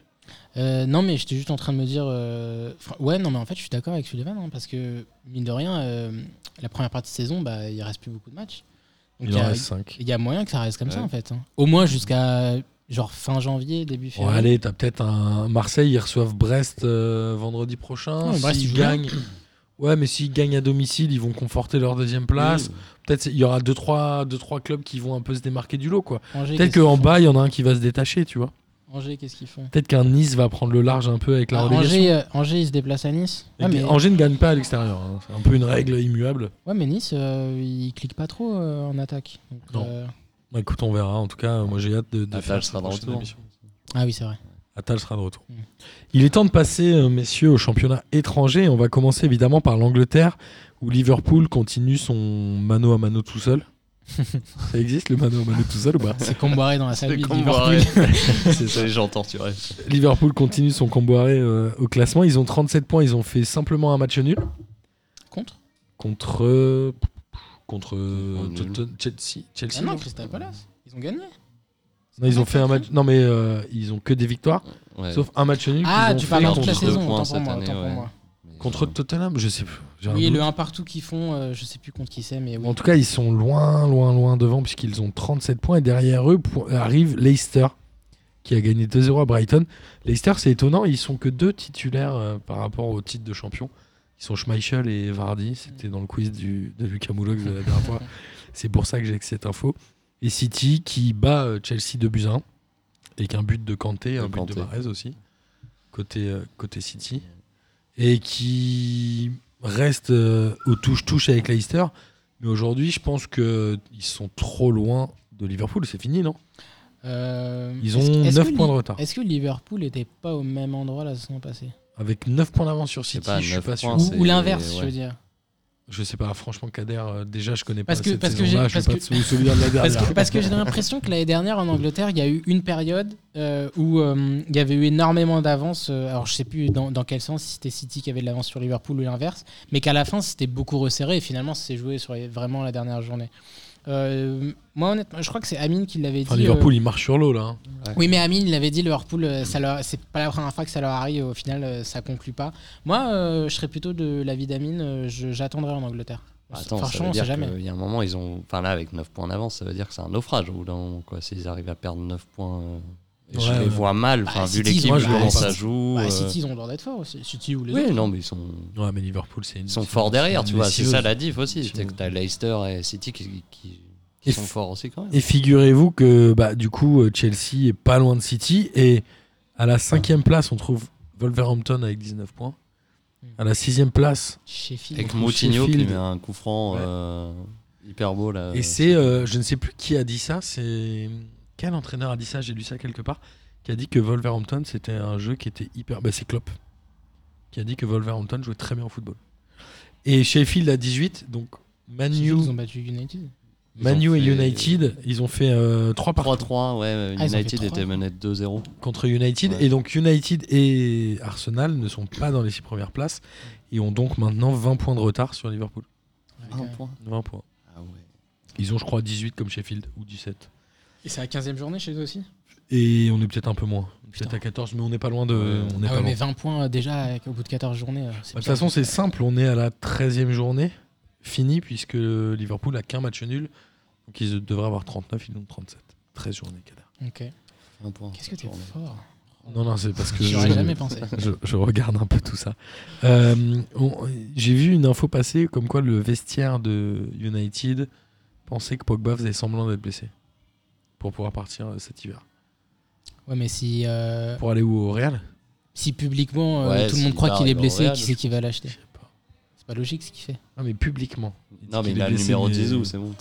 Euh, Non, mais j'étais juste en train de me dire. euh, fr- Ouais, non, mais en fait, je suis d'accord avec Sullivan hein, parce que, mine de rien, euh, la première partie de saison, bah, il reste plus beaucoup de matchs. Donc,
Il
y
en
a-
reste 5.
Il y a moyen que ça reste comme ça
Ouais.
en fait. hein. Au moins jusqu'à genre fin janvier, début
Bon,
février.
allez, t'as peut-être un Marseille, ils reçoivent Brest euh, vendredi prochain.
Non, mais Ah, Brest,
S'ils
ils jouent
gagnent- Ouais, mais s'ils gagnent à domicile, ils vont conforter leur deuxième place. Peut-être c'est- il y aura deux trois, deux, trois clubs qui vont un peu se démarquer du lot. quoi.
Angers,
Peut-être
qu'est-ce
qu'en
qu'ils
bas, il y en a un qui va se détacher, tu vois.
font Angers, qu'est-ce qu'ils font
Peut-être qu'un Nice va prendre le large un peu avec la
Ah,
relégation.
Angers, euh, Angers, ils se déplacent à Nice.
Et
Ouais,
puis,
mais,
Angers ne gagne pas à l'extérieur. hein. C'est un peu une règle immuable.
ouais, mais Nice, euh, ils cliquent pas trop euh, en attaque. Donc,
Non.
euh,
Bah, écoute, on verra. En tout cas, moi j'ai hâte de, de
Attal
faire
sera
cette
de
prochaine
retour.
émission.
Ah oui, c'est vrai.
Attal sera de retour.
Mm.
Il est temps de passer, euh, messieurs, au championnat étranger. On va commencer évidemment par l'Angleterre, où Liverpool continue son mano à mano tout
<laughs>
seul. Ça existe le mano à mano tout seul ou pas
C'est Comboiré dans la salle.
C'est
vide,
comme
Liverpool.
Boiré. <laughs> C'est ça, les gens torturés.
Liverpool continue son comboiré euh, au classement. Ils ont 37 points. Ils ont fait simplement un match nul
Contre
contre euh, contre euh,
Contre nul.
Totten- Chelsea. Chelsea,
Ah non,
non
Crystal Palace. Ils ont gagné.
Non, ils ont fait un match. Non, mais euh, ils ont que des victoires,
Ouais.
sauf un match nul.
Ah,
qu'ils ont
tu
fait
parles de
contre
toute la
deux
saison.
points
Autant pour
cette
moi.
année,
autant pour
ouais.
moi.
Mais,
contre
euh,
Tottenham. Je sais plus. J'ai un
Oui,
doute.
le 1 partout qu'ils font, euh, je sais plus contre qui c'est, mais oui.
En tout cas, ils sont loin, loin, loin devant, puisqu'ils ont 37 points. Et derrière eux pour- arrive Leicester, qui a gagné 2-0 à Brighton. Leicester, c'est étonnant, ils sont que deux titulaires euh, par rapport au titre de champion. Ils sont Schmeichel et Vardy. C'était dans le quiz du- de Lucas Moulox de la dernière
<laughs>
fois. C'est pour ça que j'ai que cette info. Et City, qui bat euh, Chelsea de buts à 1, et qu'un but de Kanté, un
De
but
Kanté.
de Mahrez aussi, côté, euh, côté City. Et qui reste euh, au touche-touche avec Leicester. Mais aujourd'hui, je pense qu'ils sont trop loin de Liverpool. C'est fini, non
Euh,
Ils
est-ce
ont
que- est-ce
9
que
points de
Li-
retard.
Est-ce que Liverpool n'était pas au même endroit la saison passée
Avec 9 points d'avance sur City,
pas,
je suis
9
pas sûr.
points. c'est-
Ou, ou l'inverse,
ouais.
je veux dire.
Je sais pas, franchement, Kader, euh, déjà, je connais
Parce
pas
que-
cette
parce que
saison-là,
j'ai-
je vais
parce
pas me souvenir de la
Parce
dernière.
que, parce que j'ai l'impression que l'année dernière en Angleterre, il y a eu une période euh, où euh, il y avait eu énormément d'avance. euh, alors je sais plus dans, dans quel sens, si c'était City qui avait de l'avance sur Liverpool ou l'inverse, mais qu'à la fin c'était beaucoup resserré et finalement ça s'est joué sur les- vraiment la dernière journée. Euh, moi honnêtement, je crois que c'est Amine qui l'avait
Enfin,
dit. euh,
Liverpool, il marche sur l'eau, là. hein.
Oui, mais Amine, il avait dit Liverpool, euh, ça leur- c'est pas la première fois que ça leur arrive. Au final, euh, ça conclut pas. Moi, euh, je serais plutôt de l'avis d'Amine. euh, je- J'attendrai en Angleterre.
Bah, Attends,
Franchement,
ça veut
on sait
dire
jamais.
qu'il y a un moment, ils ont. Enfin là, avec 9 points d'avance, ça veut dire que c'est un naufrage au bout d'un moment, quoi. S'ils arrivent à perdre 9 points. euh, et je
Ouais,
les
ouais.
vois mal,
Bah,
enfin, vu
City,
l'équipe,
moi, je les
comment
vois
ça
pas.
joue.
Bah,
euh,
City, ils ont le droit d'être forts aussi. City ou les
Oui,
autres.
non, mais ils sont,
Ouais, mais Liverpool, c'est une.
ils sont
c'est-
forts derrière,
c'est
tu
une
vois. C'est
lessiveuse.
ça la diff aussi.
Ils
C'est
sont-
que t'as Leicester et City qui, qui- qui
Et
sont
f-
forts aussi quand même.
Et figurez-vous que bah, du coup, euh, Chelsea est pas loin de City. Et à la cinquième place, on trouve Wolverhampton avec 19 points. À la sixième place,
hein. Sheffield.
Avec
on trouve
Moutinho qui
Sheffield.
met un coup franc
Ouais.
euh, hyper beau là.
Et c'est, euh, je ne sais plus qui a dit ça, c'est. Quel entraîneur a dit ça J'ai lu ça quelque part. Qui a dit que Wolverhampton, c'était un jeu qui était hyper. Bah, c'est Klopp. Qui a dit que Wolverhampton jouait très bien au football. Et Sheffield à 18, donc Manu,
Ils ont battu United.
Ils ont
Manu et
fait-
United, ils ont fait euh, 3 parties
3-3, ouais.
Ah, ils ont fait
United
trois.
était mené de 2-0.
contre United.
Ouais.
Et donc United et Arsenal ne sont pas dans les 6 premières places et ont donc maintenant 20 points de retard sur Liverpool.
Ouais.
20 points.
Ah ouais.
Ils ont, je crois, 18 comme Sheffield ou 17.
Et c'est la 15 e journée chez eux aussi
Et on est peut-être un peu moins. Peut-être
Putain.
à 14, mais on n'est pas loin de.
Ouais.
on est
Ah
pas
ouais,
loin.
mais 20 points euh, déjà avec- au bout de 14 journées. euh, c'est
Bah, de toute
bien.
façon, c'est simple. On est à la 13e journée. Fini, puisque Liverpool a qu'un match nul. Donc ils devraient avoir 39, ils ont 37. 13 journées, Kader.
Ok.
Un point.
Qu'est-ce que t'es
Journée.
fort
Non, non, c'est parce que.
J'aurais
je- <laughs>
jamais pensé.
je, je regarde un peu tout ça. Euh, on- J'ai vu une info passer comme quoi le vestiaire de United pensait que Pogba faisait semblant d'être blessé pour pouvoir partir euh, cet hiver.
Ouais, mais si, euh,
Pour aller où au Real
si publiquement euh,
Ouais,
tout le monde
s'il
croit
part,
qu'il est
il va au
blessé,
Real.
qui c'est qui va l'acheter
Je sais pas.
C'est pas logique ce qu'il fait.
Non, mais publiquement.
Non, mais
Il
il
est
a le
blessé,
numéro
mais-
de Zizou, c'est bon.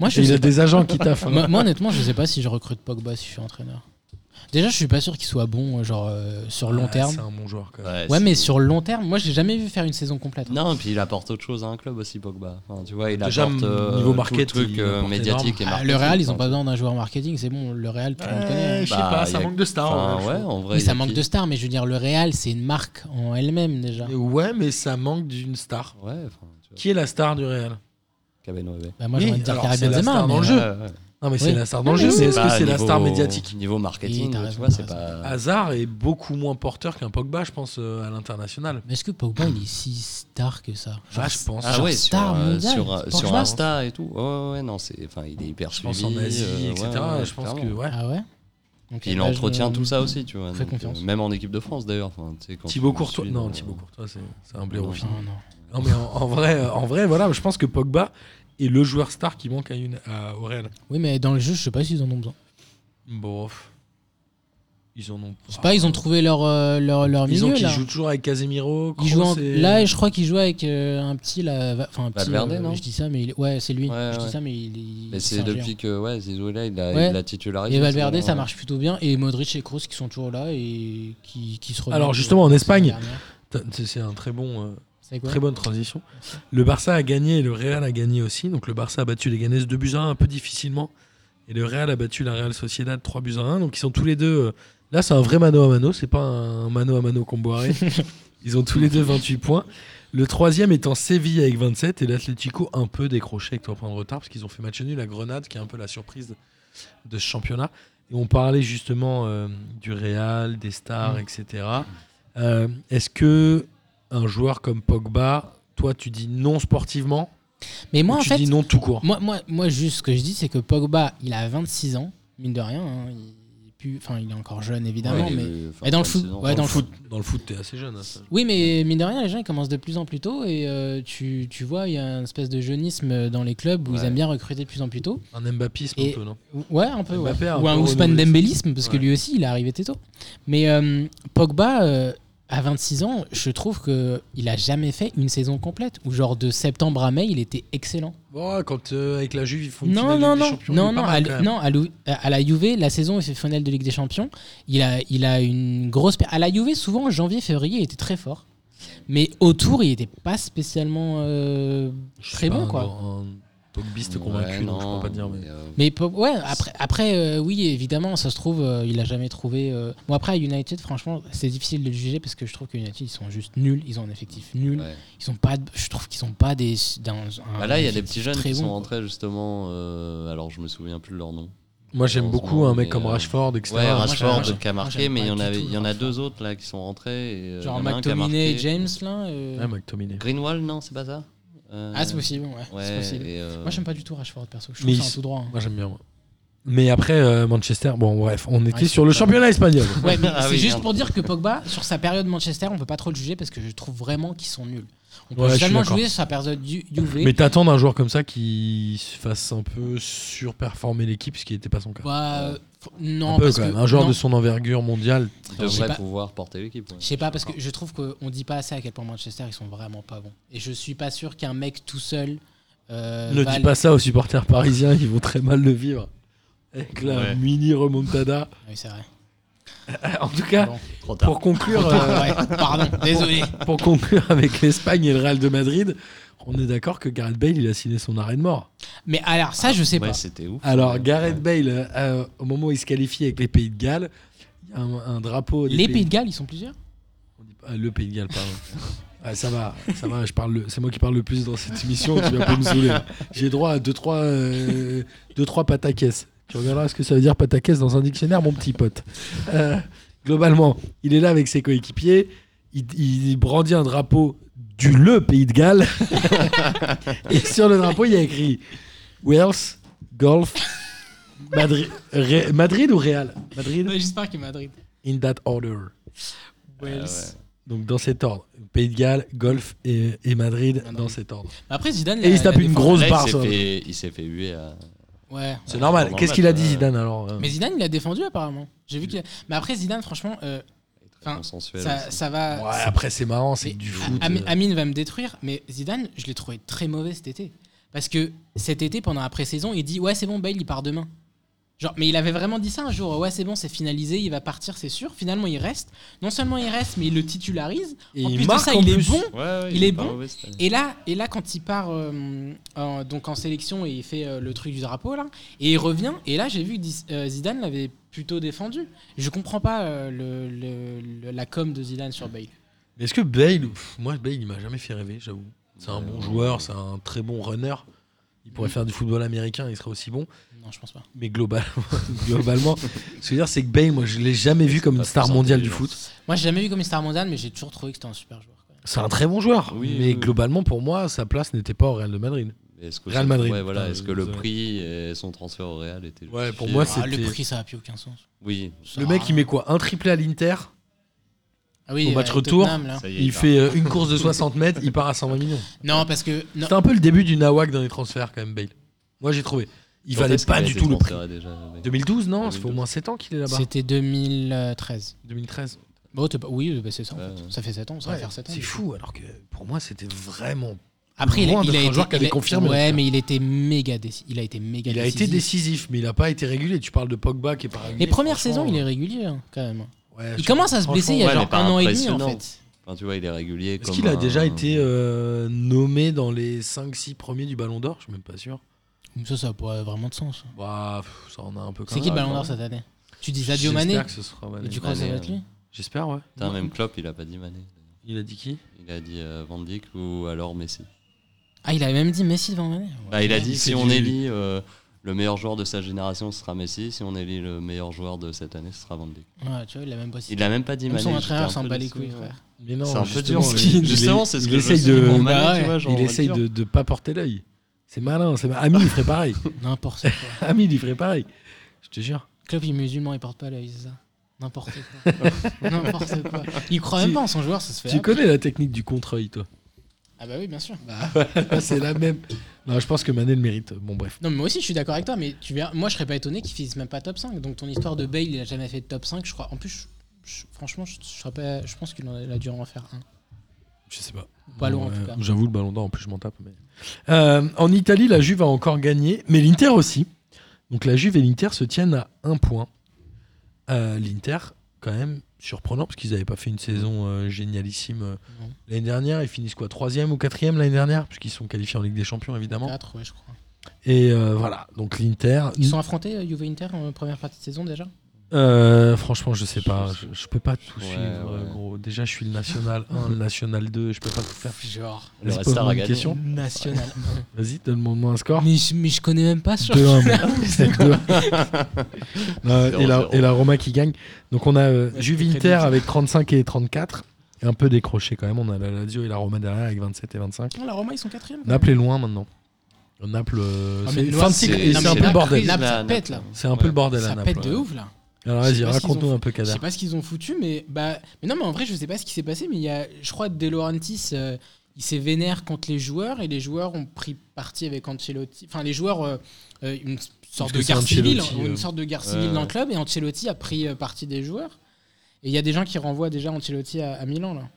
Moi, je
Et il
sais
a des agents qui
<laughs>
taffent. hein.
moi, moi, honnêtement, je sais pas si je recrute Pogba si je suis entraîneur. Déjà, je suis pas sûr qu'il soit bon euh, genre euh, sur le long
Ouais,
terme.
Ah, C'est un bon joueur quand même.
Ouais, mais
c'est-
sur le long terme, moi, j'ai jamais vu faire une saison complète. hein.
Non, et puis il apporte autre chose à un club aussi, Pogba. Enfin, tu vois, il
Déjà,
apporte euh,
niveau
tout
market,
le truc
il
euh,
apporte
médiatique et
Ah,
marketing.
le Real, ils ont pas
Enfin,
besoin d'un joueur marketing, c'est bon. Le Real, tout le monde connaît. hein.
Ouais, je sais
Bah,
pas, ça
y a-
manque de stars.
enfin,
ouais, je
ouais,
trouve.
en vrai.
Oui,
il y a
ça manque
qui-
de stars, mais je veux dire, le Real, c'est une marque en elle-même déjà.
Et ouais, mais ça manque d'une star.
Ouais, enfin, tu vois,
Qui est la star du Real
Cabernet.
Bah, moi,
Oui,
j'ai envie de dire
alors,
Karim
c'est la
Benzema,
star dans
mais,
le
euh,
jeu.
ouais.
Non, mais
Oui.
c'est la star dans le
Oui,
jeu.
oui,
mais
oui.
Est-ce que
Bah,
c'est la star
niveau-
médiatique
Niveau marketing,
Oui, t'as
tu
raison,
vois, c'est
t'as raison.
pas.
Hazard est beaucoup moins porteur qu'un Pogba, je pense, euh, à l'international.
mais est-ce que Pogba, il est si star que ça
Ah, je pense.
Ah
Genre
ouais,
star
sur, euh,
mondial,
sur, euh,
tu penses
sur
pas
Insta et tout. Ouais, ouais, ouais, non, c'est, enfin, il est hyper
Je
suivi.
pense en Asie,
euh,
etc.
ouais, ouais,
je pense que,
clairement.
ouais.
Ah ouais Ok,
Puis il
là, je-
entretient tout ça aussi, tu vois.
fais
donc,
confiance.
euh, même en équipe de France d'ailleurs. Enfin, tu sais, quand
Thibaut
tu
Courtois.
suis
Non,
dans-
Thibaut Courtois, c'est c'est un
Non,
blaireau.
Ah, non.
Non, mais en, en vrai, euh, en vrai, voilà, je pense que Pogba est le joueur star qui manque à une, à, au Real.
Oui, mais dans le jeu, je sais pas s'ils en ont besoin.
Bof. Ils en ont.
Je sais pas, ils ont trouvé leur, euh, leur, leur
Ils
milieu
ont qui
là.
jouent toujours avec Casemiro.
Ils
Kroos
jouent en-
et-
Là, et je crois qu'ils jouent avec euh, un petit là, va- enfin un petit.
Valverde,
euh,
non
je dis ça, mais il... ouais, c'est lui.
Ouais,
je dis
ouais.
ça, mais il. il-
Mais
un
c'est
géant.
depuis que ouais, Zizou est là, il a,
Ouais.
il a titularisé.
Et Valverde,
c'est bon,
ça
ouais.
marche plutôt bien. Et Modric et Kroos qui sont toujours là et qui, qui se remettent
Alors,
de-
justement, en
de la
Espagne.
dernière.
T'as- C'est c'est un très bon. euh,
C'est quoi
Très bonne transition. Le Barça a gagné et le Real a gagné aussi. Donc le Barça a battu les Ganes 2 buts à 1 un peu difficilement. Et le Real a battu la Real Sociedad 3 buts à 1. Donc ils sont tous les deux. euh, Là, c'est un vrai mano à mano. C'est pas un mano à mano comboiré. ils ont tous les deux 28 points. Le troisième étant Séville avec 27 et l'Atlético un peu décroché avec 3 points de retard parce qu'ils ont fait match nul à Grenade qui est un peu la surprise de ce championnat. Et on parlait justement euh, du Real, des stars, etc. Euh, Est-ce que un joueur comme Pogba, toi tu dis non sportivement,
Mais moi,
ou
en
tu
fait,
dis non tout court.
moi, moi, moi, juste ce que je dis, c'est que Pogba, il a 26 ans, mine de rien. hein, il, est plus- enfin, il est encore jeune, évidemment,
Ouais, il
mais.
est- enfin,
mais dans le
36
foot-
ans,
ouais, dans le foot.
Dans le foot, t'es assez jeune. hein, ça.
Oui, mais mine de rien, les gens ils commencent de plus en plus tôt et euh, tu, tu vois, il y a une espèce de jeunisme dans les clubs où ils
Ouais.
aiment bien recruter de plus en plus tôt.
Un Mbappéisme
Et-
un peu, non
Ouais, un peu.
Mbappé
ouais.
a un
Ou un
peu
Ousmane
renouvelé
Dembélisme, parce
Ouais.
que lui aussi, il est arrivé très tôt. Mais euh, Pogba, euh, à 26 ans, je trouve que il a jamais fait une saison complète. Ou genre de septembre à mai, il était excellent.
Bon, quand euh, avec la Juve, ils font une
Non,
finale
non,
de Ligue des
non,
Champions, il
non,
est
non,
pas mal,
à,
quand même.
non, à l'Ou- à la Juve, la saison où il fait finale de Ligue des Champions, il a, il a une grosse. per- À la Juve, souvent, en janvier, février, il était très fort. Mais autour, il n'était pas spécialement euh,
Je
très
suis pas
bon,
un
quoi.
grand- un Pogbiste
Ouais,
convaincu, donc je
non,
peux pas dire. Mais...
euh,
Mais po- ouais, après, après euh, oui, évidemment, ça se trouve, euh, il a jamais trouvé. euh, Bon, après, à United, franchement, c'est difficile de le juger parce que je trouve que United, ils sont juste nuls. Ils ont un effectif nul.
ouais.
Ils sont pas, je trouve qu'ils sont pas des. d'un- un
Bah là, il y a des
effectif
petits jeunes
très
qui sont
bon.
rentrés justement. euh, alors, je me souviens plus de leur nom.
Moi, j'aime beaucoup un mec
Mais,
comme
euh,
Rashford, etc.
Ouais,
moi,
Rashford
j'aime-
qui a
moi,
marqué,
j'aime
mais il y
pas
en
du
avait,
tout
il y en a
Rashford.
deux autres là qui sont rentrés. et, euh,
Genre
il y en a un qui a
McTominay et
marqué.
James, là. euh,
Ouais, McTominay.
Greenwall, non, c'est pas ça. Euh,
Ah, c'est possible, ouais. c'est
Ouais,
possible.
et, euh,
Moi, j'aime pas du tout Rashford, perso. Je
Mais
trouve ça
ils-
un tout droit. hein.
Moi, j'aime bien. moi. Mais après, euh, Manchester, bon, bref, on
Ah,
était
ils
sur
sont
le
pas-
championnat espagnol.
Ouais,
<laughs>
mais
Ah
c'est
oui,
juste
merde.
pour dire que Pogba, sur sa période Manchester, on peut pas trop le juger parce que je trouve vraiment qu'ils sont nuls. On
Ouais, je
peut
suis
seulement
d'accord.
jouer sur sa période du UV.
Mais t'attends d'un joueur comme ça qui se fasse un peu surperformer l'équipe, ce qui n'était pas son cas.
Bah, euh, f-
un
non,
peu
parce
quand
que-
même. Un joueur
non.
de son envergure mondiale.
Il
Je sais
devrait
pas.
pouvoir porter l'équipe. ouais.
Je sais pas, parce
Ah.
que je trouve qu'on dit pas assez à quel point Manchester ils sont vraiment pas bons. Et je suis pas sûr qu'un mec tout seul. euh,
ne
va
dis
le-
pas ça aux supporters parisiens, ils vont très mal le vivre. Avec la
Ouais.
mini <laughs> remontada.
Ah Oui, c'est vrai.
Euh, en tout cas,
Bon.
Trop tard.
pour conclure, euh,
Ah,
<laughs>
ouais, pardon, désolé.
pour conclure avec l'Espagne et le Real de Madrid, on est d'accord que Gareth Bale, il a signé son arrêt de mort.
Mais alors, ça, je sais
Ouais,
pas.
c'était ouf.
Alors,
Ouais.
Gareth Bale, euh, euh, au moment où il se qualifie avec les Pays de Galles, il y a un, un drapeau. des
Les Pays de Galles, ils sont plusieurs
On dit pas- ah, le Pays de Galles, pardon. Ah, ça va, ça va. Je parle, le- c'est moi qui parle le plus dans cette émission. Tu vas pas me saouler. J'ai droit à deux trois, euh, deux trois pataquès. Tu regarderas ce que ça veut dire pataquès dans un dictionnaire, mon petit pote. Euh, globalement, il est là avec ses coéquipiers. Il, il brandit un drapeau du le Pays de Galles. <laughs> Et sur le drapeau, il y a écrit Wales, Golf, Madrid, Ré- Madrid ou Real. Madrid.
J'espère qu'il Madrid.
In that order.
Ouais, ouais.
Donc dans cet ordre. Pays de Galles, Golf et, et Madrid
Madrid.
dans cet ordre.
Bah, Après, Zidane.
Et il se tape une
défendu-
grosse
Là,
barre.
il
ça.
s'est fait- il s'est fait huer à.
Ouais.
C'est normal.
pendant le
Qu'est-ce qu'il a
match,
dit
ouais.
Zidane alors euh
Mais Zidane, il a défendu apparemment. J'ai vu qu'il. a- Mais après, Zidane, franchement, euh,
Très
Enfin,
consensuel
ça,
aussi.
ça va.
Bah Ouais, après c'est marrant, c'est
euh, Mais ah,
du
Am-
foot.
Am-
euh.
Amine va me détruire, mais Zidane, je l'ai trouvé très mauvais cet été. Parce que cet été, pendant la pré-saison, il dit Ouais, c'est bon, Bale, il part demain. Genre, mais il avait vraiment dit ça un jour Ouais, c'est bon, c'est finalisé, il va partir, c'est sûr. Finalement, il reste. Non seulement il reste, mais il le titularise.
Et
en
il
plus de
marque
ça,
en
il
plus.
est bon.
Ouais, ouais,
il est
pas
bon.
mauvais, cette année.
Et là, et là, quand il part euh, en- donc en sélection et il fait euh, le truc du drapeau là, et il revient, et là j'ai vu que Dis- euh, Zidane l'avait plutôt défendu. Je comprends pas euh, le- le- le- la com de Zidane sur Bale.
Mais est-ce que Bale, pff, moi Bale il m'a jamais fait rêver, j'avoue. C'est un bon joueur, c'est un très bon runner. Il pourrait
Mhm.
faire du football américain, il serait aussi bon.
Non, je pense pas.
Mais globalement, <laughs> globalement ce que je veux dire, c'est que Bale, moi je l'ai jamais vu comme une
pas
star
plus
mondiale du
intelligent.
foot.
Moi, j'ai jamais vu comme une star mondiale, mais j'ai toujours trouvé que c'était un super joueur. quoi.
C'est un très bon joueur.
Oui,
mais
oui, oui.
globalement, pour moi, sa place n'était pas au Real de Madrid.
Est-ce que
Real
c'est-
Madrid.
ouais, voilà,
Putain,
est-ce que le
désolé.
prix et son transfert au Real était
Ouais, pour
justifié
moi,
Ah, le
C'était-
prix, ça n'a plus aucun sens.
Oui,
Ça
Le
sert à
mec, il
rien.
met quoi Un triplé à l'Inter
Ah oui,
au
euh,
match retour,
Tottenham, là.
ça y est.
Il
part.
fait euh, une course de 60 mètres, il part à 120 millions.
Non, parce que non,
C'était un peu le début du Nawak dans les transferts, quand même, Bale. Moi, j'ai trouvé. Il
Quand
valait
est-ce qu'il
pas
a
du
été
tout le prix.
transféré déjà, le mec
2012, non Ça fait au
2012.
moins 7 ans qu'il est là-bas.
c'était 2013.
2013.
Bon, t'es pas- oui, bah, c'est ça. en
Ouais,
fait.
ouais.
Ça fait 7 ans, ça va
Euh, Ouais,
faire 7 ans.
c'est fou, alors que pour moi, c'était vraiment.
Après, il a,
Loin
il a
d'être un
été,
joueur qui avait
il a-
confirmé.
Ouais, mais il était méga décisif. Il a été méga
Il a
décisif.
été décisif, mais il a pas été régulier. Tu parles de Pogba qui est pas régulier.
Les premières
franchement, euh,
saisons,
euh,
il est régulier hein, quand même.
ouais, je
Il
sais
commence
pas.
à se blesser il y
Franchement,
a
ouais,
genre
mais pas
un an et demi en
impressionnant.
fait.
Enfin, tu vois, il est régulier.
Est-ce
comme
qu'il a
un-
déjà été euh, nommé dans les 5-6 premiers du Ballon d'Or Je suis même pas sûr.
Ça, ça n'a pas vraiment de sens.
Bah, pff, ça en a un peu quand
C'est qui
même.
le ballon d'or
ouais.
cette année Tu dis Sadio Mané
J'espère que ce sera Mané.
Et tu euh, crois que ça
Mané,
va être
ouais.
lui
J'espère, ouais.
Putain, même Klopp, il a pas dit Mané.
Il a dit qui
Il a dit euh, Van Dijk ou alors Messi.
Ah, il avait même dit Messi devant Mané.
Bah, il a dit
c'est
si on
du-
élit euh, le meilleur joueur de sa génération, ce sera Messi. Si on élit le meilleur joueur de cette année, ce sera Van Dijk.
Ouais, tu vois, il a même pas cité.
Il a même pas dit
Même
Mané.
son
j'étais un
entraîneur s'en
peu
bat les
déçu,
couilles,
ouais.
frère.
Mais non,
C'est un peu
justement,
dur.
il- il-
Justement, c'est ce
il
que je
essaye
me suis
de-
dit pour
Bah
Mané,
ouais,
tu vois, genre, on
Il
va le
essaye
dire.
de ne pas porter l'œil. C'est malin, c'est malin. Ami, il ferait
<laughs>
pareil.
N'importe quoi.
Ami, il ferait pareil. Je te jure.
Club, il est musulman, il porte pas l'œil, c'est ça N'importe quoi.
<laughs>
N'importe quoi. Il croit même
Tu-
pas en son joueur, ça se fait.
Tu
appeler.
connais la technique du contre-œil,
<laughs>
toi
Ah bah oui, bien sûr.
C'est la même. Non, je pense que Mané le mérite. Bon, bref.
Non, mais moi aussi, je suis d'accord avec toi, mais tu verras, moi, je serais pas étonné qu'il finisse même pas top 5. Donc, ton histoire de Bale, il a jamais fait de top 5, je crois. En plus, je- je- franchement, je, je serais pas- je pense qu'il en a, il a dû en faire un.
Je sais pas.
Pas lourd, en
Ouais,
tout cas.
J'avoue, le ballon d'or, en plus, je m'en tape. mais- Euh, en Italie, la Juve a encore gagné, mais l'Inter aussi. Donc la Juve et l'Inter se tiennent à un point. Euh, L'Inter, quand même, surprenant, parce qu'ils n'avaient pas fait une saison euh, génialissime euh,
Non.
l'année dernière. Ils finissent quoi Troisième ou quatrième l'année dernière, puisqu'ils sont qualifiés en Ligue des Champions, évidemment.
Quatre, ouais, je crois.
Et euh, voilà, donc l'Inter.
Ils sont affrontés, euh, Juve Inter, en première partie de saison déjà
Euh, franchement, je sais pas. Je, je peux pas tout
Ouais,
suivre, euh,
ouais.
gros. Déjà, je suis le National 1, le National 2, je peux pas tout faire.
Genre.
Le
Vas-y,
Red
pose-moi
Star a
une
gagné.
question.
National.
Vas-y, donne-moi un score.
<laughs> mais, je, mais je connais même pas ce
2-1.
<laughs>
Deux- Euh, et, la,
0-0.
et la Roma qui gagne. Donc on a euh,
Ouais,
Juve
c'était très
Inter
difficile.
avec 35 et 34. Et un peu décroché quand même. On a la Lazio et la Roma derrière avec 27 et 25.
Non, la Roma, ils sont quatrième.
Naples est loin maintenant. Naples, euh,
Ah,
c'est
mais Naples,
fin de cycle
c'est-
et c'est un
Naples,
peu le
la
bordel.
crise, Naples, ça
Là,
pète, là.
C'est un peu le
Ouais.
bordel à
Ça
Naples.
pète de
ouais.
ouf là.
Alors
Je sais
vas-y,
pas ce qu'ils ont
raconte-nous
fait.
un peu
Je
Kader.
sais pas ce qu'ils ont foutu, mais bah, mais non, mais en vrai, je sais pas ce qui s'est passé, mais il y a, je crois, De Laurentiis, euh, il s'est vénère contre les joueurs et les joueurs ont pris parti avec Ancelotti. Enfin, les joueurs, euh, euh, une sorte
que
de
c'est
guerre civile,
Ancelotti,
ont
euh,
une sorte de guerre civile
ouais.
dans le club et Ancelotti a pris euh, parti des joueurs. Et il y a des gens qui renvoient déjà Ancelotti à, à Milan là.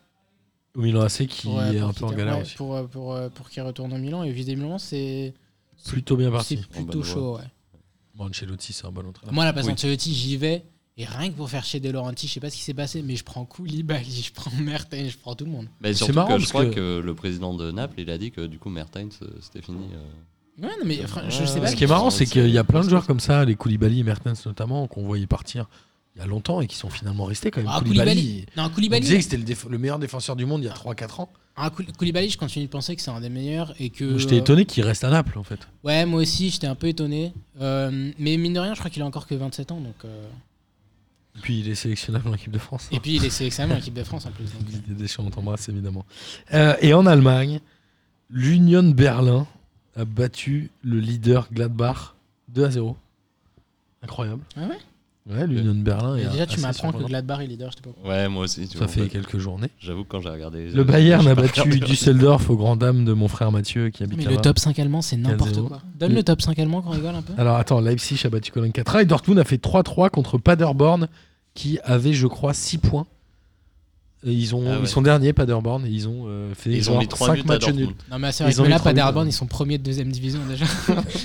Au Milan AC qui
Pour, euh,
est
pour
un
qu'il-
peu en galère
ouais,
aussi.
Pour, euh, pour, euh, pour qu'il retourne au Milan et évidemment c'est
Plutôt bien parti.
c'est plutôt
voie.
chaud. ouais.
Bon, Ancelotti, c'est un bon entraîneur.
Ah, Moi, la passe
Oui.
Ancelotti, j'y vais. Et rien que pour faire chez De Laurentiis, je sais pas ce qui s'est passé, mais je prends Koulibaly, <laughs> je prends Mertens, je prends tout le monde.
Mais
C'est
surtout
marrant
que je
parce
crois
que-
que... le président de Naples, il a dit que du coup Mertens, euh, c'était fini. euh.
Ouais, non, mais fran- je sais
Ouais,
pas.
Ce qui est marrant, c'est qu'il y a plein de joueurs comme ça, les Koulibaly et Mertens notamment, qu'on voyait partir il y a longtemps et qui sont finalement restés quand même.
Ah,
Koulibaly,
Koulibaly. Non,
On disait
Koulibaly,
que c'était le, déf- le meilleur défenseur du monde il y a 3-4 ans.
ah, Koul- Koulibaly, je continue de penser que c'est un des meilleurs et que.
J'étais étonné qu'il reste à Naples en fait.
Ouais, moi aussi, j'étais un peu étonné. Euh, mais mine de rien, je crois qu'il a encore que 27 ans. Donc, euh,
Et puis il est sélectionnable en équipe de France.
Et puis, il est sélectionné en équipe de France en plus. donc, euh,
Didier Deschamps, on t'embrasse évidemment. Euh, et en Allemagne, l'Union Berlin a battu le leader Gladbach 2 à 0. Incroyable.
Ah ouais
Ouais, l'Union Berlin.
mais
est
déjà, tu
assez
m'apprends que
surprenant.
Gladbach est leader, je sais pas.
Ouais, moi aussi. tu
Ça
vois,
fait
en
quelques journées.
J'avoue que quand j'ai regardé.
Le
euh,
Bayern
j'ai
a
pas
battu
regardé.
Düsseldorf au grand dam de mon frère Mathieu qui habite
Mais
là-bas.
le top 5 allemand, c'est n'importe
4-0.
quoi. Donne le top 5 allemand qu'on rigole un peu.
Alors attends, Leipzig a battu Cologne 4 et Dortmund a fait 3-3 contre Paderborn qui avait je crois 6 points. Et ils, ont,
Ah ouais.
ils sont derniers Paderborn et ils ont euh, fait
Ils ont mis 3 buts
5
à
matchs
Dortmund.
nuls.
Non, mais c'est vrai
Ils ont
que
mis
là,
trois buts,
Paderborn,
hein.
ils sont premiers de deuxième division déjà.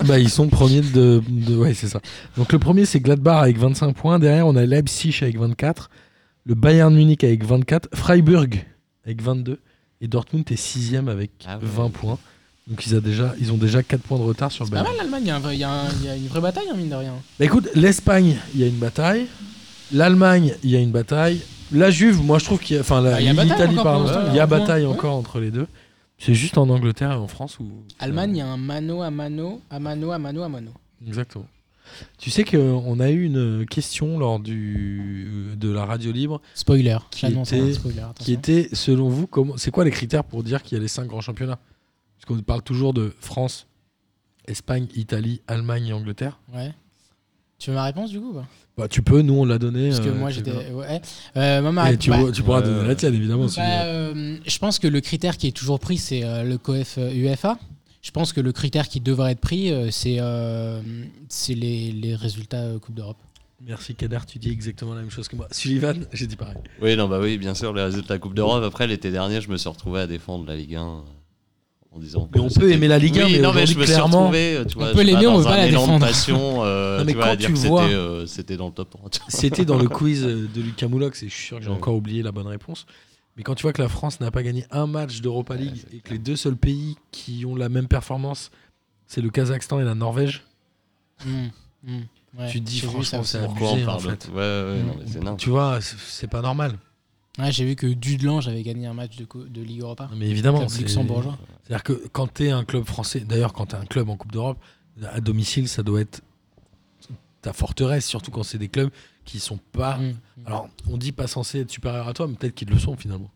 bah, ils sont premiers de, de- ouais, c'est ça. Donc le premier c'est Gladbach avec 25 points, derrière on a Leipzig avec 24, le Bayern Munich avec 24, Freiburg avec 22 et Dortmund est 6 avec
Ah ouais.
20 points. Donc ils, a déjà, ils ont déjà 4 points de retard sur le
C'est pas
Bayern.
mal l'Allemagne, il y a un vrai- il y, a un- il y a une vraie bataille, hein, mine de rien.
Bah écoute, l'Espagne, il y a une bataille. L'Allemagne, il y a une bataille. La Juve, moi je trouve qu'il y a. Enfin, la-
Ah, il y a bataille
l'Italie,
encore
pardon.
pour l'instant,
Il y a
un point.
bataille
Ouais.
encore entre les deux. C'est juste en Angleterre et en France où.
Allemagne, il y a un mano à mano, à mano à mano à mano.
euh, Exactement. Tu sais qu'on a eu une euh, question lors du, euh, de la radio libre
Spoiler,
Qui
j'annonce
était-
un spoiler. attention.
qui était, selon vous, comment, c'est quoi les critères pour dire qu'il y a les cinq grands championnats Parce qu'on parle toujours de France, Espagne, Italie, Allemagne et Angleterre.
Ouais. Tu veux ma réponse du coup ou pas
Bah, tu peux, nous on l'a donné.
Parce que
euh,
moi
tu
j'étais.
vois.
Ouais. Euh, moi, ma
Et
réponse-
tu,
bah,
vois- tu pourras
Ouais.
donner la tienne évidemment. si-
bah, euh, je pense que le critère qui est toujours pris, c'est euh, le COEF euh, UEFA. Je pense que le critère qui devrait être pris, euh, c'est euh, c'est les, les résultats euh, Coupe d'Europe.
Merci Kader, tu dis exactement la même chose que moi. Sullivan, j'ai dit pareil.
Oui, non, bah oui, bien sûr, les résultats de la Coupe d'Europe. Après, l'été dernier, je me suis retrouvé à défendre la Ligue 1 euh, en disant. que
Mais on peut
c'était-
aimer la Ligue 1,
Oui,
mais
non, mais je
aujourd'hui,
me suis
clairement,
retrouvé. euh, Tu
on
vois,
peut
je sais
l'aimer, on
dans
veut pas
un
la
élan de
défendre.
passion, euh,
Non, mais
tu vois,
quand
à dire
tu
que
vois-
c'était, euh, c'était dans le top 30.
C'était dans le quiz euh, de Lucas Moulox et je suis sûr que j'ai encore oublié la bonne réponse. Mais quand tu vois que la France n'a pas gagné un match d'Europa League et que les deux seuls pays qui ont la même performance, c'est le Kazakhstan et la Norvège,
Hmm, hmm, ouais,
tu te dis
j'ai vu ça
franchement
aussi.
c'est
Pourquoi on
abusé en
parle de-
fait.
Ouais, ouais, non, mais c'est énorme.
Tu vois, c'est- c'est pas normal.
Ouais, J'ai vu que Dudelange avait gagné un match de, co- de Ligue Europa.
Non, mais évidemment,
Club
c'est
luxembourgeois.
C'est-à-dire que quand tu es un club français, d'ailleurs quand tu es un club en Coupe d'Europe, à domicile, ça doit être ta forteresse, surtout quand c'est des clubs qui sont pas
Hmm.
Alors, on dit pas censé être supérieur à toi, mais peut-être qu'ils le sont finalement.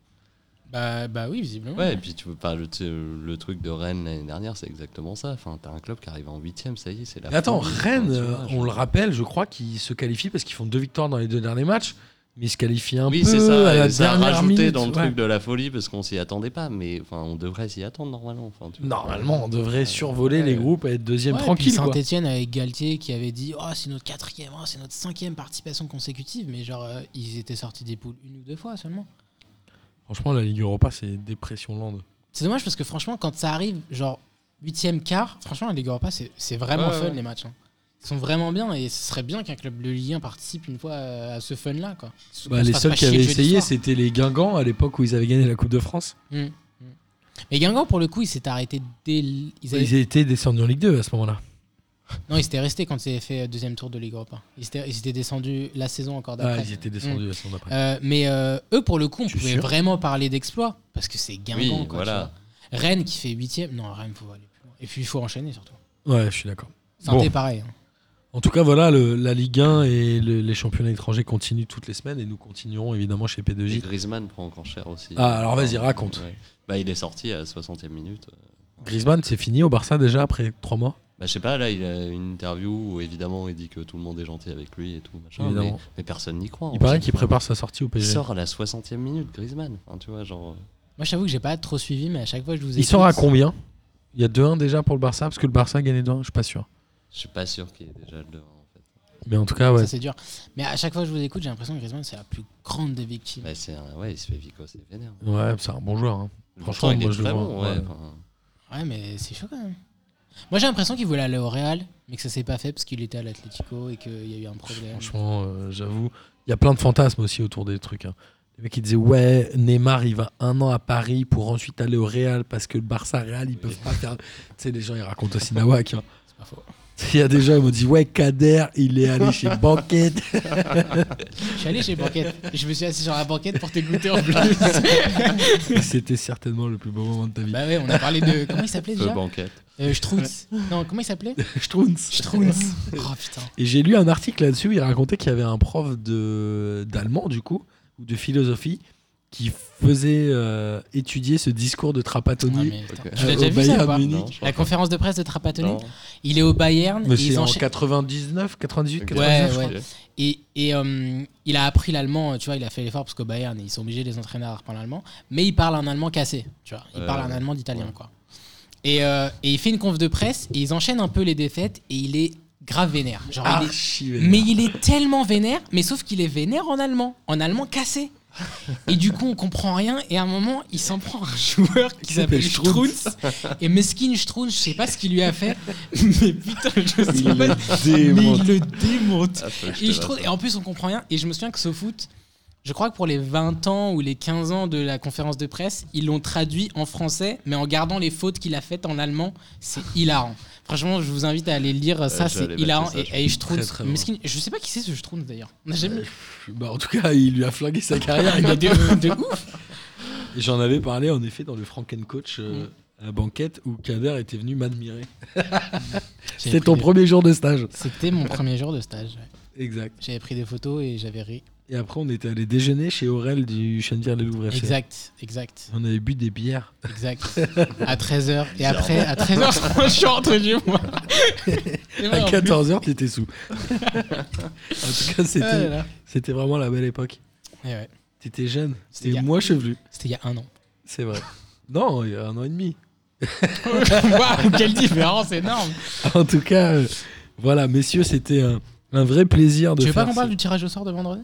Bah, bah oui, visiblement.
Ouais, et puis tu peux pas. Le, tu sais, le truc de Rennes l'année dernière, c'est exactement ça. Enfin, t'as un club qui arrive en 8ème, ça y est, c'est la.
Mais attends,
folie.
Rennes,
Enfin, tu
euh,
vois, je-
on le rappelle, je crois qu'ils se qualifient parce qu'ils font deux victoires dans les deux derniers matchs. mais il se qualifie un
Oui,
peu
c'est ça.
à la
et ça a
dernière
rajouté
minute,
dans le
ouais.
truc de la folie parce qu'on s'y attendait pas, mais enfin, on devrait s'y attendre normalement. Enfin, tu-
Normalement, on devrait survoler
Ouais.
les groupes et être deuxième
Ouais,
tranquille.
puis
quoi.
Saint-Etienne avec Galtier qui avait dit Oh, c'est notre quatrième, oh, c'est notre cinquième participation consécutive. Mais genre, euh, ils étaient sortis des poules une ou deux fois seulement.
Franchement, la Ligue Europa, c'est dépression lande.
C'est dommage parce que franchement, quand ça arrive, genre huitième quart, franchement, la Ligue Europa, c'est c'est vraiment
Ouais,
fun
ouais.
les matchs. hein. Ils sont vraiment bien et ce serait bien qu'un club de Ligue 1 participe une fois euh, à ce fun-là. quoi. Qu'on
Bah,
se
les
fasse
seuls
pas
qui
chier le
avaient
jeudi
essayé,
soir.
c'était les Guingamp à l'époque où ils avaient gagné la Coupe de France.
Mm. Mm. Mais Guingamp, pour le coup, il s'est arrêté dès. l- Ils avaient-
Ils étaient descendus en Ligue 2 à ce moment-là.
Non, ils étaient restés quand ils avaient fait euh, deuxième tour de Ligue Europa. Ils étaient, ils étaient descendus la saison encore
Ah,
d'après.
ils étaient
Mm.
descendus la saison d'après.
Euh, mais euh, eux, pour le coup, on
Je suis
pouvait
sûr.
vraiment parler d'exploit parce que c'est Guingamp.
Oui,
quoi, tu
voilà.
vois. Rennes qui fait huitième. Non, Rennes, faut aller plus loin. Et puis, il faut enchaîner surtout.
Euh.
Ouais, je suis d'accord.
Santé,
Bon.
pareil. hein.
En tout cas, voilà, le- la Ligue 1 et le- les championnats étrangers continuent toutes les semaines et nous continuerons évidemment chez
Et
P2J.
Griezmann prend encore cher aussi.
Ah, alors vas-y, raconte.
Ouais. Bah, il est sorti à la 60e minute.
Griezmann, c'est fini au Barça déjà après 3 mois
Bah, je sais pas, là, il a une interview où évidemment il dit que tout le monde est gentil avec lui et tout. Machin,
Évidemment.
mais, mais personne n'y croit. en
Il paraît
fait.
qu'il prépare sa sortie au
Il
PSG.
sort à la 60e minute, Griezmann. Enfin, tu vois, genre.
Moi, j'avoue que j'ai pas trop suivi, mais à chaque fois, je vous
Il
écoute.
sort à combien Il y a 2-1 déjà pour le Barça parce que le Barça a gagné 2-1, je suis pas sûr.
Je suis pas sûr qu'il est déjà le devant en fait.
Mais en tout cas, ouais.
Ça, c'est dur. Mais à chaque fois que je vous écoute, j'ai l'impression que Griezmann, c'est la plus grande des victimes.
Bah, c'est un- Ouais, il se fait vico, c'est vénère.
Ouais, c'est un bon joueur. hein. Franchement,
Franchement, il
moi,
est
je le
très
vois,
bon. ouais,
ouais.
enfin,
Ouais, mais c'est chaud quand même. Moi, j'ai l'impression qu'il voulait aller au Real, mais que ça s'est pas fait parce qu'il était à l'Atlético et qu'il y a eu un problème.
Franchement, euh, j'avoue, il y a plein de fantasmes aussi autour des trucs. hein. Les mecs qui disaient ouais, Neymar il va un an à Paris pour ensuite aller au Real parce que le Barça Real ils peuvent pas faire. Tu sais, les gens ils racontent aussi Nawak. hein.
C'est pas faux.
Il y a des gens ils m'ont dit ouais, Kader il est allé chez Banquet. <laughs>
Je suis allé chez Banquette. Je me suis assis sur la banquette pour t'écouter
<laughs>
en plus.
C'était certainement le plus beau moment de ta vie.
bah ouais, on a parlé de. Comment il s'appelait
Peu
déjà
banquette.
Euh, Strutz. Non, comment il s'appelait
Strunz.
<laughs> Strunz. Oh putain.
Et j'ai lu un article là-dessus où il racontait qu'il y avait un prof de d'allemand du coup ou de philosophie qui faisait euh, étudier ce discours de
Ah,
Trapatoni.
mais putain.
Ok.
Tu l'as
euh,
déjà
au
vu ça ou
Bayern
pas
Munich.
Non, je crois
La
pas.
conférence de presse de Trapatoni
Non.
Il est au Bayern.
Mais
et ils
c'est en
enchaînent-
99, 98,
Ok.
99.
Ouais, ouais. Et, et, euh, il a appris l'allemand, tu vois, il a fait l'effort parce qu'au Bayern, ils sont obligés de les entraîner à reprendre l'allemand, mais il parle un allemand cassé, tu vois. Il
Ouais,
parle
ouais.
un allemand d'italien,
Euh, Ouais.
quoi. Et, euh, et il fait une conf de presse et ils enchaînent un peu les défaites et il est grave vénère. Genre,
Ah,
il est-
Archi vénère.
Mais il est tellement vénère, mais sauf qu'il est vénère en allemand, en allemand cassé. Et du coup, on comprend rien. Et à un moment, il s'en prend un joueur qui s'appelle Strunz. Et Meskin Strunz, je sais pas ce qu'il lui a fait. Mais putain, je sais
Il
pas. Mais il le démonte.
Ah, faut que je te
Et, je
la
trouve,
fasse.
et en plus, on comprend rien. Et je me souviens que ce foot, je crois que pour les 20 ans ou les 15 ans de la conférence de presse, ils l'ont traduit en français, mais en gardant les fautes qu'il a faites en allemand. C'est hilarant. Franchement, je vous invite à aller lire ça,
Euh, je vais aller
c'est
mater
hilarant.
ça, je
et et Strunz,
très, très bon.
mesquine- je sais pas qui c'est ce Strunz d'ailleurs. On a jamais.
Bah, en tout cas, il lui a flingué sa <laughs> carrière.
Mais de, de ouf.
Et J'en avais parlé en effet dans le Frankencoach
Mm.
euh, à la banquette où Kader était venu m'admirer. C'était ton premier jour de stage.
C'était mon premier jour de stage.
Exact.
J'avais pris des photos et j'avais ri.
Et après, on était allé déjeuner chez Aurel du Chenvière les Louvres. FC.
Exact, exact,
On avait bu des bières.
exact.
<laughs>
À 13h. Et après, à 13h, je suis rentré chez
<laughs>
moi. Et
À
voilà, Ah, en plus.
14h, t'étais
<laughs>
sous. en tout cas,
Ah là
c'était,
là.
c'était vraiment la belle époque.
Et ouais.
T'étais jeune.
C'était
C'était
bien.
moins chevelu.
C'était il y a
<laughs>
un an. <laughs>
C'est vrai. non, il y a un an et demi.
Waouh, quelle différence énorme
En tout cas, euh, voilà, messieurs, c'était un, un vrai plaisir de
Tu veux pas
faire
qu'on parle
ce-
du tirage au sort de vendredi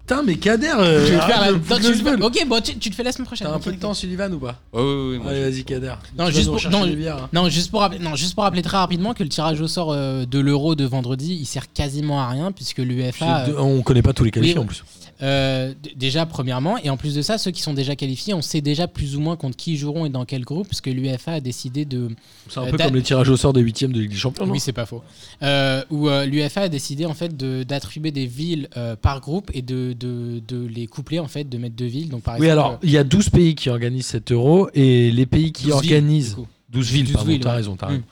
Putain, mais Kader, euh,
Je vais
arrête
faire la-
de
Non,
foutre
tu
le
le fais-
sbeul.
Ok, bon, tu, tu le fais la semaine prochaine.
T'as un
ok,
peu de
ok.
temps, Sullivan, ou pas
Ouais, ouais, ouais, moi,
Allez,
j'ai-
vas-y, Kader.
Non,
Tu vas
juste
nous
pour-
rechercher
non,
des bières, hein.
Non juste, pour rappeler, non, juste pour rappeler très rapidement que le tirage au sort euh, de l'euro de vendredi, il sert quasiment à rien puisque l'UEFA.
J'ai deux- Ah, On connaît pas tous les qualifiés
oui,
en plus.
Euh, d- déjà, premièrement, et en plus de ça, ceux qui sont déjà qualifiés, on sait déjà plus ou moins contre qui ils joueront et dans quel groupe, parce que l'UEFA a décidé de.
C'est un
Euh,
peu
t'as-
comme les tirages au sort des huitièmes de Ligue des Champions. non
Oui, c'est pas faux. Euh, où euh, l'UEFA a décidé en fait de- d'attribuer des villes euh, par groupe et de, de, de les coupler en fait, de mettre deux villes. Donc par
Oui,
exemple, euh,
alors, il y a 12 pays qui organisent cet euro et les pays qui
12 villes, du
organisent.
coup.
12 villes,
12
pardon,
villes,
t'as
ouais.
raison, t'as
Mm.
raison.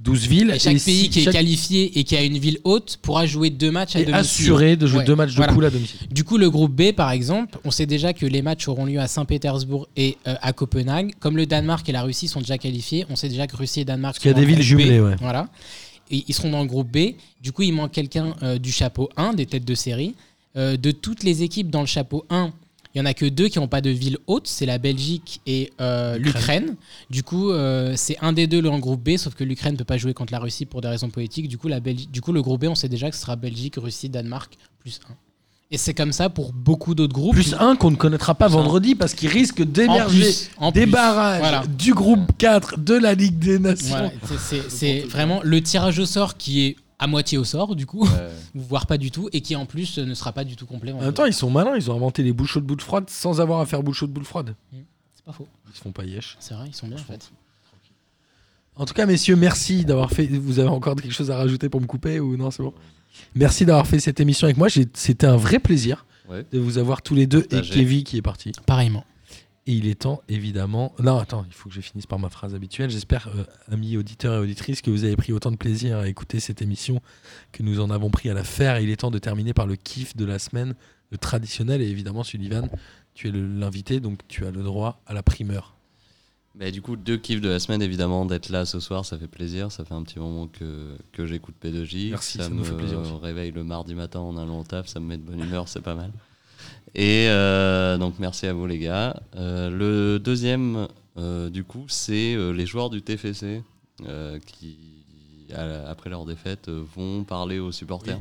12 villes.
Et chaque
et
pays
si-
qui est
chaque-
qualifié et qui a une ville haute pourra jouer deux matchs à
est
domicile.
assuré de jouer
Ouais,
deux matchs de
voilà.
poule à domicile.
Du coup, le groupe B, par exemple, on sait déjà que les matchs auront lieu à Saint-Pétersbourg et euh, à Copenhague. Comme le Danemark et la Russie sont déjà qualifiés, on sait déjà que Russie et Danemark
Parce qu'il y a
sont dans
des
le
villes
groupe B.
jumelées, ouais.
Voilà. Et ils seront dans le groupe B. Du coup, il manque quelqu'un euh, du chapeau 1, des têtes de série. Euh, de toutes les équipes dans le chapeau 1, il n'y en a que deux qui n'ont pas de ville haute, c'est la Belgique et euh, l'Ukraine. Du coup, euh, c'est un des deux le groupe B, sauf que l'Ukraine ne peut pas jouer contre la Russie pour des raisons politiques. Du coup, la Belgi- du coup, le groupe B, on sait déjà que ce sera Belgique, Russie, Danemark, plus 1. Et c'est comme ça pour beaucoup d'autres groupes.
Plus un qu'on ne connaîtra pas
Plus un.
vendredi parce qu'il risque
en
d'émerger
plus, en
des
plus.
barrages
Voilà.
du groupe 4 de la Ligue des Nations.
Voilà, c'est- c'est- c'est vraiment le tirage au sort qui est à moitié au sort, du coup, <laughs> voire pas du tout, et qui en plus euh, ne sera pas du tout complet.
En même temps, ils sont malins, ils ont inventé les boules chaudes, boules froides sans avoir à faire boules chaudes, boules froides.
C'est pas faux,
Ils se font pas yesh.
c'est vrai, ils sont bien en fait.
En tout cas, messieurs, merci d'avoir fait. Vous avez encore quelque chose à rajouter pour me couper ou non C'est bon. Merci d'avoir fait cette émission avec moi. J'ai- C'était un vrai plaisir
Ouais.
de vous avoir tous les deux et
Partagé.
Kevin qui est parti.
Pareillement.
Et il est temps, évidemment. Non, attends, il faut que je finisse par ma phrase habituelle. J'espère, euh, amis auditeurs et auditrices, que vous avez pris autant de plaisir à écouter cette émission que nous en avons pris à la faire. Et il est temps de terminer par le kiff de la semaine, le traditionnel. Et évidemment, Sullivan, tu es le- l'invité, donc tu as le droit à la primeur.
Bah, du coup, deux kiffs de la semaine, évidemment, d'être là ce soir, ça fait plaisir. Ça fait un petit moment que, que j'écoute P2J.
Merci,
ça,
ça
me
nous fait plaisir aussi.
réveille le mardi matin en allant au taf, ça me met de bonne humeur, c'est pas mal. Et euh, donc, merci à vous, les gars. Euh, le deuxième, euh, du coup, c'est euh, les joueurs du TFC euh, qui, à la- après leur défaite, euh, vont parler aux supporters.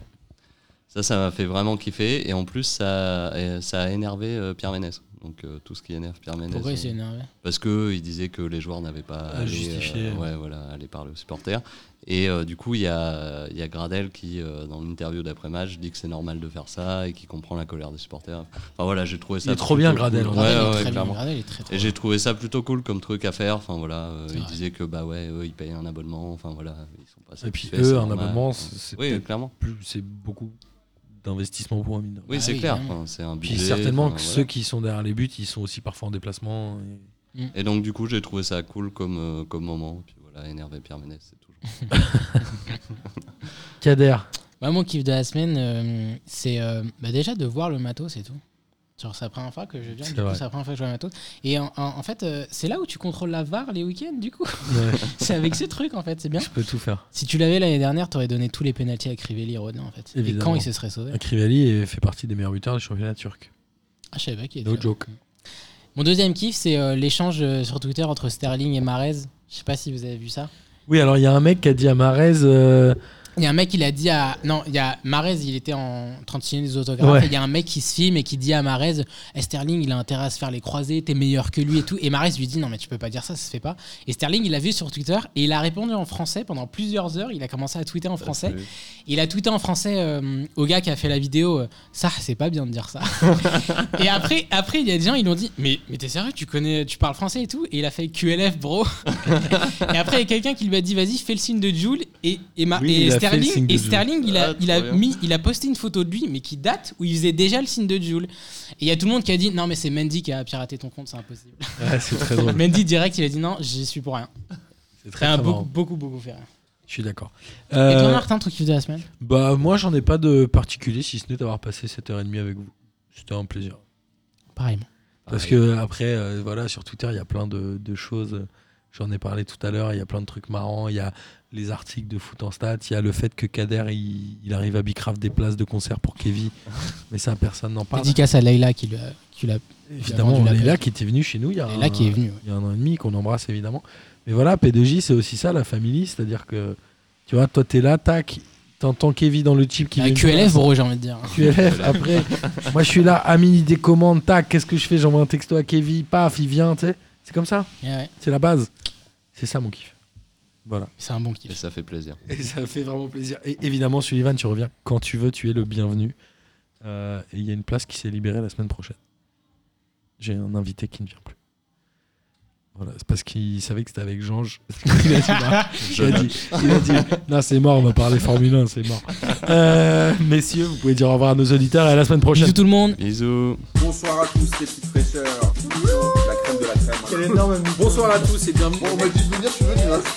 Ça, ça m'a fait vraiment kiffer. Et en plus, ça, euh, ça a énervé euh, Pierre Ménès. Donc, euh, tout ce qui énerve Pierre Ménès.
Pourquoi
on-
ils sont énervés
parce que il disait que les joueurs n'avaient pas
À
allé,
justifier.
euh, ouais, voilà, aller parler aux supporters. Et euh, du coup, il y a, il y a Gradel qui, euh, dans l'interview d'après-match, dit que c'est normal de faire ça et qui comprend la colère des supporters. Enfin voilà, j'ai trouvé ça.
est trop bien,
plutôt cool.
Gradel, en
Ouais,
Gradel est
ouais,
très bien,
clairement.
Gradel est très, très
Et j'ai trouvé ça plutôt cool comme truc à faire. Enfin voilà, euh,
C'est
il
vrai.
disait que bah ouais, eux ils payent un abonnement. Enfin voilà, ils sont pas.
Et puis,
satisfaits, c'est
eux, un
normal.
abonnement, c'est c'est
Oui,
peut-être
clairement.
plus- c'est beaucoup d'investissement pour un mineur.
Oui,
Ah
c'est
oui,
clair.
clairement.
Enfin, c'est un
bah hein. Puis
budget,
certainement
enfin,
que
voilà.
ceux qui sont derrière les buts, ils sont aussi parfois en déplacement. et-
Et donc du coup, j'ai trouvé ça cool comme euh, comme moment. Puis voilà, énervé Pierre Ménès, c'est toujours.
Kader,
Bah, mon kiff de la semaine, euh, c'est euh, bah, déjà de voir le matos et tout. Genre, c'est la première fois que je viens,
C'est
du coup,
vrai.
c'est la première fois que je vois le matos. Et en, en- en fait, euh, c'est là où tu contrôles la VAR les week-ends, du coup. <laughs> c'est avec ce truc, en fait, c'est bien.
je peux tout faire.
Si tu l'avais l'année dernière, t'aurais donné tous les pénalties à Crivelli et Rodin, en fait.
Évidemment.
Et quand il se serait sauvé
Krivali est- fait partie des meilleurs buteurs du championnat turc.
Ah, je savais pas qui était
No
là.
joke.
Mon deuxième kiff, c'est euh, l'échange euh, sur Twitter entre Sterling et Marez. Je sais pas si vous avez vu ça.
Oui, alors il y a un mec qui a dit à Marez. euh,
Il y a un mec, il a dit à. Non, il y a Marez, il était en 36 des autographes.
Ouais.
et Il y a un mec qui se filme et qui dit à Marez Eh, Sterling, il a intérêt à se faire les croisés, t'es meilleur que lui et tout. Et Marez lui dit Non, mais tu peux pas dire ça, ça se fait pas. Et Sterling, il l'a vu sur Twitter et il a répondu en français pendant plusieurs heures. Il a commencé à tweeter en français. Il a tweeté en français euh, au gars qui a fait la vidéo euh, Ça, c'est pas bien de dire ça. <laughs> et après, après, il y a des gens, ils l'ont dit Mais, mais t'es sérieux, tu connais, tu parles français et tout Et il a fait QLF,
<laughs>
bro. et après, il y a quelqu'un qui lui a dit Vas-y, fais le signe de Jules. Et, et, Ma-
Oui,
et
il a fait le signe
Sterling,
de
et
Jules.
Sterling il, a,
Ah,
il, a
trop bien.
mis, il a posté une photo de lui, mais qui date où il faisait déjà le signe de Jules. Et il y a tout le monde qui a dit Non, mais c'est Mendy qui a piraté ton compte, c'est impossible.
ouais, c'est très drôle.
<laughs> Mendy, direct, il a dit Non, j'y suis pour rien.
<laughs> C'est très,
Ça a
très
beaucoup,
marrant.
beaucoup, beaucoup fait rire.
Je suis d'accord.
Et toi,
Euh,
Martin, ton kiff de la semaine
bah, moi, j'en ai pas de particulier si ce n'est d'avoir passé 7h30 avec vous. C'était un plaisir.
Pareil.
Parce que après, euh, voilà, sur Twitter, il y a plein de, de choses. J'en ai parlé tout à l'heure. Il y a plein de trucs marrants. Il y a les articles de foot en stats. Il y a le fait que Kader, il, il arrive à Bicraft des places de concert pour <laughs> Kevin. Mais ça, personne n'en parle.
Dédicace à Leïla qui lui a- qui l'a
Évidemment,
vendu la
Leila
place.
qui était venue chez nous il y a,
Leïla
un,
qui est venue. ouais.
il y a un an et demi, qu'on embrasse évidemment. Mais voilà, P2J, c'est aussi ça, la famille. C'est-à-dire que, tu vois, toi, t'es là, tac, t'entends Kevin dans le chip qui
Un
vient de
QLF, gros, j'ai envie de dire.
QLF, après, moi je suis là, Amine il décommande, tac, qu'est-ce que je fais J'envoie un texto à Kevin, paf, il vient, tu sais. C'est comme ça,
Ouais, Eh ouais,
c'est la base. C'est ça mon kiff. Voilà.
c'est un bon
Et
kiff.
ça fait plaisir.
<laughs> Et ça fait vraiment plaisir. Et évidemment, Sullivan, tu reviens quand tu veux, tu es le bienvenu. Euh, et il y a une place qui s'est libérée la semaine prochaine. J'ai un invité qui ne vient plus. Voilà, c'est parce qu'il savait que c'était avec Jange. <laughs> Il a dit, bah, il a dit- il a dit, non, c'est mort, on va parler Formule 1, c'est mort. Euh, messieurs, vous pouvez dire au revoir à nos auditeurs et à la semaine prochaine.
Bisous tout le monde.
Bisous.
Bonsoir à tous les petites fraîcheurs. La crème de la crème.
énorme
Bonsoir à tous et bienvenue.
Bon, on m'a dit de venir, tu veux, tu vas.